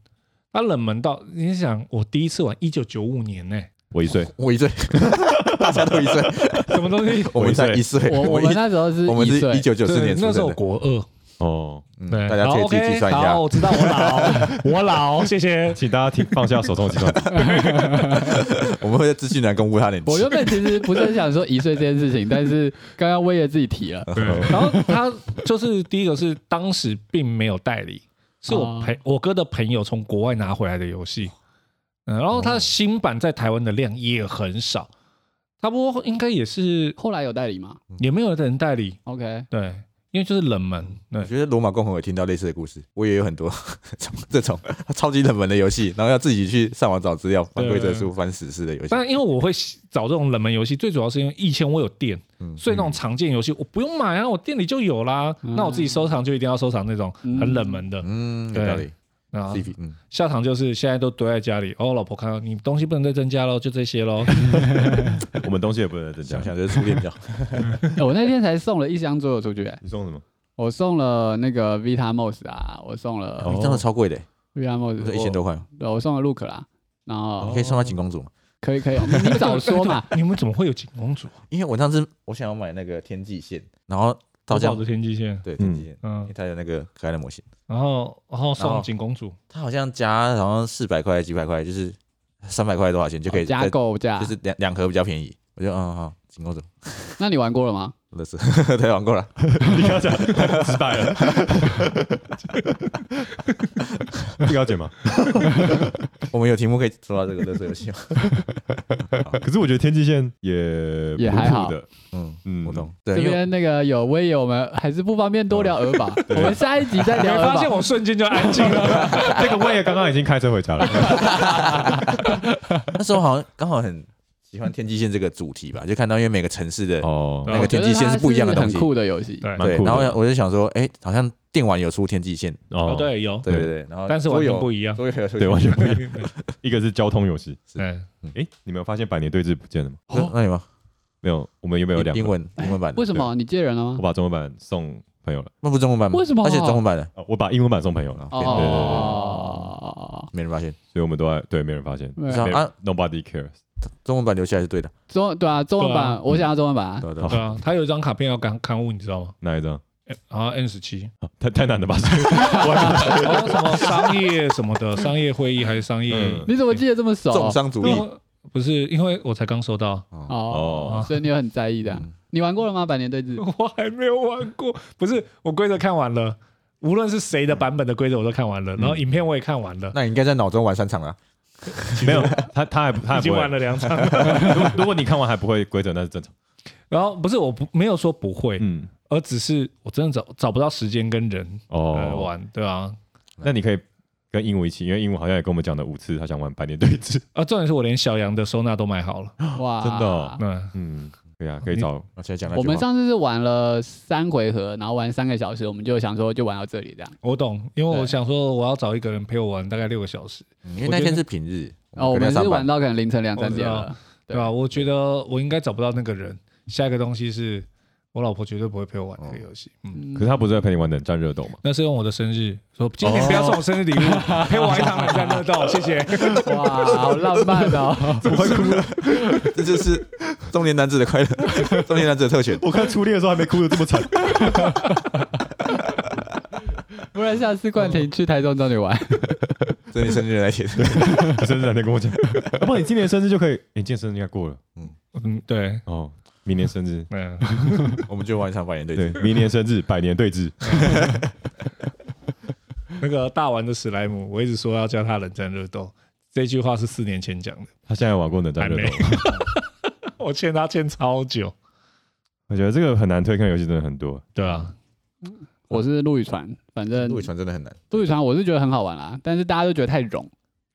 Speaker 1: 他冷门到你想，我第一次玩一九九五年呢、
Speaker 2: 我一岁，
Speaker 3: 我一岁， 大家都一岁，
Speaker 1: 什么东西？
Speaker 3: 我们才一岁，
Speaker 4: 我我
Speaker 3: 一
Speaker 4: 们那时候是
Speaker 3: 我们
Speaker 4: 一
Speaker 3: 是
Speaker 4: 岁
Speaker 3: 一， 九九四
Speaker 1: 对
Speaker 3: 年出
Speaker 1: 那时
Speaker 3: 生
Speaker 1: 候
Speaker 3: 的，
Speaker 1: 国二，
Speaker 2: 哦，
Speaker 3: 嗯
Speaker 1: 对，
Speaker 3: 大家可以自己计算一
Speaker 1: 然后 OK，
Speaker 3: 下
Speaker 1: 好，。我知道我 老，我老，谢谢。
Speaker 2: 请大家听放下手中的计算器。
Speaker 3: 我们会在资讯栏公布他的年
Speaker 4: 我
Speaker 3: 纪
Speaker 4: 原。本其实不是很想说一岁这件事 情，但是刚刚威爷自己提了，
Speaker 1: 然后他就是第一个是当时并没有代理，是我
Speaker 4: 哦
Speaker 1: 朋我哥的朋友从国外拿回来的游戏，嗯，然后它的新版在台湾的量也很少，差不多应该也是
Speaker 4: 后来有代理吗
Speaker 3: 嗯
Speaker 1: 也没有人代理，
Speaker 4: ？OK，哎
Speaker 1: 对，因为就是冷门，对
Speaker 3: 我，觉得罗马共和国也听到类似的故事，我也有很多 这种 超级冷门的游戏，然后要自己去上网找资料、翻规则书、翻史诗的游戏。
Speaker 1: 但因为我会找这种冷门游戏，最主要是因为以前我有店，
Speaker 3: 嗯
Speaker 1: 所以那种常见游戏我不用买啊，我店里就有啦。
Speaker 4: 嗯
Speaker 1: 那我自己收藏就一定要收藏那种很冷门的
Speaker 3: 嗯，
Speaker 1: 对
Speaker 3: 有道理。
Speaker 1: 啊。
Speaker 3: CP，嗯，
Speaker 1: 下场就是现在都躲在家里，哦，老婆看到你东西不能再增加喽，就这些 喽。
Speaker 2: 我们东西也不
Speaker 1: 啊
Speaker 2: 能再
Speaker 3: 想
Speaker 2: 讲。
Speaker 3: 想就是 初恋比较好。
Speaker 4: 哎我那天才送了一箱左右出去，哎
Speaker 2: 你送什么？
Speaker 4: 我送了那个 Vita Mos 啊，我送了
Speaker 2: 哦
Speaker 3: 真的超贵的，
Speaker 4: Vita
Speaker 3: 不是一千
Speaker 4: Mos，
Speaker 3: 多
Speaker 1: 哦
Speaker 3: 块吗，哦
Speaker 4: 对我送了 Look 啦，然后
Speaker 3: 你可以送到景公主吗？
Speaker 4: 可以可以，你你早说嘛，
Speaker 1: 你们怎么会有景公主？
Speaker 3: 因为我当时我想要买那个天际线，然后到家
Speaker 1: 保的天际线，
Speaker 3: 对
Speaker 2: 嗯
Speaker 3: 天际线，因
Speaker 1: 嗯
Speaker 3: 为，它有那个可爱的模型，
Speaker 1: 然后然后
Speaker 3: 然
Speaker 1: 送
Speaker 3: 后
Speaker 1: 景公
Speaker 4: 哦
Speaker 1: 主，
Speaker 3: 它好像加好像四百块几百块，就是三百块
Speaker 1: 哦
Speaker 3: 多少钱就可以
Speaker 4: 加
Speaker 3: 再
Speaker 1: 啊
Speaker 4: 购价
Speaker 3: 哦就，是两两盒比较便宜。我就嗯好，景公主
Speaker 4: 那你玩过了吗？
Speaker 3: 那是 对，玩过了。
Speaker 2: 你刚讲太直白 了，这个要剪吗？
Speaker 3: 我们有题目可以说到这个乐色游戏吗？
Speaker 2: 可是我觉得天际线也
Speaker 4: 也还好
Speaker 2: 蛮酷的，
Speaker 3: 嗯，
Speaker 2: 嗯，
Speaker 3: 我。哦懂。
Speaker 4: 这
Speaker 3: 对，因为
Speaker 4: 边那个有微友，我们还是不方便多聊鹅吧，我们下一集再
Speaker 1: 哎你
Speaker 4: 聊
Speaker 1: 们
Speaker 4: 鹅
Speaker 1: 发现
Speaker 4: 吧。
Speaker 1: 我瞬间就安静了，
Speaker 2: 这个我也刚刚已经开车回 家了，
Speaker 3: 那时候好像刚好很喜欢天际线这个主题吧，就看到因为每个城市的
Speaker 2: 哦，
Speaker 3: 那个天际线是
Speaker 4: 是
Speaker 3: 不一样的东西
Speaker 4: 很酷的游戏。
Speaker 1: 对
Speaker 2: 蛮
Speaker 3: 对，
Speaker 2: 酷的
Speaker 3: 然后我就想说，哎，好像电玩有出天际线，
Speaker 1: 哦
Speaker 2: 哦，
Speaker 1: 对有，
Speaker 3: 对对对，然后
Speaker 1: 但是完
Speaker 3: 桌
Speaker 1: 全
Speaker 3: 游
Speaker 1: 不一样，
Speaker 3: 桌游有出
Speaker 2: 对，完全 不一样。
Speaker 1: 对
Speaker 2: 一个是交通游戏，
Speaker 1: 嗯，
Speaker 2: 诶，你们有发现百年对峙不见了吗？
Speaker 3: 那那有吗？
Speaker 2: 没有，我们有没有两
Speaker 3: 英
Speaker 2: 个？
Speaker 3: 文英文版的
Speaker 4: 哎为，什么你借人了吗
Speaker 2: 我？把中文版送朋友了，
Speaker 3: 那不是中文版吗？
Speaker 4: 为什么
Speaker 3: 而且中文版的，
Speaker 2: 哦我把英文版送朋友了，
Speaker 3: 对对对对
Speaker 4: 哦，
Speaker 3: 没人发现。
Speaker 2: 所以我们都在对没人发现，
Speaker 4: 对
Speaker 3: 啊
Speaker 4: 啊
Speaker 2: 没人
Speaker 3: 啊
Speaker 2: ，Nobody cares。
Speaker 3: 中文版留下来是对的，
Speaker 4: 中对啊，中文
Speaker 1: 对
Speaker 4: 版
Speaker 1: 啊
Speaker 4: 我想要中文版啊，
Speaker 3: 对对
Speaker 2: 哦好
Speaker 3: 对
Speaker 1: 对啊，他有一张卡片要刊刊物，你知道吗？
Speaker 2: 哪一张？
Speaker 1: 然后 N 十七，
Speaker 2: 啊太太难了吧？
Speaker 1: 然后什么商业什么的，商业会议还是商业？
Speaker 2: 嗯
Speaker 4: 你怎么记得这么熟？
Speaker 3: 重商主义。
Speaker 1: 因为不是，因为我才刚收到，
Speaker 4: 哦，
Speaker 2: 哦，
Speaker 4: 所以你有很在意的啊
Speaker 3: 嗯。
Speaker 4: 你玩过了吗？百年对峙？
Speaker 1: 我还没有玩过。不是，我规则看完了，无论是谁的版本的规则我都看完了，然
Speaker 2: 嗯
Speaker 1: 后影片我也看完了，
Speaker 3: 那你应该在脑中玩三场了。
Speaker 2: 没有，他他还不他还
Speaker 1: 已经
Speaker 2: 不
Speaker 1: 玩了
Speaker 2: 会。
Speaker 1: 两 场。
Speaker 2: 如果如果你看完还不会规则，那是正常。
Speaker 1: 然后不是，我不没有说不会，
Speaker 2: 嗯，
Speaker 1: 而只是我真的找找不到时间跟人呃
Speaker 2: 哦，
Speaker 1: 玩，对啊。
Speaker 2: 那你可以跟鹦鹉一起，因为鹦鹉好像也跟我们讲了五次，他想玩百年对峙。
Speaker 1: 啊，重点是我连小羊的收纳都买好了，
Speaker 4: 哇，
Speaker 2: 真的哦
Speaker 1: 嗯。
Speaker 2: 嗯，对啊，可以找
Speaker 3: 我现在讲那句话
Speaker 4: 我们上次是玩了三回合，然后玩三个小时，我们就想说就玩到这里这样。
Speaker 1: 我懂，因为我
Speaker 4: 对
Speaker 1: 想说我要找一个人陪我玩大概六个小时，
Speaker 3: 嗯因为那天是平日，
Speaker 4: 哦，我
Speaker 3: 可能
Speaker 4: 们
Speaker 3: 要
Speaker 4: 是
Speaker 3: 上
Speaker 4: 玩
Speaker 3: 班。
Speaker 4: 到可能凌晨两三点
Speaker 1: 我知
Speaker 4: 了。
Speaker 1: 对吧、我觉得我应该找不到那个人。下一个东西是我老婆绝对不会陪我玩
Speaker 2: 哦
Speaker 1: 这个游戏，嗯，
Speaker 4: 嗯
Speaker 2: 可是他不是在陪你玩冷战热斗吗？
Speaker 1: 那是用我的生日说今年不要送我生日礼物，陪我玩一场冷战热 斗，谢谢。
Speaker 4: 哇，好浪漫哦！
Speaker 3: 这就是中年男子的快 乐，中年男子的特权。
Speaker 2: 我看初恋的时候还没哭的这么 惨。
Speaker 4: 不然下次冠廷去台中找你玩。
Speaker 3: 这是你生日那天，
Speaker 2: 生日那天跟我讲，要不然你今年生日就可以，你今年生日应该过了
Speaker 1: 嗯，对，
Speaker 2: 哦，明年生日，
Speaker 1: 嗯，
Speaker 3: 我们就玩一场百年对
Speaker 2: 对
Speaker 3: 峙。，
Speaker 2: 明年生日百年对峙，
Speaker 1: 那个大丸的史莱姆，我一直说要叫他冷战热斗，这句话是四年前讲的，
Speaker 2: 他现在玩过冷战
Speaker 1: 还
Speaker 2: 热
Speaker 1: 没
Speaker 2: 斗。。
Speaker 1: 我欠他欠超久，
Speaker 2: 我觉得这个很难推坑，游戏真的很多。
Speaker 1: 对啊，
Speaker 4: 我是陆羽传，反正
Speaker 3: 陆羽传真的很难，
Speaker 4: 陆羽传我是觉得很好玩啦，但是大家都觉得太冗，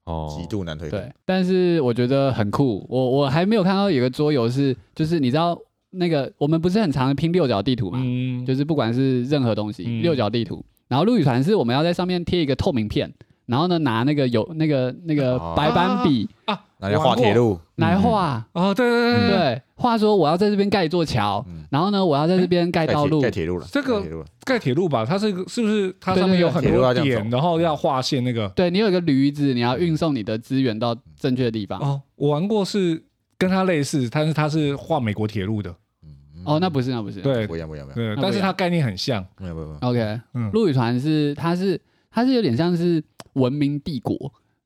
Speaker 2: 哦，
Speaker 3: 极度难推
Speaker 4: 对，但是我觉得很酷。我我还没有看到有个桌游是，就是你知道那个我们不是很常拼六角地图嘛，
Speaker 1: 嗯，
Speaker 4: 就是不管是任何东西，
Speaker 1: 嗯
Speaker 4: 六角地图。然后陆羽传是我们要在上面贴一个透明片，然后呢拿那个有那个那个
Speaker 3: 哦
Speaker 4: 白板笔
Speaker 3: 那天画铁路，
Speaker 4: 来画，
Speaker 1: 啊哦，对对对对，
Speaker 4: 对，画说我要在这边盖一座桥，
Speaker 3: 嗯
Speaker 4: 然后呢我要在这边盖
Speaker 3: 盖
Speaker 4: 道
Speaker 3: 铁
Speaker 4: 路
Speaker 3: 盖，铁路了，
Speaker 1: 这个
Speaker 3: 盖铁路了
Speaker 1: 盖铁路吧，它是一个是不是它上面
Speaker 4: 对对对
Speaker 1: 有很
Speaker 3: 铁路
Speaker 1: 多
Speaker 3: 要这样
Speaker 1: 点，然后要划线那个？
Speaker 4: 对你有一个驴子，你要运送你的资源到正确的地方。
Speaker 1: 哦，我玩过是跟它类似，但是它是画美国铁路的，
Speaker 3: 嗯
Speaker 4: 哦，那不是那不是，
Speaker 1: 对
Speaker 3: 不一样，不一样，不一样，
Speaker 1: 对，
Speaker 4: 那
Speaker 1: 但是
Speaker 4: 不一
Speaker 1: 它
Speaker 4: 样
Speaker 1: 概念很像，
Speaker 3: 不一样，不一样。
Speaker 4: OK，
Speaker 1: 嗯
Speaker 4: 陆羽传是它是它是有点像是文明帝国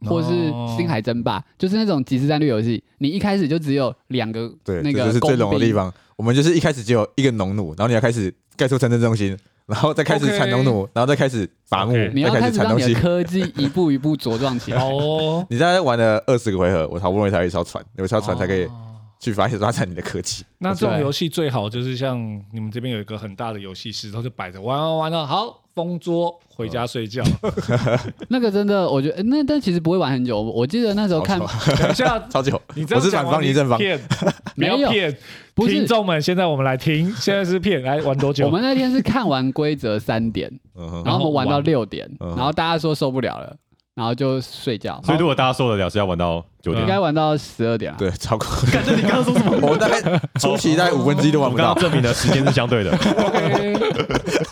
Speaker 2: 哦
Speaker 4: 或是星海争霸，就是那种即时战略游戏。你一开始就只有两个
Speaker 3: 对，
Speaker 4: 那
Speaker 3: 这
Speaker 4: 个
Speaker 3: 就是最冷
Speaker 4: 工
Speaker 3: 的
Speaker 4: 兵
Speaker 3: 地，方。我们就是一开始只有一个农奴，然后你要开始盖出城镇中 心，然后再开始
Speaker 1: OK
Speaker 3: 产农奴，然后再开始伐木
Speaker 1: OK，
Speaker 4: 你
Speaker 3: 再
Speaker 4: 要
Speaker 3: 开
Speaker 4: 开
Speaker 3: 始
Speaker 4: 始
Speaker 3: 产
Speaker 4: 让
Speaker 3: 东
Speaker 4: 你
Speaker 3: 西
Speaker 4: 的。科技一步一步茁 壮起 来。
Speaker 1: 哦，
Speaker 3: 你大概玩了二十个回合，我好不容易才有一艘船，有一艘船才可以
Speaker 1: 哦
Speaker 3: 去发发展你的科技。
Speaker 1: 那这种
Speaker 4: 对
Speaker 1: 游戏最好就是像你们这边有一个很大的游戏室，然后就摆着玩玩玩到好封桌，回家睡觉。
Speaker 3: 嗯
Speaker 4: 那个真的，我觉得诶那但其实不会玩很久。我我记得那时候看
Speaker 3: 好
Speaker 1: 等一下，
Speaker 3: 超久，
Speaker 1: 你这样
Speaker 3: 我是
Speaker 1: 讲
Speaker 3: 反
Speaker 1: 完
Speaker 3: 方，你是正方
Speaker 1: 骗，不
Speaker 4: 没有
Speaker 1: 要骗
Speaker 4: 不是
Speaker 1: 听众们。现在我们来听，现在是骗，来玩多久？
Speaker 4: 我们那天是看完规则三点，
Speaker 3: 嗯哼，
Speaker 4: 然后我们玩到六点，
Speaker 3: 嗯
Speaker 4: 然后大家说受不了了，然后就睡觉，
Speaker 2: 所以如果大家受得了，是要玩到九
Speaker 4: 应
Speaker 2: 点。
Speaker 4: 该玩到十二点了。
Speaker 3: 对，超过。
Speaker 2: 感觉你刚刚说什么？
Speaker 3: 我们大概初期大概五分之一都
Speaker 2: 我
Speaker 3: 玩
Speaker 2: 们
Speaker 3: 不
Speaker 2: 刚
Speaker 3: 到
Speaker 2: 刚，证明了时间是相 对的，
Speaker 1: OK，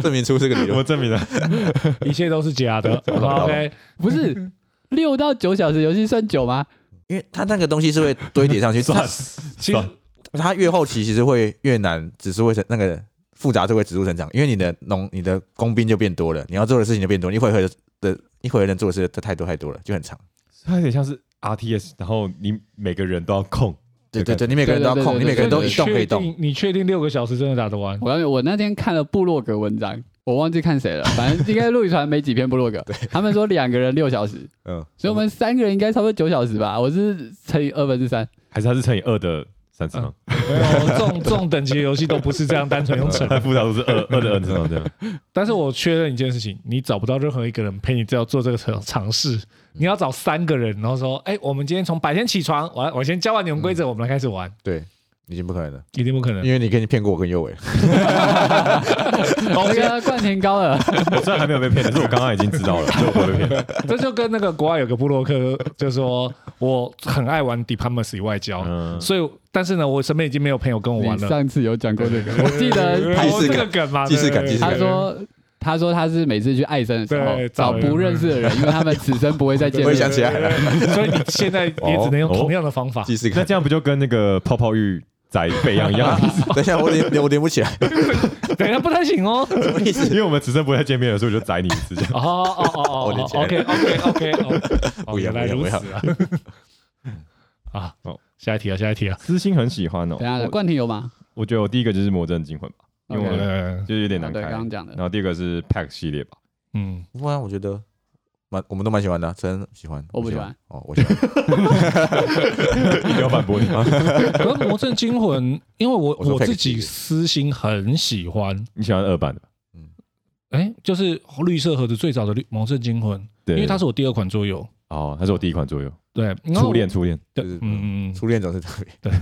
Speaker 3: 证明出这个理
Speaker 2: 我们。
Speaker 3: 论
Speaker 2: 证明 了。
Speaker 1: 一切都是假的。OK，
Speaker 4: 不是六到九小时游戏算久吗？
Speaker 3: 因为它那个东西是会堆叠上 去，它
Speaker 2: 算
Speaker 1: 其实
Speaker 3: 它越后期其实会越难，指数会成那个复杂度会指数成长，因为你的农你的工兵就变多了，你要做的事情就变多，你一回合的一回合能做的事太多太多了，就很长。
Speaker 2: 它有点像是 RTS，然后你每个人都要控，
Speaker 3: 对
Speaker 2: 的
Speaker 3: 对
Speaker 2: 感
Speaker 3: 对，
Speaker 2: 觉
Speaker 3: 你每个人都要控，
Speaker 4: 对对对对
Speaker 3: 你每个人都
Speaker 1: 所以
Speaker 3: 一
Speaker 1: 你
Speaker 3: 动可以
Speaker 1: 确
Speaker 3: 动。
Speaker 1: 定你确定六个小时真的打得完？
Speaker 4: 我告诉你，我那天看了部落格文章，我忘记看谁 了，反正应该陆羽传没几篇部落格。他们说两个人六小时，
Speaker 3: 嗯，
Speaker 4: 所以我们三个人应该差不多九小时吧。我是乘以二分之三，
Speaker 2: 还是它是乘以二的三次
Speaker 4: 嗯
Speaker 2: 方，
Speaker 1: 没有，这种这种等级的游戏都不是这样单纯用乘
Speaker 2: 它复杂度 是二二的 n 次方这样。
Speaker 1: 但是我确认一件事情，你找不到任何一个人陪你要做这个尝尝试。你要找三个人，然后说：“哎、我们今天从白天起床，我我先教完你们规则，我们来开始玩。
Speaker 3: 对，已经不可能了，”
Speaker 1: 一定不可能。
Speaker 3: 因为你跟你骗过我跟右 伟。
Speaker 4: 那个冠田 高了，
Speaker 2: 我虽然还没有被骗，但是我刚刚已经知道 了，所以我不会被骗。
Speaker 1: 这就跟那个国外有个布洛克，就说我很爱玩 Diplomacy 外交，
Speaker 2: 嗯，
Speaker 1: 所以但是呢，我身边已经没有朋友
Speaker 3: 哦
Speaker 1: 跟我玩
Speaker 4: 你
Speaker 1: 了。
Speaker 4: 上次有讲 过这个，我记得
Speaker 3: 既视
Speaker 1: 这个
Speaker 3: 感
Speaker 1: 梗嘛，
Speaker 3: 既视感
Speaker 1: 对
Speaker 3: 既视
Speaker 4: 他
Speaker 3: 感
Speaker 4: 说。他说他是每次去艾森的时候
Speaker 1: 对
Speaker 4: 找
Speaker 1: 找人
Speaker 4: 不认识的人，因为他们此生不会再 见
Speaker 3: 我也
Speaker 4: 面。
Speaker 3: 想起来了，哦
Speaker 1: 所以你现在也只能用同样的 方法。
Speaker 3: 既视
Speaker 2: 那
Speaker 3: 感。
Speaker 2: 这样不就跟那个泡泡浴宰备样一样？
Speaker 3: 等一下，我连我连不起来，
Speaker 1: 等一下不太行哦。
Speaker 3: 什么意思？
Speaker 2: 因为我们此生不会再见面了，所以我就宰你一次这样。
Speaker 1: 哦哦哦
Speaker 3: 我
Speaker 1: 哦
Speaker 3: 理解
Speaker 1: ，OK OK OK，哦，
Speaker 3: 不
Speaker 1: 原
Speaker 3: 要
Speaker 1: 来
Speaker 3: 不要
Speaker 1: 如
Speaker 3: 不
Speaker 1: 此
Speaker 3: 要
Speaker 1: 啊。 啊，
Speaker 2: 哦
Speaker 1: 下一题啊，下一题啊。
Speaker 2: 私心很喜欢哦
Speaker 4: 等一，下，
Speaker 2: 我
Speaker 4: 冠廷有吗？
Speaker 2: 我觉得我第一个就是魔怔惊魂吧，因为
Speaker 4: OK
Speaker 2: 我
Speaker 1: 呃，
Speaker 2: 就是有点难
Speaker 4: 啊对，
Speaker 2: 开。
Speaker 4: 刚刚
Speaker 2: 然
Speaker 4: 讲
Speaker 3: 哦
Speaker 4: 的。
Speaker 2: 后第二个是 Pack 系列 吧，
Speaker 1: 嗯，
Speaker 3: 不啊然我觉得蛮我们都蛮喜欢的，真喜欢。
Speaker 4: 我不喜欢
Speaker 3: 哦，我喜欢。
Speaker 2: 你没有反驳你吗？
Speaker 1: 可是魔怔惊 魂，因为我
Speaker 3: 我说
Speaker 1: 我自
Speaker 3: fake 系
Speaker 1: 己
Speaker 3: 列
Speaker 1: 私心很喜欢，
Speaker 2: 你喜欢二版的吧？
Speaker 1: 哎，就是绿色盒子最早的绿魔怔惊魂，
Speaker 2: 对，
Speaker 1: 因为它是我第二款桌游。
Speaker 2: 哦，它是我第一款左右，
Speaker 1: 对，
Speaker 4: 哦
Speaker 1: 然后
Speaker 2: 初恋，初恋。
Speaker 1: 对，
Speaker 3: 就是
Speaker 1: 嗯嗯嗯，
Speaker 3: 初恋总是特别。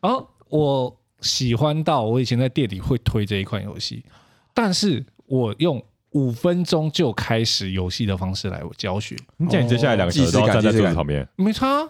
Speaker 1: 然后我喜欢到我以前在店里会推这一款游戏，但是我用五分钟就开始游戏的方式来教学，
Speaker 2: 你讲你接下来两个小时都要站在桌子旁边
Speaker 1: 没差啊，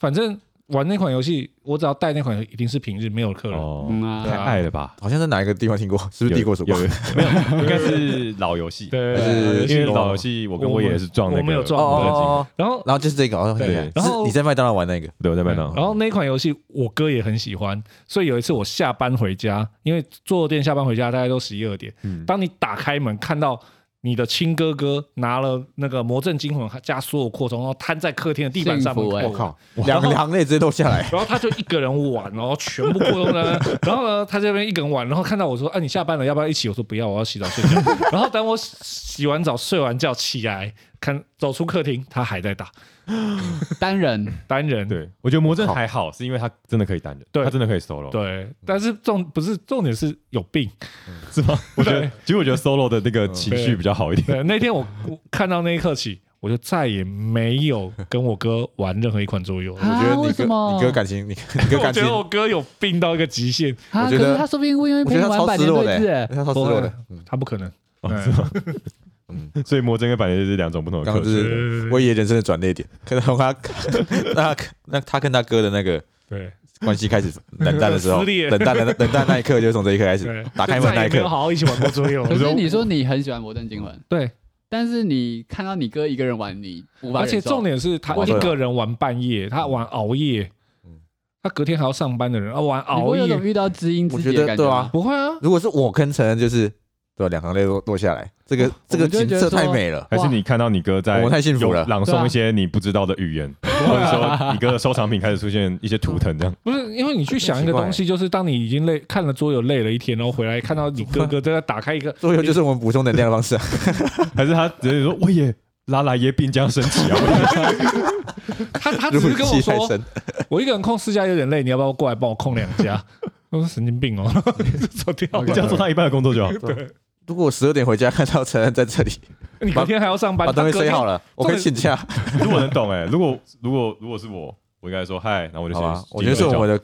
Speaker 1: 反正玩那款游戏，我只要带那款游戏一定是平日没有客人。
Speaker 2: 哦，
Speaker 4: 嗯
Speaker 1: 对
Speaker 2: 太
Speaker 4: 啊，
Speaker 1: 啊
Speaker 2: 爱了吧？
Speaker 3: 好像在哪一个地方听过，是不是
Speaker 2: 有
Speaker 3: 帝国曙光
Speaker 2: 有？没有，应该是老游 戏，
Speaker 1: 对
Speaker 3: 还是
Speaker 2: 因为老游戏我跟我也是撞那
Speaker 1: 我们有
Speaker 2: 个哦
Speaker 1: 撞
Speaker 2: 魔怔惊魂，
Speaker 1: 然后，
Speaker 3: 然后就是这个，哦，
Speaker 1: 对
Speaker 3: 对
Speaker 1: 然后
Speaker 3: 是你在麦当劳玩那个，
Speaker 2: 对，我在麦当劳
Speaker 1: 然后那款游戏我哥也很喜欢，所以有一次我下班回家，因为坐店下班回家大概都十一二点，
Speaker 2: 嗯
Speaker 1: 当你打开门看到你的亲哥哥拿了那个《魔怔惊魂》加所有扩充，然后摊在客厅的地板上面
Speaker 4: 幸福欸
Speaker 1: 看
Speaker 3: 我靠，
Speaker 1: 然
Speaker 3: 两
Speaker 1: 后
Speaker 3: 个行内直接 都下来，
Speaker 1: 然后他就一个人玩，然后全部过冬呢。然后呢，他这边一个人玩，然后看到我说：“啊，你下班了，要不要一起？”我说：“不要，我要洗澡睡觉。”然后等我洗洗完澡、睡完觉起来，看走出客厅，他还在打
Speaker 4: 单人
Speaker 1: 单人。
Speaker 2: 对，我觉得魔怔还好，是因为它真的可以单人，
Speaker 1: 对
Speaker 2: 它真的可以 solo，
Speaker 1: 对但是重不是重点是有病。
Speaker 2: 是 吗？我觉得，其实我觉得 solo 的那个情绪
Speaker 1: 对
Speaker 2: 比较好一点。
Speaker 1: 对，那天我我看到那一刻起，我就再也没有跟我哥玩任何一款桌游了。
Speaker 3: 我觉得
Speaker 4: 啊？为
Speaker 3: 你
Speaker 4: 什
Speaker 3: 哥
Speaker 4: 么？
Speaker 3: 你哥感 情，你你哥
Speaker 1: 我
Speaker 3: 感
Speaker 1: 觉
Speaker 3: 情，
Speaker 1: 得我
Speaker 3: 我
Speaker 1: 哥有病到一个极限，
Speaker 3: 我
Speaker 4: 啊，可
Speaker 3: 觉得
Speaker 4: 是他说不定因为陪
Speaker 3: 觉得
Speaker 4: 你
Speaker 3: 他
Speaker 4: 玩
Speaker 3: 超
Speaker 4: 百
Speaker 3: 失
Speaker 4: 年
Speaker 3: 落
Speaker 4: 对
Speaker 3: 的
Speaker 4: 峙
Speaker 3: 欸，
Speaker 4: 欸，
Speaker 3: 他超失落的，嗯
Speaker 1: 他不可能。
Speaker 2: 哦
Speaker 1: 嗯
Speaker 2: 是吗
Speaker 3: 嗯，
Speaker 2: 所以魔怔跟百年就是两种不同的
Speaker 3: 刚好
Speaker 2: 课
Speaker 3: 就
Speaker 2: 程。
Speaker 1: 对
Speaker 3: 是我爷爷人生的转捩点，可能他 那那他跟他哥的那个
Speaker 1: 对
Speaker 3: 关系开始冷淡的时 候，
Speaker 1: 撕裂
Speaker 3: 冷淡的冷淡那一刻，就是从这一刻开始，
Speaker 1: 对，
Speaker 3: 打开
Speaker 1: 就
Speaker 3: 门
Speaker 1: 再
Speaker 3: 那
Speaker 1: 也
Speaker 3: 一
Speaker 1: 没有
Speaker 3: 刻，
Speaker 1: 好好一起玩过 桌游了。
Speaker 4: 可是你说你很喜欢《魔怔惊魂》，
Speaker 1: 对，
Speaker 4: 但是你看到你哥一个人玩，你无法
Speaker 1: 而
Speaker 4: 忍受。
Speaker 1: 且重点是他
Speaker 3: 哇
Speaker 1: 一
Speaker 3: 对啊
Speaker 1: 个人玩半夜，他玩熬夜
Speaker 3: 嗯，
Speaker 1: 他隔天还要上班的人，啊玩
Speaker 4: 你不
Speaker 1: 熬
Speaker 4: 会有种
Speaker 1: 夜，
Speaker 4: 遇到知音知
Speaker 3: 我
Speaker 4: 己
Speaker 3: 觉
Speaker 4: 的
Speaker 3: 得
Speaker 4: 感
Speaker 3: 对
Speaker 4: 吗
Speaker 3: 啊？
Speaker 1: 不会啊，
Speaker 3: 如果是我跟陈恩，就是对两行泪落落下来，这个这个
Speaker 4: 我就会
Speaker 3: 景
Speaker 4: 觉得
Speaker 3: 色
Speaker 4: 说
Speaker 3: 太美了。
Speaker 2: 还是你看到你哥在，
Speaker 3: 我太幸福了
Speaker 2: 朗
Speaker 4: 对啊
Speaker 2: 诵一些你不知道的语言，
Speaker 1: 啊
Speaker 2: 或者说你哥的收藏品开始出现一些图腾这样。
Speaker 1: 不是因为你去想一个
Speaker 3: 奇怪
Speaker 1: 东西，就是当你已经累看了桌游累了一天，然后回来看到你哥哥正在打开一个，
Speaker 3: 桌游就是我们补充能量的方式啊，
Speaker 2: 还是他直接说我也拉来耶病将升起啊！
Speaker 1: 他他只
Speaker 3: 入
Speaker 1: 是跟我
Speaker 3: 戏太
Speaker 1: 说，
Speaker 3: 深。
Speaker 1: 我一个人控四家有点累，你要不要过来帮我控两家？我说神经病哦，就走掉
Speaker 2: 你只要
Speaker 1: 了。
Speaker 2: 做他一半的工作就好。
Speaker 3: 如果我十二点回家看到陈恩在这里，
Speaker 1: 你隔天还要上班，
Speaker 3: 把东西
Speaker 1: 他隔
Speaker 3: 塞
Speaker 1: 天
Speaker 3: 好了，我可以请假，
Speaker 2: 可是我能懂哎，如果如果如果是我，我应该说嗨，然后我就
Speaker 3: 好吧
Speaker 2: 先？
Speaker 3: 我觉得是我们的，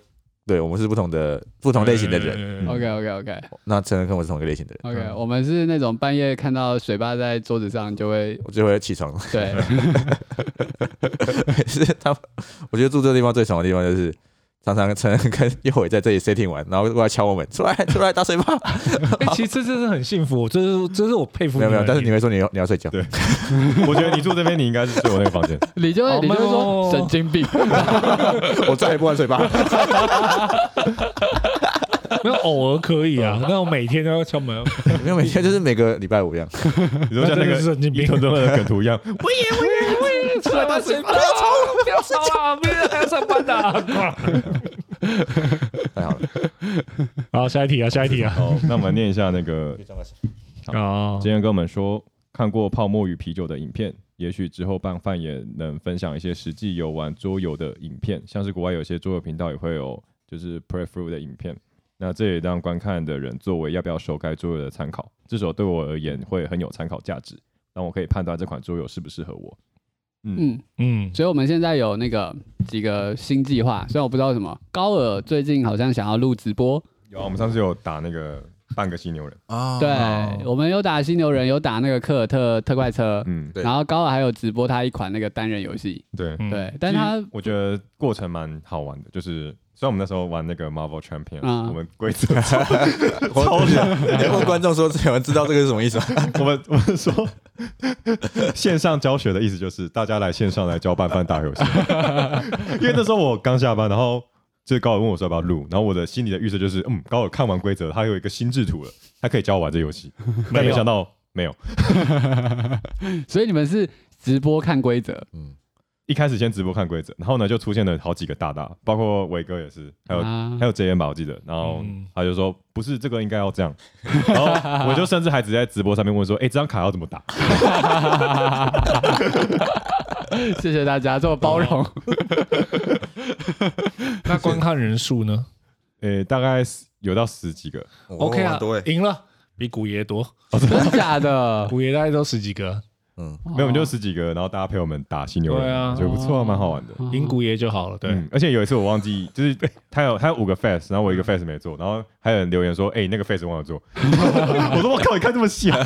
Speaker 3: 对我们是不同的不同类型的人。
Speaker 1: 人
Speaker 4: OK OK OK
Speaker 3: 那陈恩跟我是同一个类型的人，
Speaker 4: OK，、我
Speaker 1: 嗯
Speaker 4: 们是那种半夜看到水坝在桌子上就会
Speaker 3: 我就会起床。
Speaker 4: 对，
Speaker 3: 每次他们，我觉得住这个地方最爽的地方就是。常常陈恩跟一会在这里 setting 完，然后过来敲我们，出来出来打水吧。
Speaker 1: 哎，其实这真是很幸福，这是这是我佩服
Speaker 3: 没
Speaker 1: 你
Speaker 3: 有
Speaker 1: 的
Speaker 3: 没有，但是
Speaker 1: 地方
Speaker 3: 你会说你要你要睡觉，
Speaker 2: 对 我觉得你住这边，你应该是睡我那个房间。
Speaker 4: 你就会、
Speaker 1: 好
Speaker 4: 你就会说
Speaker 1: 慢哦
Speaker 4: 神经病，
Speaker 3: 我再也不玩水吧。
Speaker 1: 没有偶尔可以啊，那我每天都要敲门，
Speaker 3: 没有每天就是每个礼拜五一样。
Speaker 2: 你说像
Speaker 1: 那
Speaker 2: 那
Speaker 1: 真
Speaker 2: 个
Speaker 1: 的是神经病
Speaker 2: 一头中二的梗图一样，
Speaker 1: 出来打水吧，不要烧啊，明天还要上班的、啊。
Speaker 3: 太好了，
Speaker 1: 好，下一题啊，下一题啊。
Speaker 2: 好，那我们念一下那个
Speaker 1: 哦
Speaker 2: 今，天跟我们说看过泡沫与啤酒的影片，也许之后拌饭也能分享一些实际游玩桌游的影片，像是国外有些桌游频道也会有就是 p r e f r u 的影片。那这也让观看的人作为要不要手该桌游的参考，至少对我而言会很有参考价值，让我可以判断这款桌游适不适合我。嗯，
Speaker 4: 嗯，
Speaker 1: 嗯，
Speaker 4: 所以我们现在有那个几个新计划，虽然我不知道什么，高尔最近好像想要录直播，
Speaker 2: 有啊，我们上次有打那个半个犀牛人，
Speaker 3: 啊
Speaker 1: 哦
Speaker 4: 对，我们有打犀牛人，有打那个科尔特特快车，
Speaker 2: 嗯，
Speaker 3: 对
Speaker 4: 然后高尔还有直播他一款那个单人游戏，
Speaker 2: 对，
Speaker 1: 嗯
Speaker 4: 对，但他
Speaker 2: 其实我觉得过程蛮好玩的，就是虽然我们那时候玩那个 Marvel Champion，、
Speaker 4: 嗯
Speaker 2: 我们规 则
Speaker 3: 我超你哎要问观众说，有人知道这个是什么意思啊吗？
Speaker 2: 我们我们说 线上教学的意思就是大家来线上来教拌饭打 游戏，因为那时候我刚下班，然后就是高尔问我说要不要录，然后我的心里的预设就是，嗯，高尔看完规则，他有一个心智图了，他可以教我玩这游 戏，但没想到没有，
Speaker 4: 所以你们是直播看规则，
Speaker 2: 一开始先直播看规则，然后呢就出现了好几个大大，包括伟哥也是，还
Speaker 1: 哦
Speaker 2: 有
Speaker 4: 啊
Speaker 2: 还有 J N 吧，我记得，然后
Speaker 1: 嗯
Speaker 2: 他就说不是这个应该要这样，然后我就甚至还直接在直播上面问说，哎、这张卡要怎么打？
Speaker 4: 谢谢大家这么包容，
Speaker 1: 那观看人数呢
Speaker 2: 呃、大概有到十几个，
Speaker 1: ？OK 啊
Speaker 3: 很多，欸
Speaker 1: 赢了，比古爷多，
Speaker 4: 真假 的？
Speaker 1: 古爷大概都十几个，
Speaker 3: 嗯，
Speaker 2: 没有，我们就十几个，然后大家陪我们打犀牛
Speaker 1: 对
Speaker 2: 人，
Speaker 1: 啊
Speaker 2: 就不错，蛮好玩的。
Speaker 1: 赢古爷就好了。对，
Speaker 2: 嗯，而且有一次我忘记，就是他有他有五个 face，然后我一个 face 没做，然后还有人留言说，哎，那个 face 忘了做。 我说我靠，你看这么细啊！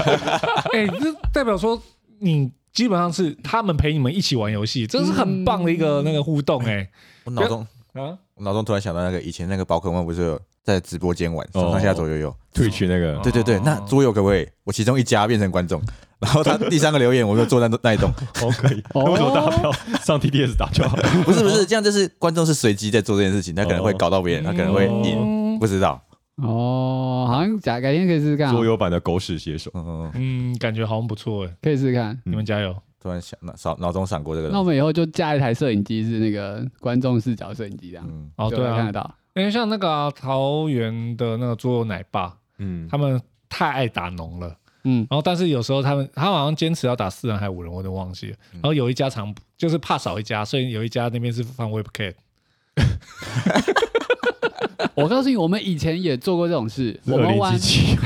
Speaker 1: 哎，这代表说你基本上是他们陪你们一起玩游戏，这是很棒的一个那个互动哎
Speaker 3: 我脑中
Speaker 1: 啊！
Speaker 3: 我脑中突然想到那个以前那个宝可梦不是有在直播间玩
Speaker 2: 哦
Speaker 3: 上下左右右？
Speaker 2: 退去那个
Speaker 3: 对对对，那桌游可不可以？我其中一家变成观众，然后他第三个留言，我就坐在那那 一栋。
Speaker 2: 哦可以，
Speaker 4: 哦
Speaker 2: 那为什么大家不要上 TDS 打就好？
Speaker 3: 不是不是，这样就是观众是随机在做这件事情，他可能会搞到别人，他可能会赢，
Speaker 1: 赢。
Speaker 3: 不知道。
Speaker 4: 哦，好像假改天可以试试看啊，
Speaker 2: 桌游版的狗屎写手，
Speaker 3: 嗯，
Speaker 1: 嗯，感觉好像不错哎，
Speaker 4: 可以试试看。
Speaker 1: 你们加油！
Speaker 3: 突然想脑脑脑中闪过这个
Speaker 4: 那我
Speaker 3: 东西。
Speaker 4: 们以后就架一台摄影机，是那个观众视角摄影机这样，
Speaker 3: 嗯，
Speaker 1: 哦，
Speaker 4: 就
Speaker 1: 对
Speaker 4: 可以看
Speaker 1: 啊
Speaker 4: 得，到。
Speaker 1: 因为像那个啊桃园的那个桌游奶爸，
Speaker 2: 嗯，
Speaker 1: 他们太爱打农了。
Speaker 4: 嗯，
Speaker 1: 然后但是有时候他们他好像坚持要打四人还五人，我有点忘记了。
Speaker 3: 嗯
Speaker 1: 然后有一家常就是怕少一家，所以有一家那边是放 webcam。
Speaker 4: 我告诉你，我们以前也做过这种事，我
Speaker 2: 二
Speaker 4: 们
Speaker 2: 零
Speaker 4: 玩
Speaker 2: 七七，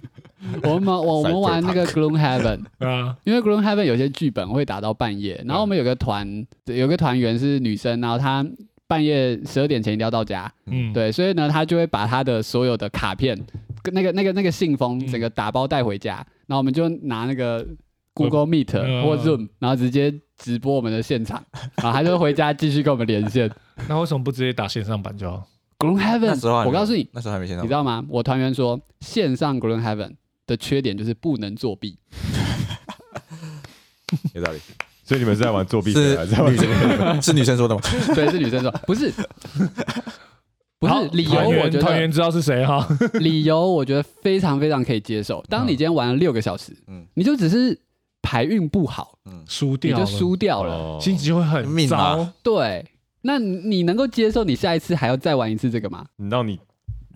Speaker 4: 我们我我们玩那个 Gloom Heaven，
Speaker 3: 嗯
Speaker 1: 啊，
Speaker 4: 因为 Gloom Heaven 有些剧本会打到半夜，然后我们有个团有个团员是女生，然后她半夜十二点前一定要到家，
Speaker 1: 嗯，
Speaker 4: 对，所以呢，她就会把她的所有的卡片跟那个那个那个信封
Speaker 1: 嗯
Speaker 4: 整个打包带回家，然后我们就拿那个 Google Meet
Speaker 1: 嗯
Speaker 4: 或 Zoom，然后直接直播我们的现场，然后她就回家继续跟我们 连线。
Speaker 1: 那为什么不直接打线上版就好？
Speaker 4: Gloom
Speaker 3: 那时候
Speaker 4: Heaven，
Speaker 3: 还没
Speaker 4: 我告诉你，
Speaker 3: 那时候还没先到
Speaker 4: 你知，道吗？我团员说，线上 Green Heaven 的缺点就是不能作弊。
Speaker 3: 有道理。
Speaker 2: 所以你们是在玩作弊
Speaker 3: 是
Speaker 2: 的，还是在玩
Speaker 3: 女 生是女生说的吗？
Speaker 4: 对，是女生说，不是，不
Speaker 1: 好
Speaker 4: 是理由。
Speaker 1: 团员
Speaker 4: 我觉
Speaker 1: 团
Speaker 4: 得
Speaker 1: 员知道是谁 哈？
Speaker 4: 理由，我觉得非常非常可以接受。当你今天玩了六个小时，
Speaker 3: 嗯
Speaker 4: 你就只是牌运不好，
Speaker 1: 输
Speaker 4: 你
Speaker 1: 掉
Speaker 4: 就
Speaker 1: 了，哦
Speaker 4: 输掉了。
Speaker 2: 哦
Speaker 1: 心情会很
Speaker 3: 命嘛
Speaker 1: 糟。
Speaker 4: 对，那你你能够接受你下一次还要再玩一次这个吗？
Speaker 2: 你让你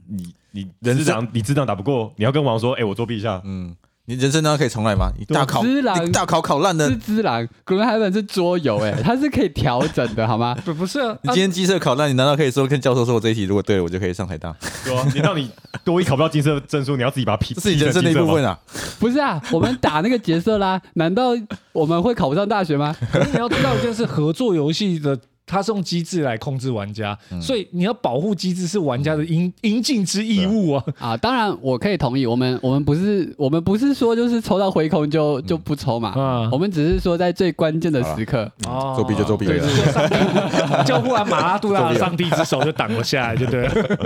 Speaker 2: 你你人
Speaker 3: 人生
Speaker 2: 智长你智长打不过，你要跟王说，哎，我作弊一 下，
Speaker 3: 嗯，你人生难道可以重来吗？你大考
Speaker 4: 对啊
Speaker 3: 你大考考烂的
Speaker 4: 是，之狼 Green Heaven 是桌游，哎，它是可以调整的，好吗？
Speaker 1: 不不是啊，
Speaker 3: 你今天鸡舍考烂，你难道可以说跟教授说我这一题如果对了，我就可以上台大？
Speaker 2: 对啊，你让你多一考不到金色证书，你要自己把它 批，
Speaker 3: 这是你人生的一部分啊！
Speaker 4: 不是啊，我们打那个角色啦，难道我们会考不上大学吗？
Speaker 1: 可是你要知道一件事，合作游戏的。它是用机制来控制玩家，
Speaker 4: 嗯
Speaker 1: 所以你要保护机制是玩家的应应尽之义务啊。
Speaker 4: 啊，当然我可以同意，我们我们不是我们不是说就是抽到回空就就不抽嘛，
Speaker 1: 嗯
Speaker 4: 我们只是说在最关键的时刻，
Speaker 1: 哦
Speaker 3: 作弊就作弊
Speaker 1: 对
Speaker 3: 了
Speaker 1: 对对上 帝就忽然马拉杜拉
Speaker 3: 作
Speaker 1: 的
Speaker 3: 弊了
Speaker 1: 上帝之手就挡了下来，对不 对？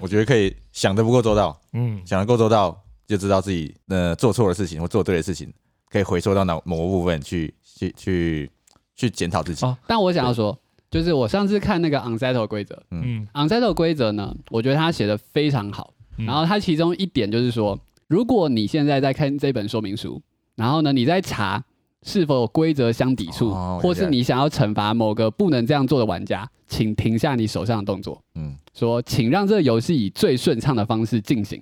Speaker 3: 我觉得可以想的不够周到，
Speaker 1: 嗯，
Speaker 3: 想的够周到就知道自己呃做错的事情或做对的事情，可以回收到哪某个部分去去去去检讨自己
Speaker 1: 哦。
Speaker 4: 但我想要说，就是我上次看那个 unsettle 规则
Speaker 1: 嗯
Speaker 4: ，unsettle 规则呢，我觉得他写的非常好，
Speaker 1: 嗯
Speaker 4: 然后它其中一点就是说，如果你现在在看这本说明书，然后呢你在查是否有规则相抵触，
Speaker 3: 哦
Speaker 4: 或
Speaker 3: 了
Speaker 4: 是
Speaker 3: 解
Speaker 4: 你想要惩罚某个不能这样做的玩家，请停下你手上的动作，
Speaker 3: 嗯，
Speaker 4: 说请让这个游戏以最顺畅的方式进行，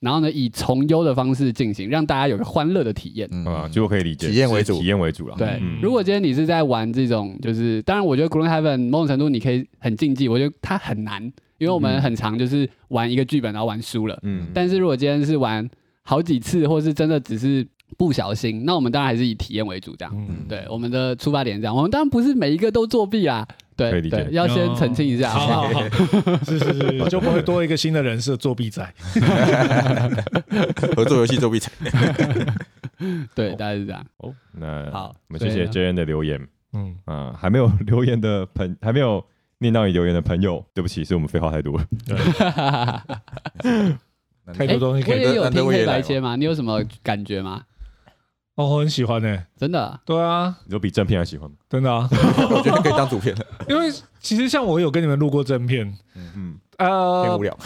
Speaker 4: 然后呢以从优的方式进行，让大家有个欢乐的体验。
Speaker 3: 嗯
Speaker 2: 啊，就可以理解，
Speaker 3: 体验为
Speaker 2: 是
Speaker 3: 主
Speaker 2: 体验为主了。
Speaker 4: 对
Speaker 2: 嗯，
Speaker 4: 如果今天你是在玩这种，就是当然，我觉得《g r o o n Heaven》某种程度你可以很竞技，我觉得它很难，因为我们很常就是玩一个剧本，然后玩输了。
Speaker 2: 嗯，
Speaker 4: 但是如果今天是玩好几次，或是真的只是不小心，那我们当然还是以体验为主，这样。
Speaker 1: 嗯，
Speaker 4: 对，我们的出发点是这样，我们当然不是每一个都作弊啊。
Speaker 2: 可以
Speaker 4: 对
Speaker 2: 理解
Speaker 4: 对，要先澄清一下。
Speaker 1: 好好 好，是是是，就不会多一个新的人设作弊仔。
Speaker 3: 合作游戏作 弊才
Speaker 4: 对，大概是这样。
Speaker 2: 哦，那
Speaker 4: 好啊
Speaker 2: 我们谢
Speaker 4: 所以
Speaker 2: 谢
Speaker 4: 呢
Speaker 2: J N 的留言
Speaker 1: 嗯，
Speaker 2: 啊，还没有 留言的朋，还没有念到你留言的朋友，对不起，是我们废话太多了。
Speaker 1: 太多东西可
Speaker 4: 我
Speaker 1: 以。
Speaker 3: 哎
Speaker 4: 也有
Speaker 3: 那
Speaker 4: 听
Speaker 3: 我也
Speaker 4: 黑白
Speaker 3: 来
Speaker 4: 切吗？你有什么感觉吗？
Speaker 1: 哦，我很喜欢呢。
Speaker 4: 真的，
Speaker 1: 对啊，
Speaker 2: 你都比正片还喜欢吗？
Speaker 1: 真的啊，
Speaker 3: 我觉得可以当主片 了，
Speaker 1: 因为其实像我有跟你们录过正片，
Speaker 2: 嗯，
Speaker 3: 偏
Speaker 1: 呃
Speaker 3: 无，聊。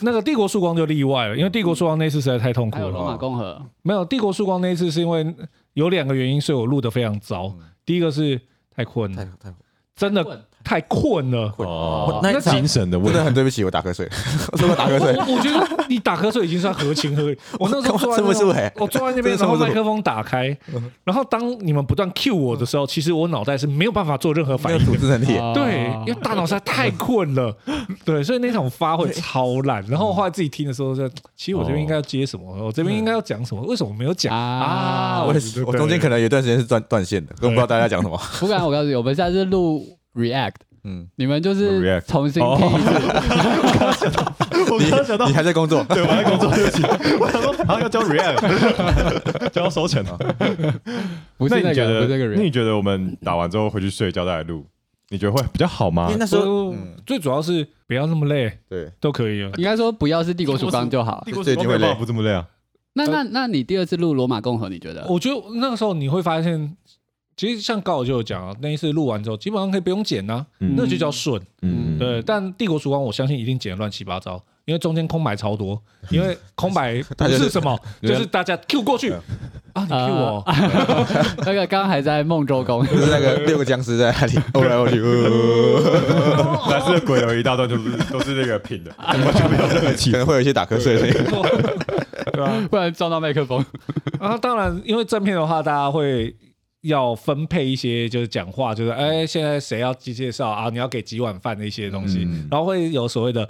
Speaker 1: 那个帝国曙光就例外了，因为帝国曙光那次实在太痛苦
Speaker 4: 还有罗
Speaker 1: 了。
Speaker 4: 马共和，
Speaker 1: 没有帝国曙光那一次是因为有两个原因，所以我录的非常糟。
Speaker 3: 嗯
Speaker 1: 第一个是太困
Speaker 3: 太
Speaker 1: 了，
Speaker 3: 太
Speaker 1: 真的太困了。
Speaker 3: 困
Speaker 2: 哦
Speaker 3: 我那一场
Speaker 2: 精神的问
Speaker 3: 真
Speaker 2: 题
Speaker 3: 的很对不起，我打瞌睡，如果打瞌睡，
Speaker 1: 我觉得你打瞌睡已经算合情 合理。我那时候坐在
Speaker 3: 真
Speaker 1: 那
Speaker 3: 不是
Speaker 1: 边，
Speaker 3: 我，
Speaker 1: 我坐在那边，
Speaker 3: 真
Speaker 1: 然后
Speaker 3: 的是我
Speaker 1: 麦
Speaker 3: 嗯
Speaker 1: 克风打开，然后当你们不断 cue 我的时候，其实我脑袋是没有办法做任何
Speaker 3: 没
Speaker 1: 反
Speaker 3: 有
Speaker 1: 应
Speaker 3: 组
Speaker 1: 的。
Speaker 3: 织能力。
Speaker 4: 哦
Speaker 1: 对，因为大脑实在太困 了，对，所以那场发挥超烂。然后后来自己听的时候，就其实我这边应该要接什么，我这边应该要讲什么，为什么没有讲
Speaker 4: 啊
Speaker 1: 啊？
Speaker 3: 嗯我也
Speaker 1: 对
Speaker 3: 是，
Speaker 1: 对
Speaker 3: 我中间可能有一段时间是断断线的，根本不知道大家讲 什么。
Speaker 4: 不敢，我告诉你，我们下次录 React，
Speaker 3: 嗯，
Speaker 4: 你们就是
Speaker 2: React
Speaker 4: 重新听一次。
Speaker 2: 我刚刚想到
Speaker 3: 你，还在工作？
Speaker 2: 对，我在工 作，对不起，我想说，然后要教 React，教 收钱啊。
Speaker 4: 不是
Speaker 2: 你
Speaker 4: 那
Speaker 2: 觉
Speaker 4: 个，
Speaker 2: 得
Speaker 4: 不是那个
Speaker 2: 那
Speaker 4: React。
Speaker 2: 你觉得我们打完之后回去睡觉再来录，你觉得会比较好吗
Speaker 3: 因为？那时
Speaker 2: 啊
Speaker 3: 候
Speaker 1: 所以
Speaker 3: 嗯
Speaker 1: 最主要是不要那么累，
Speaker 3: 对，
Speaker 1: 都可以了。
Speaker 4: 应该说不要是帝国曙光就好。
Speaker 2: 帝国
Speaker 3: 这一定会累
Speaker 2: 没有办法不这么累啊。
Speaker 4: 那那那你第二次录罗马共和，你觉得？
Speaker 1: 我觉得那个时候你会发现，其实像高尔就有讲啊，那一次录完之后，基本上可以不用剪呐、啊
Speaker 2: 嗯
Speaker 1: 那就叫顺。
Speaker 4: 嗯
Speaker 1: 对，但帝国曙光我相信一定剪得乱七八糟，因为中间空白超多，因为空白不是什么，
Speaker 2: 大
Speaker 1: 就
Speaker 2: 家
Speaker 1: 是大家 Q 过去啊，你 Q 我，
Speaker 4: 那个刚刚还在梦周公，
Speaker 3: 就是那个六个僵尸在那里哦欧来 欧去，呃
Speaker 2: 但是鬼有一大段就是都是那个品的，完全没有任何起
Speaker 3: 可能会有一些打瞌睡的声音。
Speaker 1: 对啊，
Speaker 4: 不然撞到麦克风。
Speaker 1: 然后当然，因为正片的话，大家会要分配一些，就是讲话，就是哎，现在谁要介绍啊？你要给几碗饭的一些东西，
Speaker 3: 嗯
Speaker 1: 然后会有所谓的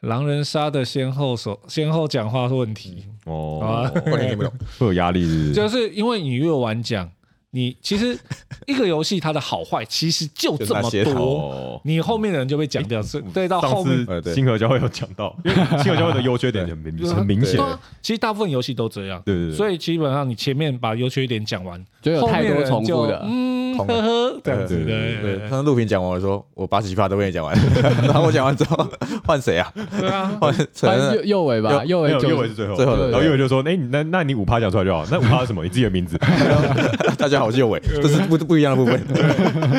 Speaker 1: 狼人杀的先后所先后讲话问题，
Speaker 2: 哦，
Speaker 3: 过年听不懂，
Speaker 2: 会有压力是不是，
Speaker 1: 就是因为你越晚讲，你其 实一个游戏它的好坏其实就这么
Speaker 3: 就那些
Speaker 1: 多。
Speaker 2: 哦。
Speaker 1: 你后面的人就被讲掉，所以对到后
Speaker 2: 上
Speaker 1: 面
Speaker 3: 呃对
Speaker 2: 次新合交会有讲到，因为新合交会的优缺点很明很明显
Speaker 1: 对，啊其实大部分游戏都这样，
Speaker 2: 对对对，
Speaker 1: 所以基本上你前面把优缺点讲完，
Speaker 4: 就有
Speaker 1: 后
Speaker 4: 太
Speaker 1: 面
Speaker 4: 多
Speaker 1: 人
Speaker 4: 重复
Speaker 1: 就
Speaker 4: 的。
Speaker 1: 嗯，
Speaker 3: 同
Speaker 1: 呵呵，这样子
Speaker 2: 对对对
Speaker 1: 对对
Speaker 3: 对，
Speaker 1: 对
Speaker 3: 上次录屏讲完，我说我八十七趴都被你讲完， 然后我讲完之后换 谁啊？
Speaker 1: 对啊，
Speaker 3: 换
Speaker 4: 反正
Speaker 3: 陈
Speaker 4: 右右尾吧，右
Speaker 2: 没
Speaker 4: 尾
Speaker 2: 有
Speaker 4: 就
Speaker 2: 右伟是最后，
Speaker 3: 最后的
Speaker 2: 然后右伟就说：“哎，你那那你五趴讲出来就好，那五趴是什么？你自己的名字，
Speaker 3: 大家好，我是右伟，这是不不一样的 部分。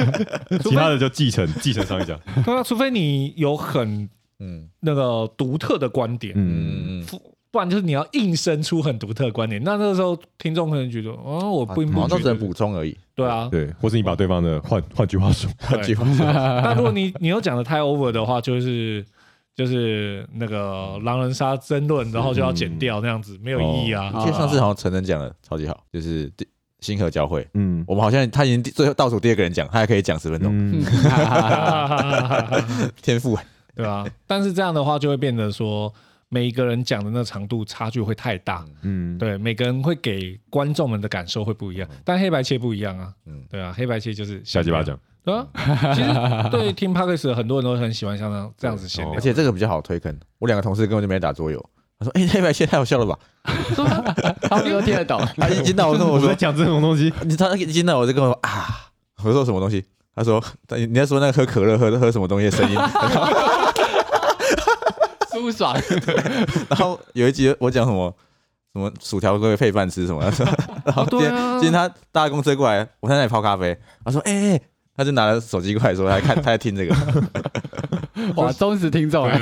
Speaker 2: 其他的就继承继承上一讲。
Speaker 1: 对啊，除非你有很
Speaker 3: 嗯
Speaker 1: 那个独特的观点，
Speaker 2: 嗯，
Speaker 3: 嗯，
Speaker 1: 不然就是你要硬生出很独特的观点。那那时候听众可能觉得，哦，我并
Speaker 3: 好
Speaker 1: 不
Speaker 3: 像
Speaker 1: 觉
Speaker 3: 只能
Speaker 1: 得，
Speaker 3: 补充而已。
Speaker 1: 对啊。
Speaker 2: 对，或是你把对方的换换句话说，
Speaker 1: 对
Speaker 3: 句话 说，
Speaker 1: 那如果你你又讲的太 over 的话，就是就是那个狼人杀争论，然后就要剪掉那样子，没有意义啊。
Speaker 4: 哦
Speaker 3: 记得上次好像陈真讲的超级好，就是第心和交汇。
Speaker 2: 嗯
Speaker 3: 我们好像他已经第最后倒数第二个人讲，他还可以讲十分钟，
Speaker 2: 嗯
Speaker 4: 嗯，哈哈哈哈
Speaker 1: 嗯
Speaker 3: 天赋啊。
Speaker 1: 对啊，但是这样的话就会变得说，每一个人讲的那长度差距会太大，
Speaker 2: 嗯，
Speaker 1: 对，每个人会给观众们的感受会不一样，但黑白切不一样啊，
Speaker 3: 嗯
Speaker 1: 对啊，黑白切就是
Speaker 2: 下鸡巴讲，
Speaker 1: 对 啊，其实对听 podcast 很多人都很喜欢像这样这样子闲聊，
Speaker 2: 哦
Speaker 3: 而且这个比较好推坑。我两个同事根本就没打桌游，他说：“哎，黑白切太好笑了吧
Speaker 1: 对啊
Speaker 4: 他们都听得懂。！”
Speaker 3: 他一听到我说：“我
Speaker 2: 我在
Speaker 3: 说
Speaker 2: 讲这种东西，
Speaker 3: 你，他一听到我就跟我说啊，我说什么东西？”他说：“你你在说那个喝可乐喝喝什么东西的声音？”
Speaker 4: 舒爽，
Speaker 3: 然后有一集我讲什么什么薯条可以配饭吃什么，然后今
Speaker 1: 对
Speaker 3: 天、
Speaker 4: 嗯
Speaker 1: 啊
Speaker 3: 今天他搭公车过来，我在那里泡咖啡，他说：“哎、哎哎他就拿了手机过来说，他在 看他在听这个，
Speaker 4: 哇，忠实听众哎，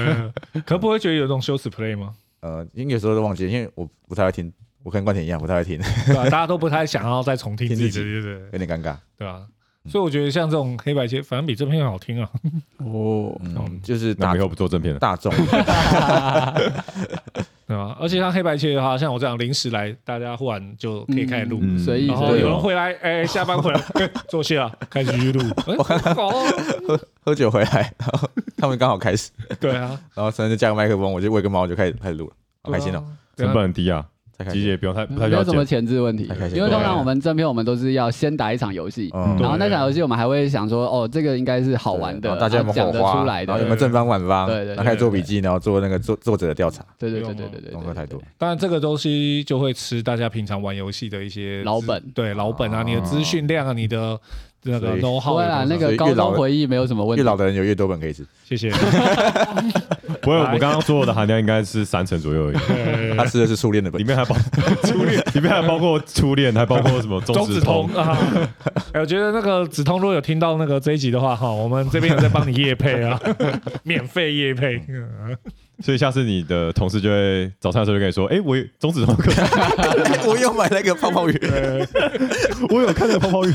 Speaker 1: 可不会觉得有一种羞耻 play 吗？
Speaker 3: 呃，因为有时候都忘记，因为我不太会听我跟关田一样不太会听，
Speaker 1: 对吧？大家都不太想要再重听自己
Speaker 3: 听
Speaker 1: 的，
Speaker 3: 自己
Speaker 1: 对对对
Speaker 3: 有点尴尬。
Speaker 1: 对吧？所以我觉得像这种黑白切，反正比这片好听啊。
Speaker 4: 哦，
Speaker 3: 嗯，就是
Speaker 2: 那我
Speaker 3: 大
Speaker 2: 们以后不做正片了。
Speaker 3: 大众，
Speaker 1: 对吧？而且像黑白切的话，像我这样临时来，大家忽然就可以开始录。
Speaker 2: 嗯
Speaker 4: 随意
Speaker 1: 然后
Speaker 4: 随意
Speaker 1: 有人回来，哎、下班回来 哎做戏了，开始继续录。哎哦，
Speaker 3: 喝酒回来，然后他们刚好开始，
Speaker 1: 对啊，
Speaker 3: 然后甚至加个麦克风，我就喂个猫就开始开始录了，好开心
Speaker 4: 嗯
Speaker 3: 哦，
Speaker 1: 对啊
Speaker 2: 成本很低啊，
Speaker 3: 太开
Speaker 2: 其实
Speaker 3: 心了。
Speaker 2: 也不
Speaker 1: 嗯
Speaker 2: 用太不太
Speaker 4: 没
Speaker 2: 需
Speaker 4: 有
Speaker 2: 要
Speaker 4: 什么
Speaker 2: 剪。
Speaker 4: 前置问题
Speaker 3: 太开，心
Speaker 4: 因为
Speaker 1: 了
Speaker 4: 通常我们正片我们都是要先打一场游戏，
Speaker 3: 嗯
Speaker 1: 对
Speaker 4: 然后那场游戏我们还会想说，哦，这个应该是好玩
Speaker 3: 然
Speaker 4: 的，
Speaker 3: 后大家有没
Speaker 4: 啊
Speaker 3: 有
Speaker 4: 讲
Speaker 3: 火
Speaker 4: 得
Speaker 3: 花
Speaker 4: 出来
Speaker 3: 然后有没有
Speaker 4: 的，
Speaker 3: 正方反方，
Speaker 4: 对对对
Speaker 3: 然后开始做笔记，然后做那个作作者的调查，
Speaker 4: 对对
Speaker 1: 有
Speaker 4: 对
Speaker 1: 吗
Speaker 4: 对对对，
Speaker 3: 功课太多
Speaker 4: 对。。
Speaker 1: 当然这个东西就会吃大家平常玩游戏的一些
Speaker 4: 老
Speaker 1: 资
Speaker 4: 本
Speaker 1: 对老本啊，你的资讯量啊，你的那个
Speaker 3: 所以
Speaker 1: know
Speaker 4: 不
Speaker 1: how
Speaker 4: 会啦，啊那
Speaker 3: 所
Speaker 4: 个
Speaker 3: 以
Speaker 4: 高
Speaker 3: 越老
Speaker 4: 中回忆没有什么问
Speaker 3: 越
Speaker 4: 题。
Speaker 3: 老的人有越多本可以吃，
Speaker 1: 谢谢。
Speaker 2: 不会，我们刚刚说的含量应该是三成左右而已，
Speaker 1: 对
Speaker 3: 他吃的是初恋的本
Speaker 2: 里。面还包初恋，里面还包括初恋，还包括什么
Speaker 1: 中
Speaker 2: 中
Speaker 1: 子
Speaker 2: 指
Speaker 1: 通
Speaker 2: 通。
Speaker 1: 啊！ 哎，我觉得那个子通如果有听到那个这一集的话，哈，我们这边有在帮你夜配 啊，免费夜配。
Speaker 2: 所以下次你的同事就会早餐的时候就跟你说：“哎，我有中指通，
Speaker 3: 我又买那个泡泡鱼，
Speaker 1: 呃，
Speaker 2: 我有看那个泡泡浴。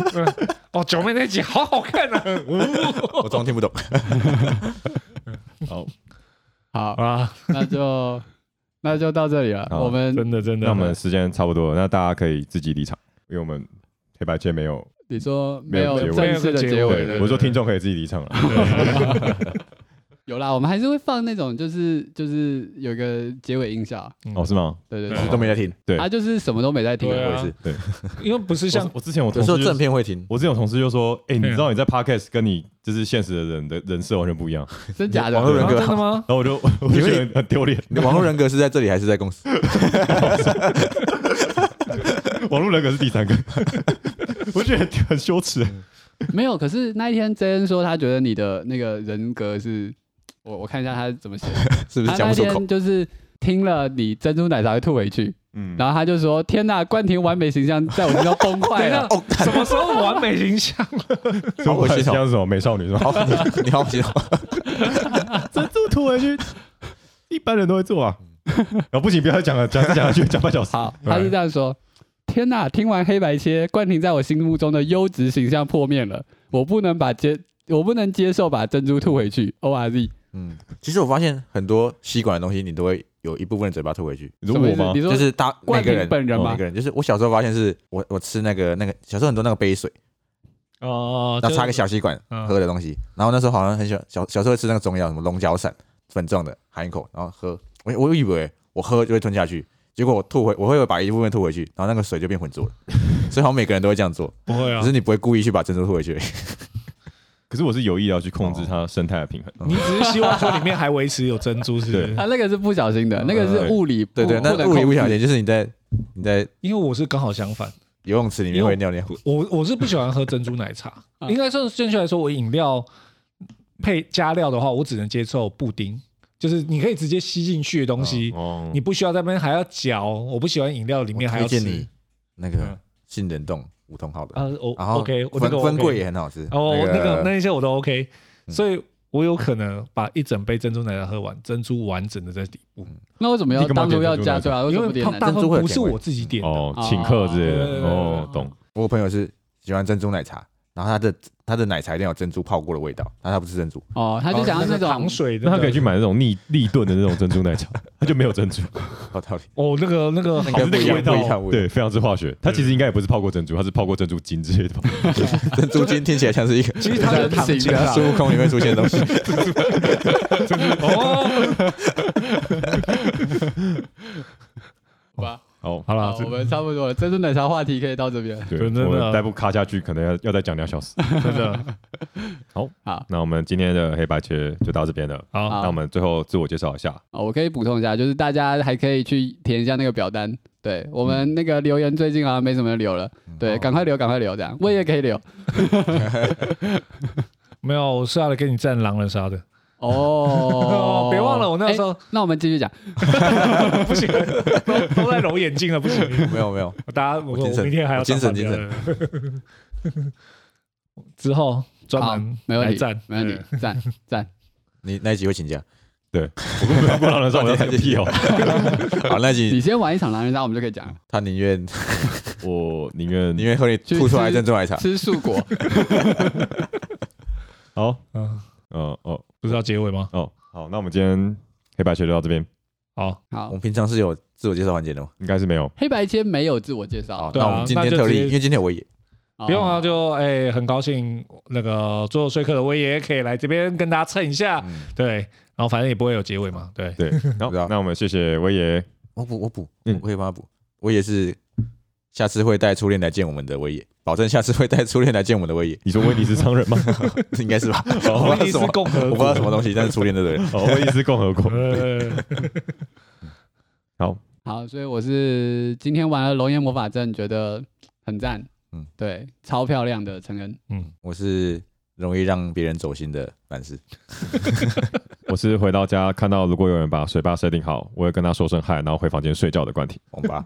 Speaker 1: 哦，九妹那集好好看啊！
Speaker 3: 我装听不懂。”
Speaker 2: 好，
Speaker 4: 好，
Speaker 1: 啊，
Speaker 4: 那就那就到这里了。
Speaker 2: 好
Speaker 4: 我们
Speaker 1: 真的真的，
Speaker 2: 那我们时间差不多了，那大家可以自己离场，因为我们黑白界没有。
Speaker 4: 你说
Speaker 2: 没
Speaker 4: 没
Speaker 2: 有
Speaker 4: 有
Speaker 2: 结尾
Speaker 4: 正式的
Speaker 1: 没
Speaker 4: 结
Speaker 1: 有结
Speaker 4: 尾
Speaker 1: 尾
Speaker 4: 的
Speaker 1: 对
Speaker 2: 对，我说听众可以自己离场啊了。
Speaker 4: 有啦，我们还是会放那种，就是就是有一个结尾音效，
Speaker 2: 哦，是吗？
Speaker 4: 对对
Speaker 1: 对
Speaker 4: 对，
Speaker 3: 都没在听，
Speaker 2: 对
Speaker 4: 他就是什么都没在听，
Speaker 1: 对啊
Speaker 3: 我也是。
Speaker 1: 因为不是像
Speaker 2: 我我之前我同
Speaker 3: 有时候
Speaker 2: 事就
Speaker 3: 正
Speaker 2: 是
Speaker 3: 片会听，
Speaker 2: 我之前有同事就说：“
Speaker 1: 啊
Speaker 2: 哎，你知道你在 podcast 跟你就是现实的人的人设完全不一 样。
Speaker 4: 真假
Speaker 3: 网络
Speaker 4: 的？
Speaker 3: 人
Speaker 1: 啊
Speaker 3: 格
Speaker 1: 真的 吗”？
Speaker 2: 然后我就我就觉得很丢脸，
Speaker 3: 你的网络人格是在这里还是在公司？
Speaker 2: 网络人格是第 三个，我觉得很羞耻。
Speaker 4: 没有，可是那一天 J N 说他觉得你的那个人格是，我我看一下他怎么写，
Speaker 3: 是 不
Speaker 4: 他
Speaker 3: 是讲
Speaker 4: 那
Speaker 3: 不出口
Speaker 4: 天？就是听了你珍珠奶茶会吐回去，
Speaker 2: 嗯，
Speaker 4: 然后他就说：“天呐，冠廷完美形象在我身上崩
Speaker 1: 等
Speaker 4: 坏
Speaker 1: 一下
Speaker 4: 了。
Speaker 3: 哦，
Speaker 1: 什么时候完美形象？
Speaker 2: 所以我
Speaker 3: 好恶
Speaker 2: 很
Speaker 3: 心哦
Speaker 2: 像是什么美少女 是吧？
Speaker 3: 好，你你好恶心哦，
Speaker 2: 珍珠吐回去，一般人都会做啊。然后不行，不要再讲了，讲讲下去讲半小”时。
Speaker 4: 好，他是这样说：“天呐，听完黑白切，冠廷在我心目中的优质形象破灭了，我不能把接，我不能接受把珍珠吐回去。O R Z
Speaker 3: 嗯，其实我发现很多吸管的东西，你都会有一部分的嘴巴吐回去，
Speaker 2: 你
Speaker 4: 什
Speaker 2: 说
Speaker 4: 么
Speaker 2: 我
Speaker 4: 意思
Speaker 2: 吗？
Speaker 4: 你说
Speaker 3: 就是大每
Speaker 4: 冠
Speaker 3: 个
Speaker 4: 廷
Speaker 3: 人
Speaker 4: 本人
Speaker 3: 每
Speaker 4: 吗
Speaker 3: 个？人，就是我小时候发现是我我吃那个那个小时候很多那个杯水，
Speaker 1: 哦，
Speaker 3: 然后插
Speaker 1: 就
Speaker 3: 个
Speaker 1: 是
Speaker 3: 小吸管
Speaker 1: 嗯
Speaker 3: 喝的东西，然后那时候好像很喜欢小小时候吃那个中药什么龙角散粉状的，含一口然后喝，我我以为我喝就会吞下去，结果我吐回我会把一部分吐回去，然后那个水就变 浑浊了，所以好像每个人都会这样做，
Speaker 1: 不会啊
Speaker 3: 只是，你不会故意去把珍珠吐 回去而已。
Speaker 2: 可是我是有意要去控制它生态的平衡。
Speaker 1: 你只是希望说里面还维持有珍珠，是不是？
Speaker 4: 啊他那个是不小心的，那个是物理不，
Speaker 3: 呃对对，那
Speaker 4: 不能
Speaker 3: 物理
Speaker 4: 控
Speaker 3: 不小
Speaker 4: 制
Speaker 3: 心就是你在你在
Speaker 1: 因为我是刚好相反，
Speaker 3: 游泳池里面会尿尿，
Speaker 1: 我我是不喜欢喝珍珠奶茶，
Speaker 4: 啊
Speaker 1: 应该说正确来说，我饮料配加料的话，我只能接受布丁，就是你可以直接吸进去的东西，
Speaker 3: 嗯
Speaker 2: 哦
Speaker 1: 你不需要在那边还要嚼。我不喜欢饮料里面还
Speaker 3: 推
Speaker 1: 要吃
Speaker 3: 荐。你那个
Speaker 1: 嗯
Speaker 3: 杏仁冻梧桐好的，
Speaker 1: 啊，我
Speaker 3: 然后
Speaker 1: OK，我那
Speaker 3: 分
Speaker 1: 个我
Speaker 3: 分
Speaker 1: OK
Speaker 3: 桂也很好吃。
Speaker 1: 哦，那个那一些我都 OK，
Speaker 3: 嗯
Speaker 1: 所以我有可能把一整杯珍珠奶茶喝完，珍珠完整的在底部，
Speaker 4: 那为什么要
Speaker 2: 你干嘛
Speaker 4: 当初要
Speaker 2: 点珍珠
Speaker 4: 加
Speaker 2: 奶茶
Speaker 4: 对啊？为什
Speaker 1: 因
Speaker 4: 么
Speaker 1: 为
Speaker 4: 点
Speaker 1: 它
Speaker 4: 奶
Speaker 1: 大
Speaker 4: 茶
Speaker 1: 部
Speaker 3: 珍珠会
Speaker 1: 分
Speaker 3: 有
Speaker 1: 不是
Speaker 3: 甜味
Speaker 1: 我自己点的，
Speaker 2: 哦，请客之类
Speaker 1: 对对对
Speaker 2: 的
Speaker 1: 对
Speaker 2: 哦，懂。
Speaker 3: 我有朋友是喜欢珍珠奶茶，然后他的他的奶茶一定有珍珠泡过的味道，但他不吃珍珠，
Speaker 4: 哦，他就想要那种
Speaker 1: 糖水的，
Speaker 2: 那他可以去买那种立立顿的那种珍珠奶茶，它就没有珍珠，
Speaker 3: 有道理。
Speaker 1: 哦，那个那个
Speaker 3: 那
Speaker 1: 好
Speaker 3: 个
Speaker 2: 是那
Speaker 3: 不一
Speaker 2: 个
Speaker 3: 样
Speaker 2: 味道哦
Speaker 3: 不一样不一样
Speaker 2: 对，非常之化学。它其实应该也不是泡过珍珠，它是泡过珍珠精之类的吧。
Speaker 3: 珍珠精听起来 像是一个
Speaker 1: 其实它是糖
Speaker 4: 神奇
Speaker 1: 精
Speaker 4: 的
Speaker 1: 啊，
Speaker 3: 孙悟空里面出现的东西，
Speaker 1: 哦，
Speaker 4: 好吧？
Speaker 2: 好，
Speaker 1: 好了
Speaker 4: 好，，我们差不多了，珍珠奶茶话题可以到这边。
Speaker 2: 对，
Speaker 1: 真的
Speaker 2: 我们再不卡下去，可能要要再讲两小时。
Speaker 1: 真的
Speaker 4: 好，
Speaker 2: 那我们今天的黑白切就到这边了。
Speaker 1: 好
Speaker 4: 好
Speaker 2: 那我们最后自我介绍一下，
Speaker 4: 哦，我可以补充一下，就是大家还可以去填一下那个表单。对我们那个留言最近好像没什么人留了，对，赶快留，赶快留，这样我也可以留。
Speaker 1: 没有，我是要来给你站狼人杀的。
Speaker 4: 哦
Speaker 1: 哦，，别忘了我那时
Speaker 4: 哎，
Speaker 1: 候
Speaker 4: 那我们继续讲，
Speaker 3: 哎
Speaker 1: 不 行，都都在揉眼睛了，不行。
Speaker 3: 没有没有，
Speaker 1: 大家，我
Speaker 3: 精
Speaker 1: 我
Speaker 3: 神
Speaker 1: 明天还要
Speaker 3: 精神
Speaker 1: 上班的。之后专
Speaker 4: 好
Speaker 1: 门，
Speaker 4: 没问
Speaker 1: 来
Speaker 4: 题
Speaker 1: 站，
Speaker 4: 没问题，赞赞。
Speaker 3: 你那一集会请假，
Speaker 2: 我根本没玩过狼人杀，我要看个屁哦！
Speaker 3: 好，那集
Speaker 4: 你先玩一场狼人杀，我们就可以讲了
Speaker 3: 他宁愿
Speaker 2: 我宁愿
Speaker 3: 宁愿喝你吐出来珍珠奶茶，
Speaker 4: 吃素果，
Speaker 2: 好，
Speaker 1: 嗯，
Speaker 2: 呃，哦
Speaker 1: 不是要结尾吗？
Speaker 2: 哦，好，那我们今天黑白学就到这边，
Speaker 1: 好，
Speaker 3: 我
Speaker 4: 好
Speaker 3: 们，平常是有自我介绍环节的吗？
Speaker 2: 应该是没有。
Speaker 4: 黑白切没有自我介绍
Speaker 3: 好，，
Speaker 1: 对
Speaker 3: 那
Speaker 1: 啊
Speaker 3: 我们今天
Speaker 1: 那就
Speaker 3: 特
Speaker 1: 直接
Speaker 3: 例，因为今天我也
Speaker 4: 哦
Speaker 1: 不用啊，就哎、很高兴那个做说客的威爷可以来这边跟大家蹭一下，
Speaker 3: 嗯
Speaker 1: 对，然后反正也不会有结尾嘛，对，
Speaker 2: 对，好，
Speaker 3: 知道
Speaker 2: 那我们谢谢威爷，
Speaker 3: 我补我补，
Speaker 2: 嗯
Speaker 3: 我可以帮他补。我也是，下次会带初恋来见我们的威爷，保证下次会带初恋来见我们的威爷，
Speaker 2: 你说威尼斯商人吗？
Speaker 3: 应该是吧？
Speaker 2: 哦
Speaker 3: 我不
Speaker 1: 威
Speaker 3: 知道
Speaker 1: 尼
Speaker 3: 什
Speaker 1: 斯
Speaker 3: 么，
Speaker 1: 共和
Speaker 3: 我不知
Speaker 1: 国
Speaker 3: 道，什么东西，但是初恋对不对？
Speaker 2: 哦，威尼斯共和国。
Speaker 1: 呃，
Speaker 4: 好，所以我是今天玩了龙岩魔法阵，觉得很赞，
Speaker 3: 嗯
Speaker 4: 嗯，对，超漂亮的陈恩，
Speaker 1: 嗯，
Speaker 3: 我是容易让别人走心的男士，
Speaker 2: 我是回到家看到如果有人把水坝设定好，我会跟他说声嗨，然后回房间睡觉的冠廷。
Speaker 3: 王八。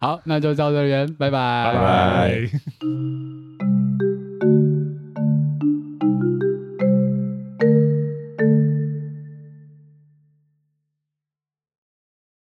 Speaker 4: 好，那就到这边，拜拜
Speaker 1: 拜拜。